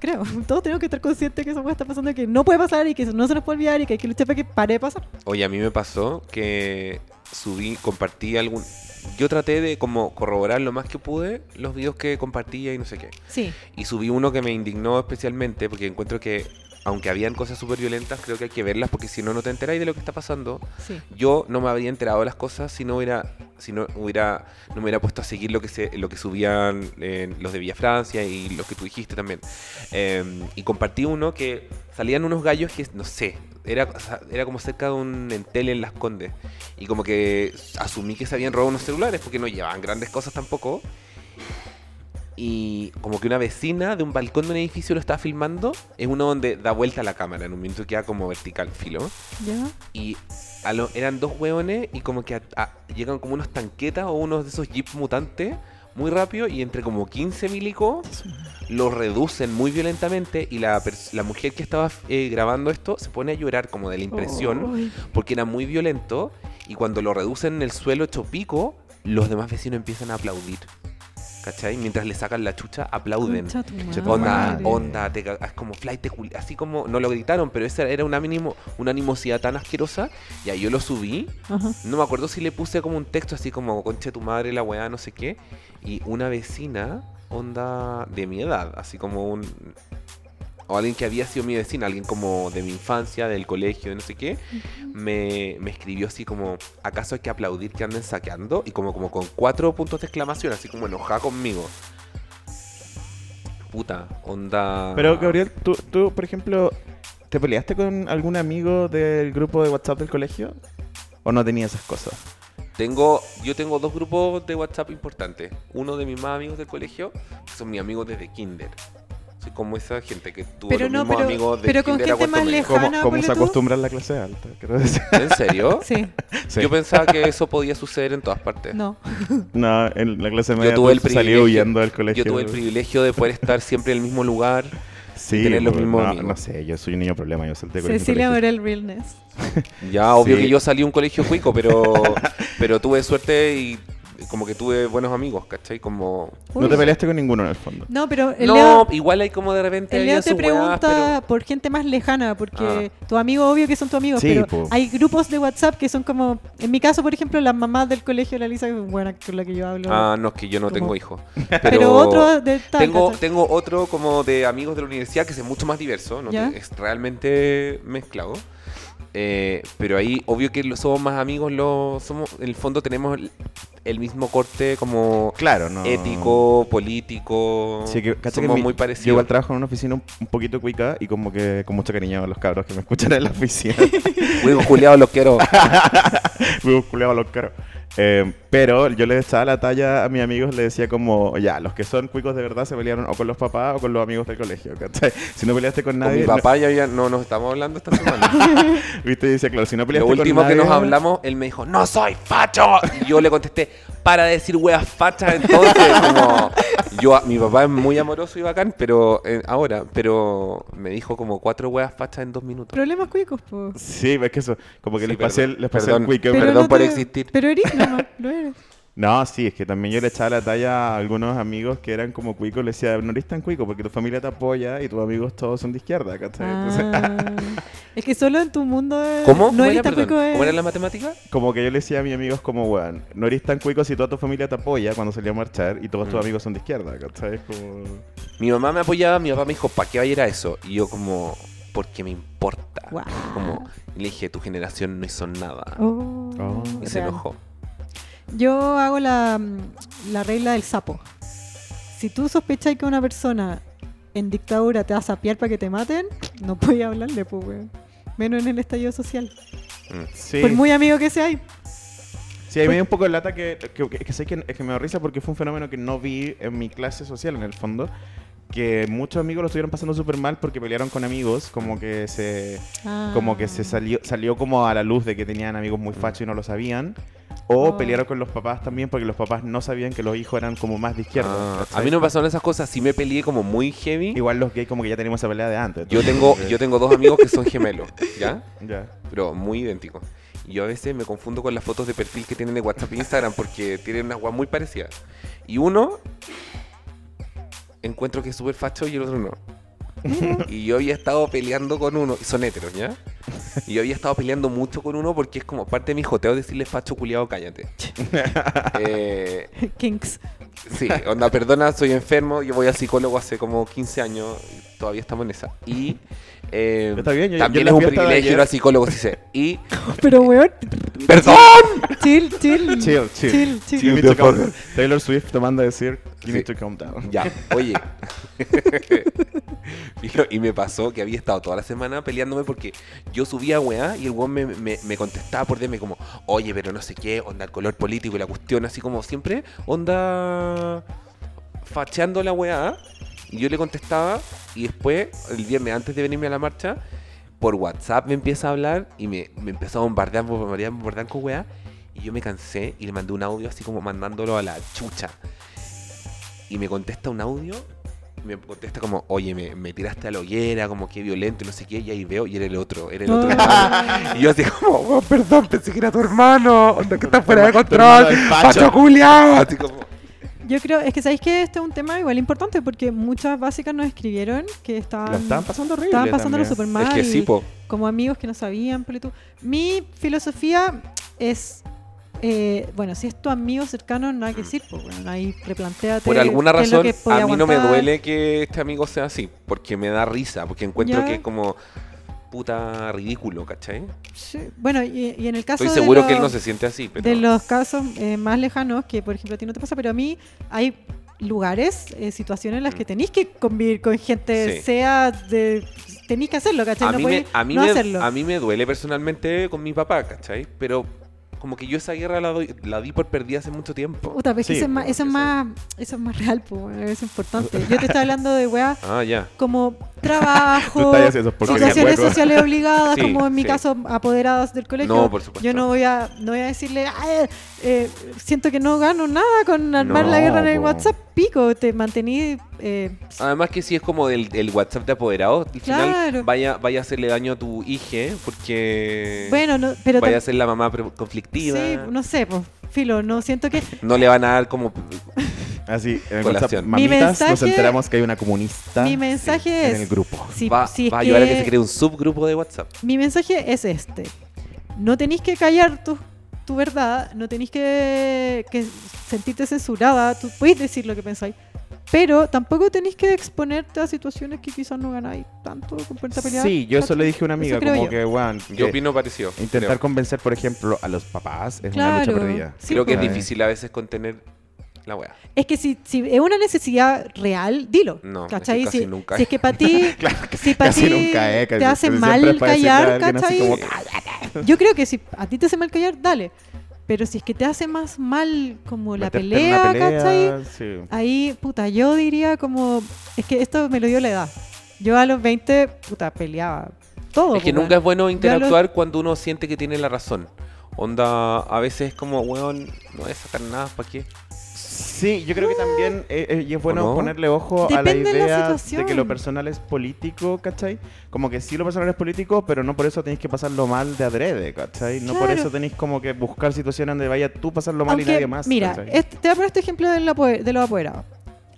Creo. Todos tenemos que estar conscientes que esa weá está pasando, que no puede pasar y que no se nos puede olvidar y que hay que luchar para que pare de pasar.
Oye, a mí me pasó que subí, compartí algún... Yo traté de como corroborar lo más que pude los videos que compartía y no sé qué.
Sí.
Y subí uno que me indignó especialmente porque encuentro que, aunque habían cosas súper violentas, creo que hay que verlas porque si no, no te enteráis de lo que está pasando.
Sí.
Yo no me habría enterado de las cosas si no hubiera, si no hubiera, no me hubiera puesto a seguir lo que se, lo que subían eh, los de Villa Francia y los que tú dijiste también. Eh, y compartí uno que salían unos gallos que no sé, era, era como cerca de un entel en Las Condes. Y como que asumí que se habían robado unos celulares porque no llevaban grandes cosas tampoco. Y como que una vecina de un balcón de un edificio lo estaba filmando. Es uno donde da vuelta la cámara en un momento que queda como vertical, filo
¿Ya?
y a lo- eran dos hueones y como que a- a- llegan como unos tanquetas o unos de esos jeeps mutantes muy rápido y entre como 15 milicos los reducen muy violentamente y la, pers- la mujer que estaba eh, grabando esto se pone a llorar como de la impresión
Ay.
porque era muy violento y cuando lo reducen en el suelo chopico los demás vecinos empiezan a aplaudir. ¿Cachai? Mientras le sacan la chucha, aplauden.
Concha tu
Concha tu
Onda,
madre.
onda, te cagas, como flight, te cul- así como, no lo gritaron, pero esa era una, mínimo, una animosidad tan asquerosa. Y ahí yo lo subí.
Ajá.
No me acuerdo si le puse como un texto así como, conche tu madre, la weá, no sé qué. Y una vecina, onda de mi edad, así como un. O alguien que había sido mi vecina, alguien como de mi infancia, del colegio, de no sé qué, me, me escribió así como, ¿acaso hay que aplaudir que anden saqueando? Y como, como con cuatro puntos de exclamación, así como enojada conmigo. Puta, onda...
Pero Gabriel, ¿tú, tú, por ejemplo, ¿te peleaste con algún amigo del grupo de WhatsApp del colegio? ¿O no tenía esas cosas?
Tengo, yo tengo dos grupos de WhatsApp importantes. Uno de mis más amigos del colegio, que son mis amigos desde kinder. Soy como esa gente que tuvo
Pero
los
no,
mismos
pero-
amigos de
pero con
kinder a
gente más
cuarto medio.
lejos.
Como,
Hanna,
como
ponle
se
tú.
acostumbra en la clase alta, quiero decir.
¿En serio?
Sí,
Sí.
Yo pensaba que eso podía suceder en todas partes.
no.
No, en la clase media
Yo tuve el
tú salí
privilegio,
huyendo del colegio.
Yo tuve el privilegio de poder estar siempre en el mismo lugar.
Sí,
de tener los
pues,
mismos
no,
amigos.
no sé, yo soy un niño problema, yo salté con
Cecilia Morel Realness.
Ya, obvio
Sí.
que yo salí de un colegio cuico, pero, pero tuve suerte y como que tuve buenos amigos, ¿cachai? Como...
No te peleaste con ninguno en el fondo.
No, pero el
No,
Leo,
igual hay como de repente...
el
hay
Leo
en
te
sus
pregunta
weas, pero- Ah.
por gente más lejana, porque tu amigo, obvio que son tus amigos,
Sí,
pero
po.
hay grupos de WhatsApp que son como, en mi caso, por ejemplo, las mamás del colegio de la Lisa, que es buena con la que yo hablo.
Ah, no, es que yo no
Como-
tengo hijos.
pero... otro de tal,
Tengo,
¿cachai?
tengo otro como de amigos de la universidad que es mucho más diverso, ¿no?
¿Ya?
te- es realmente mezclado. Eh, pero ahí, obvio que lo- somos más amigos, lo, somos, en el fondo tenemos el, el mismo corte como
Claro, no.
ético, político.
Ah. Sí, que, cacha que
somos
mi-
muy
Yo
parecidos.
igual trabajo en una oficina un, un poquito cuica y como que con mucho cariño a los cabros que me escuchan en la oficina.
Digo, Juliado, lo quiero.
Fuimos culiados a los caros. Eh, pero yo le echaba la talla a mis amigos, le decía como, ya, los que son cuicos de verdad se pelearon o con los papás o con los amigos del colegio, ¿cachai? Si no peleaste con
Con
nadie...
mi
no-
papá ya, había- no nos estamos hablando esta semana.
viste, decía, claro, si no
lo
peleaste con
último
nadie...
que nos hablamos, él me dijo, no soy facho. Y yo le contesté, para de decir weas fachas entonces. Como, yo, a- mi papá es muy amoroso y bacán, pero eh, ahora, pero me dijo como cuatro weas fachas en dos minutos.
Problemas cuicos, po.
Sí, es que eso, como que
Sí,
les pasé,
perdón,
el- les pasé
perdón.
el cuico.
Pero-
pero-
perdón por existir.
Pero eres, no, no, lo eres.
No, sí, es que también yo le echaba la talla a algunos amigos que eran como cuicos, le decía, no eres tan cuico porque tu familia te apoya y tus amigos todos son de izquierda, ¿cachai? Entonces,
Ah, es que solo en tu mundo eh,
¿Cómo?
no
¿Cómo,
eres
era,
tan
perdón?
cuico. eh.
¿Cómo era la matemática?
como que yo le decía a mis amigos como, weón, no eres tan cuico si toda tu familia te apoya cuando salía a marchar y todos tus
Mm.
amigos son de izquierda, ¿cachai? Como...
Mi mamá me apoyaba, mi papá me dijo, ¿para qué va a ir a eso? Y yo como, porque me importa.
Guau.
Como, y le dije, tu generación no hizo nada.
Oh,
Oh.
y se
real.
enojó.
Yo hago la, mm, la regla del sapo. Si tú sospechas que una persona en dictadura te va a sapear para que te maten, no puedes hablarle, pues, weón. Menos en el estallido social.
Mm.
Sí,
Por muy amigo que seáis.
sí ahí me dio un poco de lata que, que, que- que sé que, es que me da risa porque fue un fenómeno que no vi en mi clase social, en el fondo. Que muchos amigos lo estuvieron pasando súper mal porque pelearon con amigos, como que se...
Ah.
como que se salió, salió como a la luz de que tenían amigos muy fachos y no lo sabían. O
Ah.
Oh.
pelearon con los papás también porque los papás no sabían que los hijos eran como más de izquierda.
Ah, a
¿cachai?
mí no me pasaron esas cosas, sí me peleé como muy heavy.
Igual los gays como que ya tenemos esa pelea de antes.
Yo
entonces,
tengo,
como que-
yo tengo dos amigos que son gemelos, ¿ya?
Ya.
Pero muy idénticos. Y Yo a veces me confundo con las fotos de perfil que tienen de WhatsApp e Instagram porque tienen unas guas muy parecidas. Y uno encuentro que es súper facho y el otro no. Y yo había estado peleando con uno, y son heteros, ¿ya? Y yo había estado peleando mucho con uno porque es como parte de mi joteo decirle facho culiado, cállate. eh,
Ah, Kinks.
Sí, onda, perdona, soy enfermo, yo voy al psicólogo hace como 15 años, y todavía estamos en esa. Y eh,
Está bien, yo- yo en
también
la
es un
fiesta de
privilegio ir
ayer-
al psicólogo, sí sé. Y,
Pero, weón,
perdón,
chill, chill.
Chill, chill.
Chill, chill.
You need to calm down. Taylor Swift te manda a decir, you
Sí.
need to calm down.
ya, oye. y, lo- y me pasó que había estado toda la semana peleándome porque yo subía weá y el weón me, me- me contestaba por DM como, oye, pero no sé qué, onda el color político y la cuestión, así como siempre, onda facheando la weá. Y yo le contestaba y después, el viernes antes de venirme a la marcha, por WhatsApp me empieza a hablar y me, me empezó a bombardear, bombardear, bombardear con weá. Y yo me cansé y le mandé un audio así como mandándolo a la chucha. Y me contesta un audio, me contesta como, oye, me, me tiraste a la hoguera, como que violento y no sé qué. Y ahí veo, y era el otro, era el otro. hermano. y yo así como, "Oh, perdón, pensé que era tu hermano, onda que estás fuera de
Tu hermano
control,
del facho".
facho culiao". Así como,
Yo creo, es que sabéis que este es un tema igual importante porque muchas básicas nos escribieron que estaban,
Lo estaban pasando horrible
estaban pasándolo
también.
súper mal.
Es que sí,
y
po.
Como amigos que no sabían, pero tú. Mi filosofía es. eh, bueno, si es tu amigo cercano, nada que decir, pues bueno, ahí replantea.
Mm. Por alguna razón, a mí no me duele que este amigo sea así, porque me da risa, porque encuentro
Ya.
que es como puta ridículo, ¿cachai?
Bueno, y, y en el caso.
Estoy
de
seguro que él
los-
no se siente así, pero...
De los casos eh, más lejanos, que por ejemplo a ti no te pasa, pero a mí hay lugares, eh, situaciones en las que tenéis que convivir con gente,
Mm. Sí.
sea de... Tenéis que hacerlo, ¿cachai?
a
no
mí, me,
podéis
a, mí
no
me-
hacerlo.
a mí me duele personalmente con mi papá, ¿cachai? Pero como que yo esa guerra la, doy- la di por perdida hace mucho tiempo.
Puta, pero es que
Sí,
eso, es
po,
más, eso, es
eso.
más, eso es más real, po, weón, eso es importante. Yo te estaba hablando de weas
Ah, ya.
como
Tú
trabajo,
estás haciendo eso porque
situaciones
hueco.
sociales obligadas,
Sí,
como en mi
sí.
caso apoderadas del colegio.
No, por supuesto.
Yo no voy a, no voy a decirle, "Ay, eh, siento que no gano nada con armar la guerra en el
po.
WhatsApp. Pico, te mantení eh,
Además que si es como del, el WhatsApp de apoderados, al
Claro.
final vaya, vaya a hacerle daño a tu hija, porque
Bueno, no, pero
vaya
tam-
a ser la mamá pre- conflictiva.
sí,
no...
no sé, pues, filo, no siento que
le van a dar como...
Así, en el
Colación.
WhatsApp,
Mi
mamitas, nos
mensaje-
enteramos que hay una comunista
mi mensaje
en el
es
grupo.
si-
va
si pues es
va a ayudar a que
que-
se cree un subgrupo de WhatsApp.
mi mensaje es este. No tenéis que callar tu, tu verdad, no tenéis que, que sentirte censurada, tú podéis decir lo que pensáis, pero tampoco tenéis que exponerte a situaciones que quizás no ganáis tanto con puerta peleada.
Sí, yo eso
¿cachai?
le dije a una amiga,
Eso creo
como
yo.
que, weón, que
Yo opino parecido.
intentar
creo.
convencer, por ejemplo, a los papás es una lucha
Claro.
perdida.
Sí,
Creo que es
po.
pues.
difícil a veces contener la weá.
Es que si, si es una necesidad real, dilo.
No, es que
¿cachai?
casi
si,
nunca.
si es que para ti, si para
Casi
ti
nunca, eh, casi-
te hace
siempre
mal
puedes decirle a
callar,
alguien así
¿cachai?
como, "Ah,
Yo creo que si a ti te hace mal callar, dale. Pero si es que te hace más mal como la
meterte en una
pelea, ¿cachai?
pelea, sí.
Ahí, puta, yo diría como... Es que esto me lo dio la edad. Yo a los 20, puta, peleaba. Todo.
Es que
pues,
nunca es
weón.
bueno interactuar cuando uno siente que tiene la razón. Onda, a veces es como, weón, no voy a sacar nada, ¿para qué?
Sí, yo creo que también eh, eh, y es bueno
no?
ponerle ojo a la
Depende de la
idea de,
situación.
que lo personal es político, ¿cachai? Como que sí lo personal es político, pero no por eso tenéis que pasarlo mal de adrede, ¿cachai? No por
Claro.
eso tenéis como que buscar situaciones donde vaya tú pasarlo mal y
Aunque,
nadie más.
Mira,
¿cachai?
este- te voy a poner este ejemplo de, de los apoderados.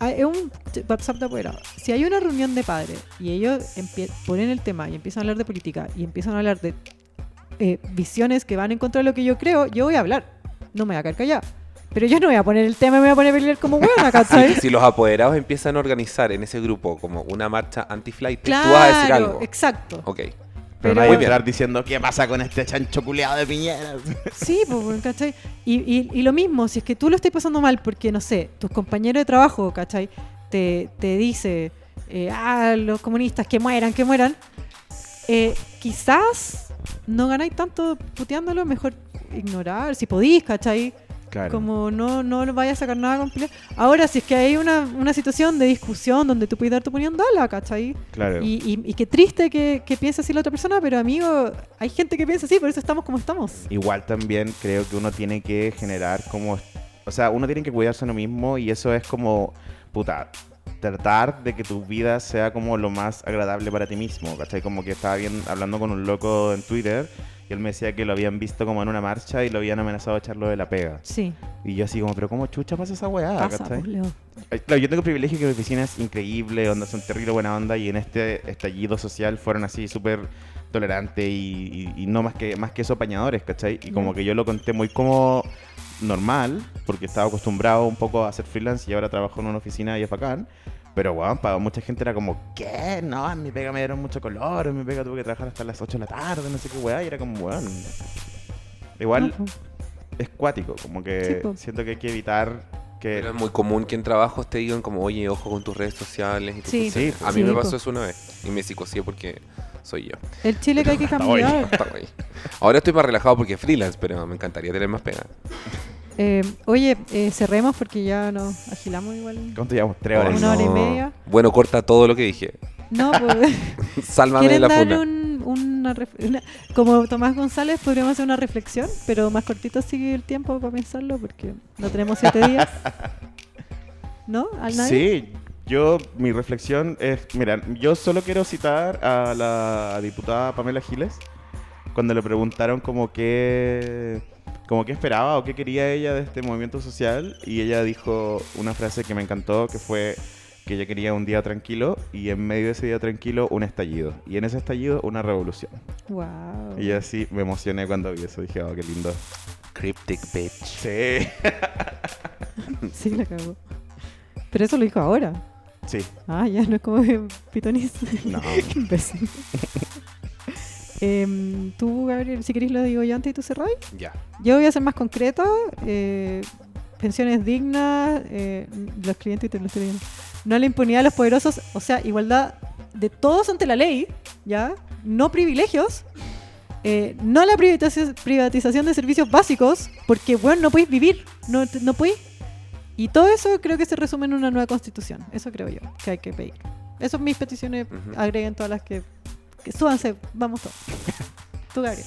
Hay- Es un t- WhatsApp de apoderados. Si hay una reunión de padres y ellos empie- ponen el tema y empiezan a hablar de política y empiezan a hablar de eh, visiones que van en contra de lo que yo creo, yo voy a hablar. No me voy a quedar callada. Pero yo no voy a poner el tema y me voy a poner a pelear como buena, ¿cachai?
Si, si los apoderados empiezan a organizar en ese grupo como una marcha anti-flight, tú vas a decir
Claro,
algo.
Exacto.
Ok.
pero
pero-
no hay
Muy
que
bien.
entrar diciendo qué pasa con este chancho culeado de piñera.
Sí, pues, weón, ¿cachai? Y, y- y lo mismo, si es que tú lo estás pasando mal porque, no sé, tus compañeros de trabajo, ¿cachai? Te, te dice, eh, ah, los comunistas, que mueran, que mueran. Eh, quizás no ganáis tanto puteándolo, mejor ignorar, si podís, ¿cachai?
Claro.
Como no, no le vayas a sacar nada con pelea. Ahora, si es que hay una, una situación de discusión donde tú puedes dar tu opinión, dala, ¿cachai?
Claro.
Y, y- y qué triste que, que piense así la otra persona, pero amigo, hay gente que piensa así, por eso estamos como estamos.
Igual también creo que uno tiene que generar como... O sea, uno tiene que cuidarse a uno mismo y eso es como, puta, tratar de que tu vida sea como lo más agradable para ti mismo, ¿cachai? Como que estaba bien, hablando con un loco en Twitter y él me decía que lo habían visto como en una marcha y lo habían amenazado a echarlo de la pega.
Sí.
Y yo así como, pero ¿cómo chucha pasa esa weá?
pasa,
Ah, ¿cachai?
pues, Leo.
Ay, Claro, yo tengo el privilegio que mi oficina es increíble, onda, son terrible buena onda y en este estallido social fueron así súper tolerantes y, y- y no más que más que eso apañadores, ¿cachai? Y como
Mm.
que yo lo conté muy como normal, porque estaba acostumbrado un poco a hacer freelance y ahora trabajo en una oficina y es bacán. Pero, weón, para mucha gente era como, ¿qué? No, en mi pega me dieron mucho color, en mi pega tuve que trabajar hasta las 8 de la tarde, no sé qué weá, y era como, weón. Igual
No, pues.
es cuático, como
Sí,
que
po.
siento que hay que evitar que...
Pero es muy común que en trabajos te digan como, oye, ojo con tus redes sociales. Y tus
Sí.
cuestiones.
Sí,
a mí
sí, pues.
me
po.
pasó eso una vez y me psicosé porque soy yo.
El Chile que hay que
hoy.
cambiar.
Hasta hoy. Ahora estoy más relajado porque es freelance, pero me encantaría tener más pega.
Eh, oye, eh, cerremos porque ya nos agilamos igual.
¿Cuánto llevamos? Tres
Ay,
horas.
Una hora y
no.
media.
Bueno, corta todo lo que dije.
No, pues,
Sálvame de
¿quieren
la
dar
funa.
un, una, ref- una- Como Tomás González, podríamos hacer una reflexión, pero más cortito sigue el tiempo para pensarlo porque no tenemos siete días. ¿No? ¿Al nadie?
Sí, yo, mi reflexión es, mira, yo solo quiero citar a la diputada Pamela Giles, cuando le preguntaron como qué, como qué esperaba o qué quería ella de este movimiento social y ella dijo una frase que me encantó que fue que ella quería un día tranquilo y en medio de ese día tranquilo un estallido y en ese estallido una revolución.
Wow.
Y yo así me emocioné cuando vi eso, dije, oh, qué lindo.
Cryptic bitch.
Sí.
Sí, la cagó. Pero eso lo dijo ahora.
Sí.
Ah, ya no es como que pitonis.
No.
Imbécil. Em, tú, Gabriel, si querés lo digo yo antes y tú cerrás.
Ya.
Yo voy a ser más concreto. eh, pensiones dignas, eh, los clientes te lo estoy leyendo. No la impunidad a los poderosos, o sea, igualdad de todos ante la ley, ¿ya? No privilegios. eh, no la privatización, privatización de servicios básicos, porque, bueno, no podéis vivir, no, te- no podéis. Y todo eso creo que se resume en una nueva constitución. Eso creo yo, que hay que pedir. Esas son mis peticiones,
Ujú.
agreguen todas las que... que súbanse, vamos todos. Tú, Gabriel.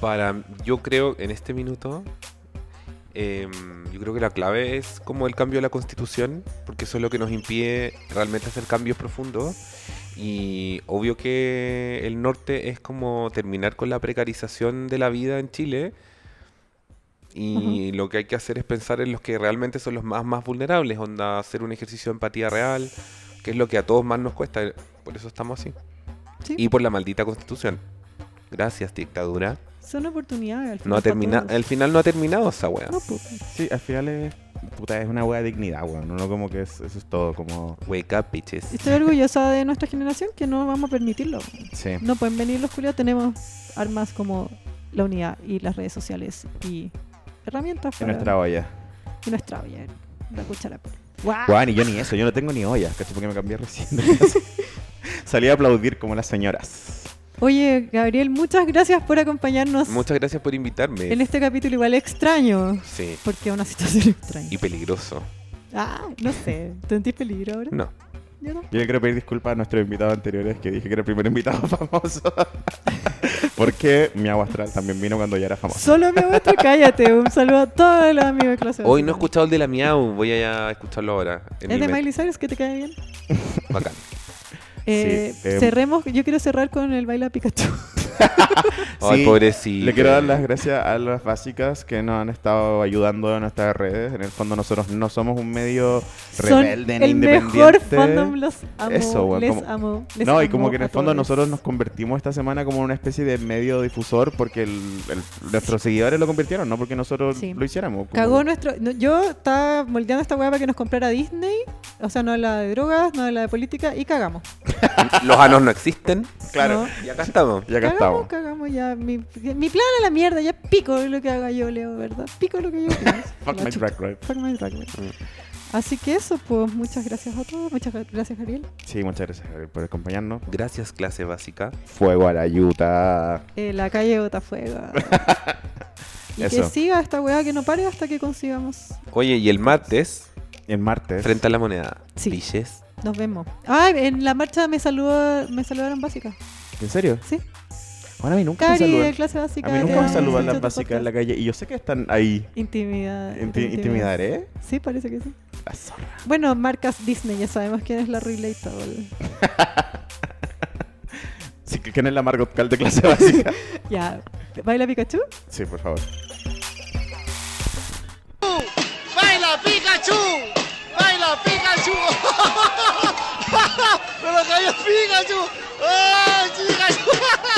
Para, yo creo en este minuto, em, yo creo que la clave es como el cambio de la constitución, porque eso es lo que nos impide realmente hacer cambios profundos. Y obvio que el norte es como terminar con la precarización de la vida en Chile. Y lo que hay que hacer es pensar en los que realmente son los más, más vulnerables, onda, hacer un ejercicio de empatía real, que es lo que a todos más nos cuesta. Por eso estamos así.
Sí.
Y por la maldita constitución. Gracias, dictadura.
Son oportunidades. al
No
final,
ha
para
terminado.
todos.
El final no ha terminado esa weá.
No, pues, po.
Sí, al final es, puta, es una hueá de dignidad, weón. Uno como que es- eso es todo, como...
Wake up, bitches.
Estoy orgullosa de nuestra generación que no vamos a permitirlo.
Sí.
No pueden venir los culiados. Tenemos armas como la unidad y las redes sociales y herramientas
En
para
nuestra olla.
y nuestra olla, La cuchara. Ah.
Juan, y yo ni eso, yo no tengo ni ollas, ¿cachai? Porque me cambié recién de casa. Salí a aplaudir como las señoras.
Oye, Gabriel, muchas gracias por acompañarnos
Muchas gracias por invitarme.
en este capítulo igual extraño.
Sí.
Porque es una situación extraña.
Y peligroso.
Ah, no sé. ¿Te sentís peligro ahora?
No.
Yo no.
Yo le quiero pedir disculpas a nuestros invitados anteriores que dije que era el primer invitado famoso. Porque mi agua astral también vino cuando ya era famoso.
Solo mi abuelo, cállate. Un saludo a todos los amigos de clase.
Hoy no he
básica.
escuchado el de la miau. Voy a escucharlo ahora. en
¿Es
mi
de
mente.
Miley Cyrus que te cae bien?
Bacán.
Eh,
Sí, eh,
cerremos, yo quiero cerrar con el baile a Pikachu.
Ay,
Sí,
pobrecito.
Le quiero dar las gracias a las básicas que nos han estado ayudando en nuestras redes. En el fondo nosotros no somos un medio rebelde
Son
ni
el
independiente.
mejor fandom, los amo,
Eso, weón,
les
como-
amo, les
no, y
amo
como que en
a
el fondo
todos.
nosotros nos convertimos esta semana como en una especie de medio difusor porque el- el- nuestros seguidores lo convirtieron, no porque nosotros
Sí.
lo hiciéramos. como-
Cagó nuestro... no, yo estaba moldeando esta weá para que nos comprara Disney, o sea, no la de drogas, no la de política, y cagamos.
Los anos no existen.
Claro.
¿no?
Y acá estamos.
Y acá
cagamos,
estamos.
cagamos ya. Mi, mi plan a la mierda, ya pico lo que haga yo, Leo, ¿verdad? Pico lo que yo quiero.
Fuck
La
my Mm.
chucha.
track record.
Fuck my track record. Así que eso, pues muchas gracias a todos, muchas gracias Gabriel.
Sí, muchas gracias Gabriel, por acompañarnos.
Gracias, clase básica.
Fuego a la yuta.
Eh, la calle Botafuego. y que
Eso.
siga esta weá, que no pare hasta que consigamos.
Oye, y el martes,
El martes.
frente a la moneda.
Sí.
Bitches.
Nos vemos. Ah, en la marcha me saludó, me saludaron básicas.
¿En serio?
Sí.
Bueno, a mí nunca me
Cari de
saludan.
clase básica.
A mí
te
nunca me
amo,
saludan
escucho
las
tu
básicas en la
podcast.
calle. Y yo sé que están ahí. eh?
Intimidad.
Inti-
intimidad.
intimidaré.
Sí, parece que sí.
La zorra.
Bueno, marcas Disney, ya sabemos quién es la Relatable.
Sí, que- ¿Quién es la Margot Cal de clase básica?
ya. ¿Baila Pikachu?
sí, por favor.
¡Baila Pikachu! ¡Baila Pikachu! ¡Me lo cayó Pikachu! ¡Ay, Pikachu!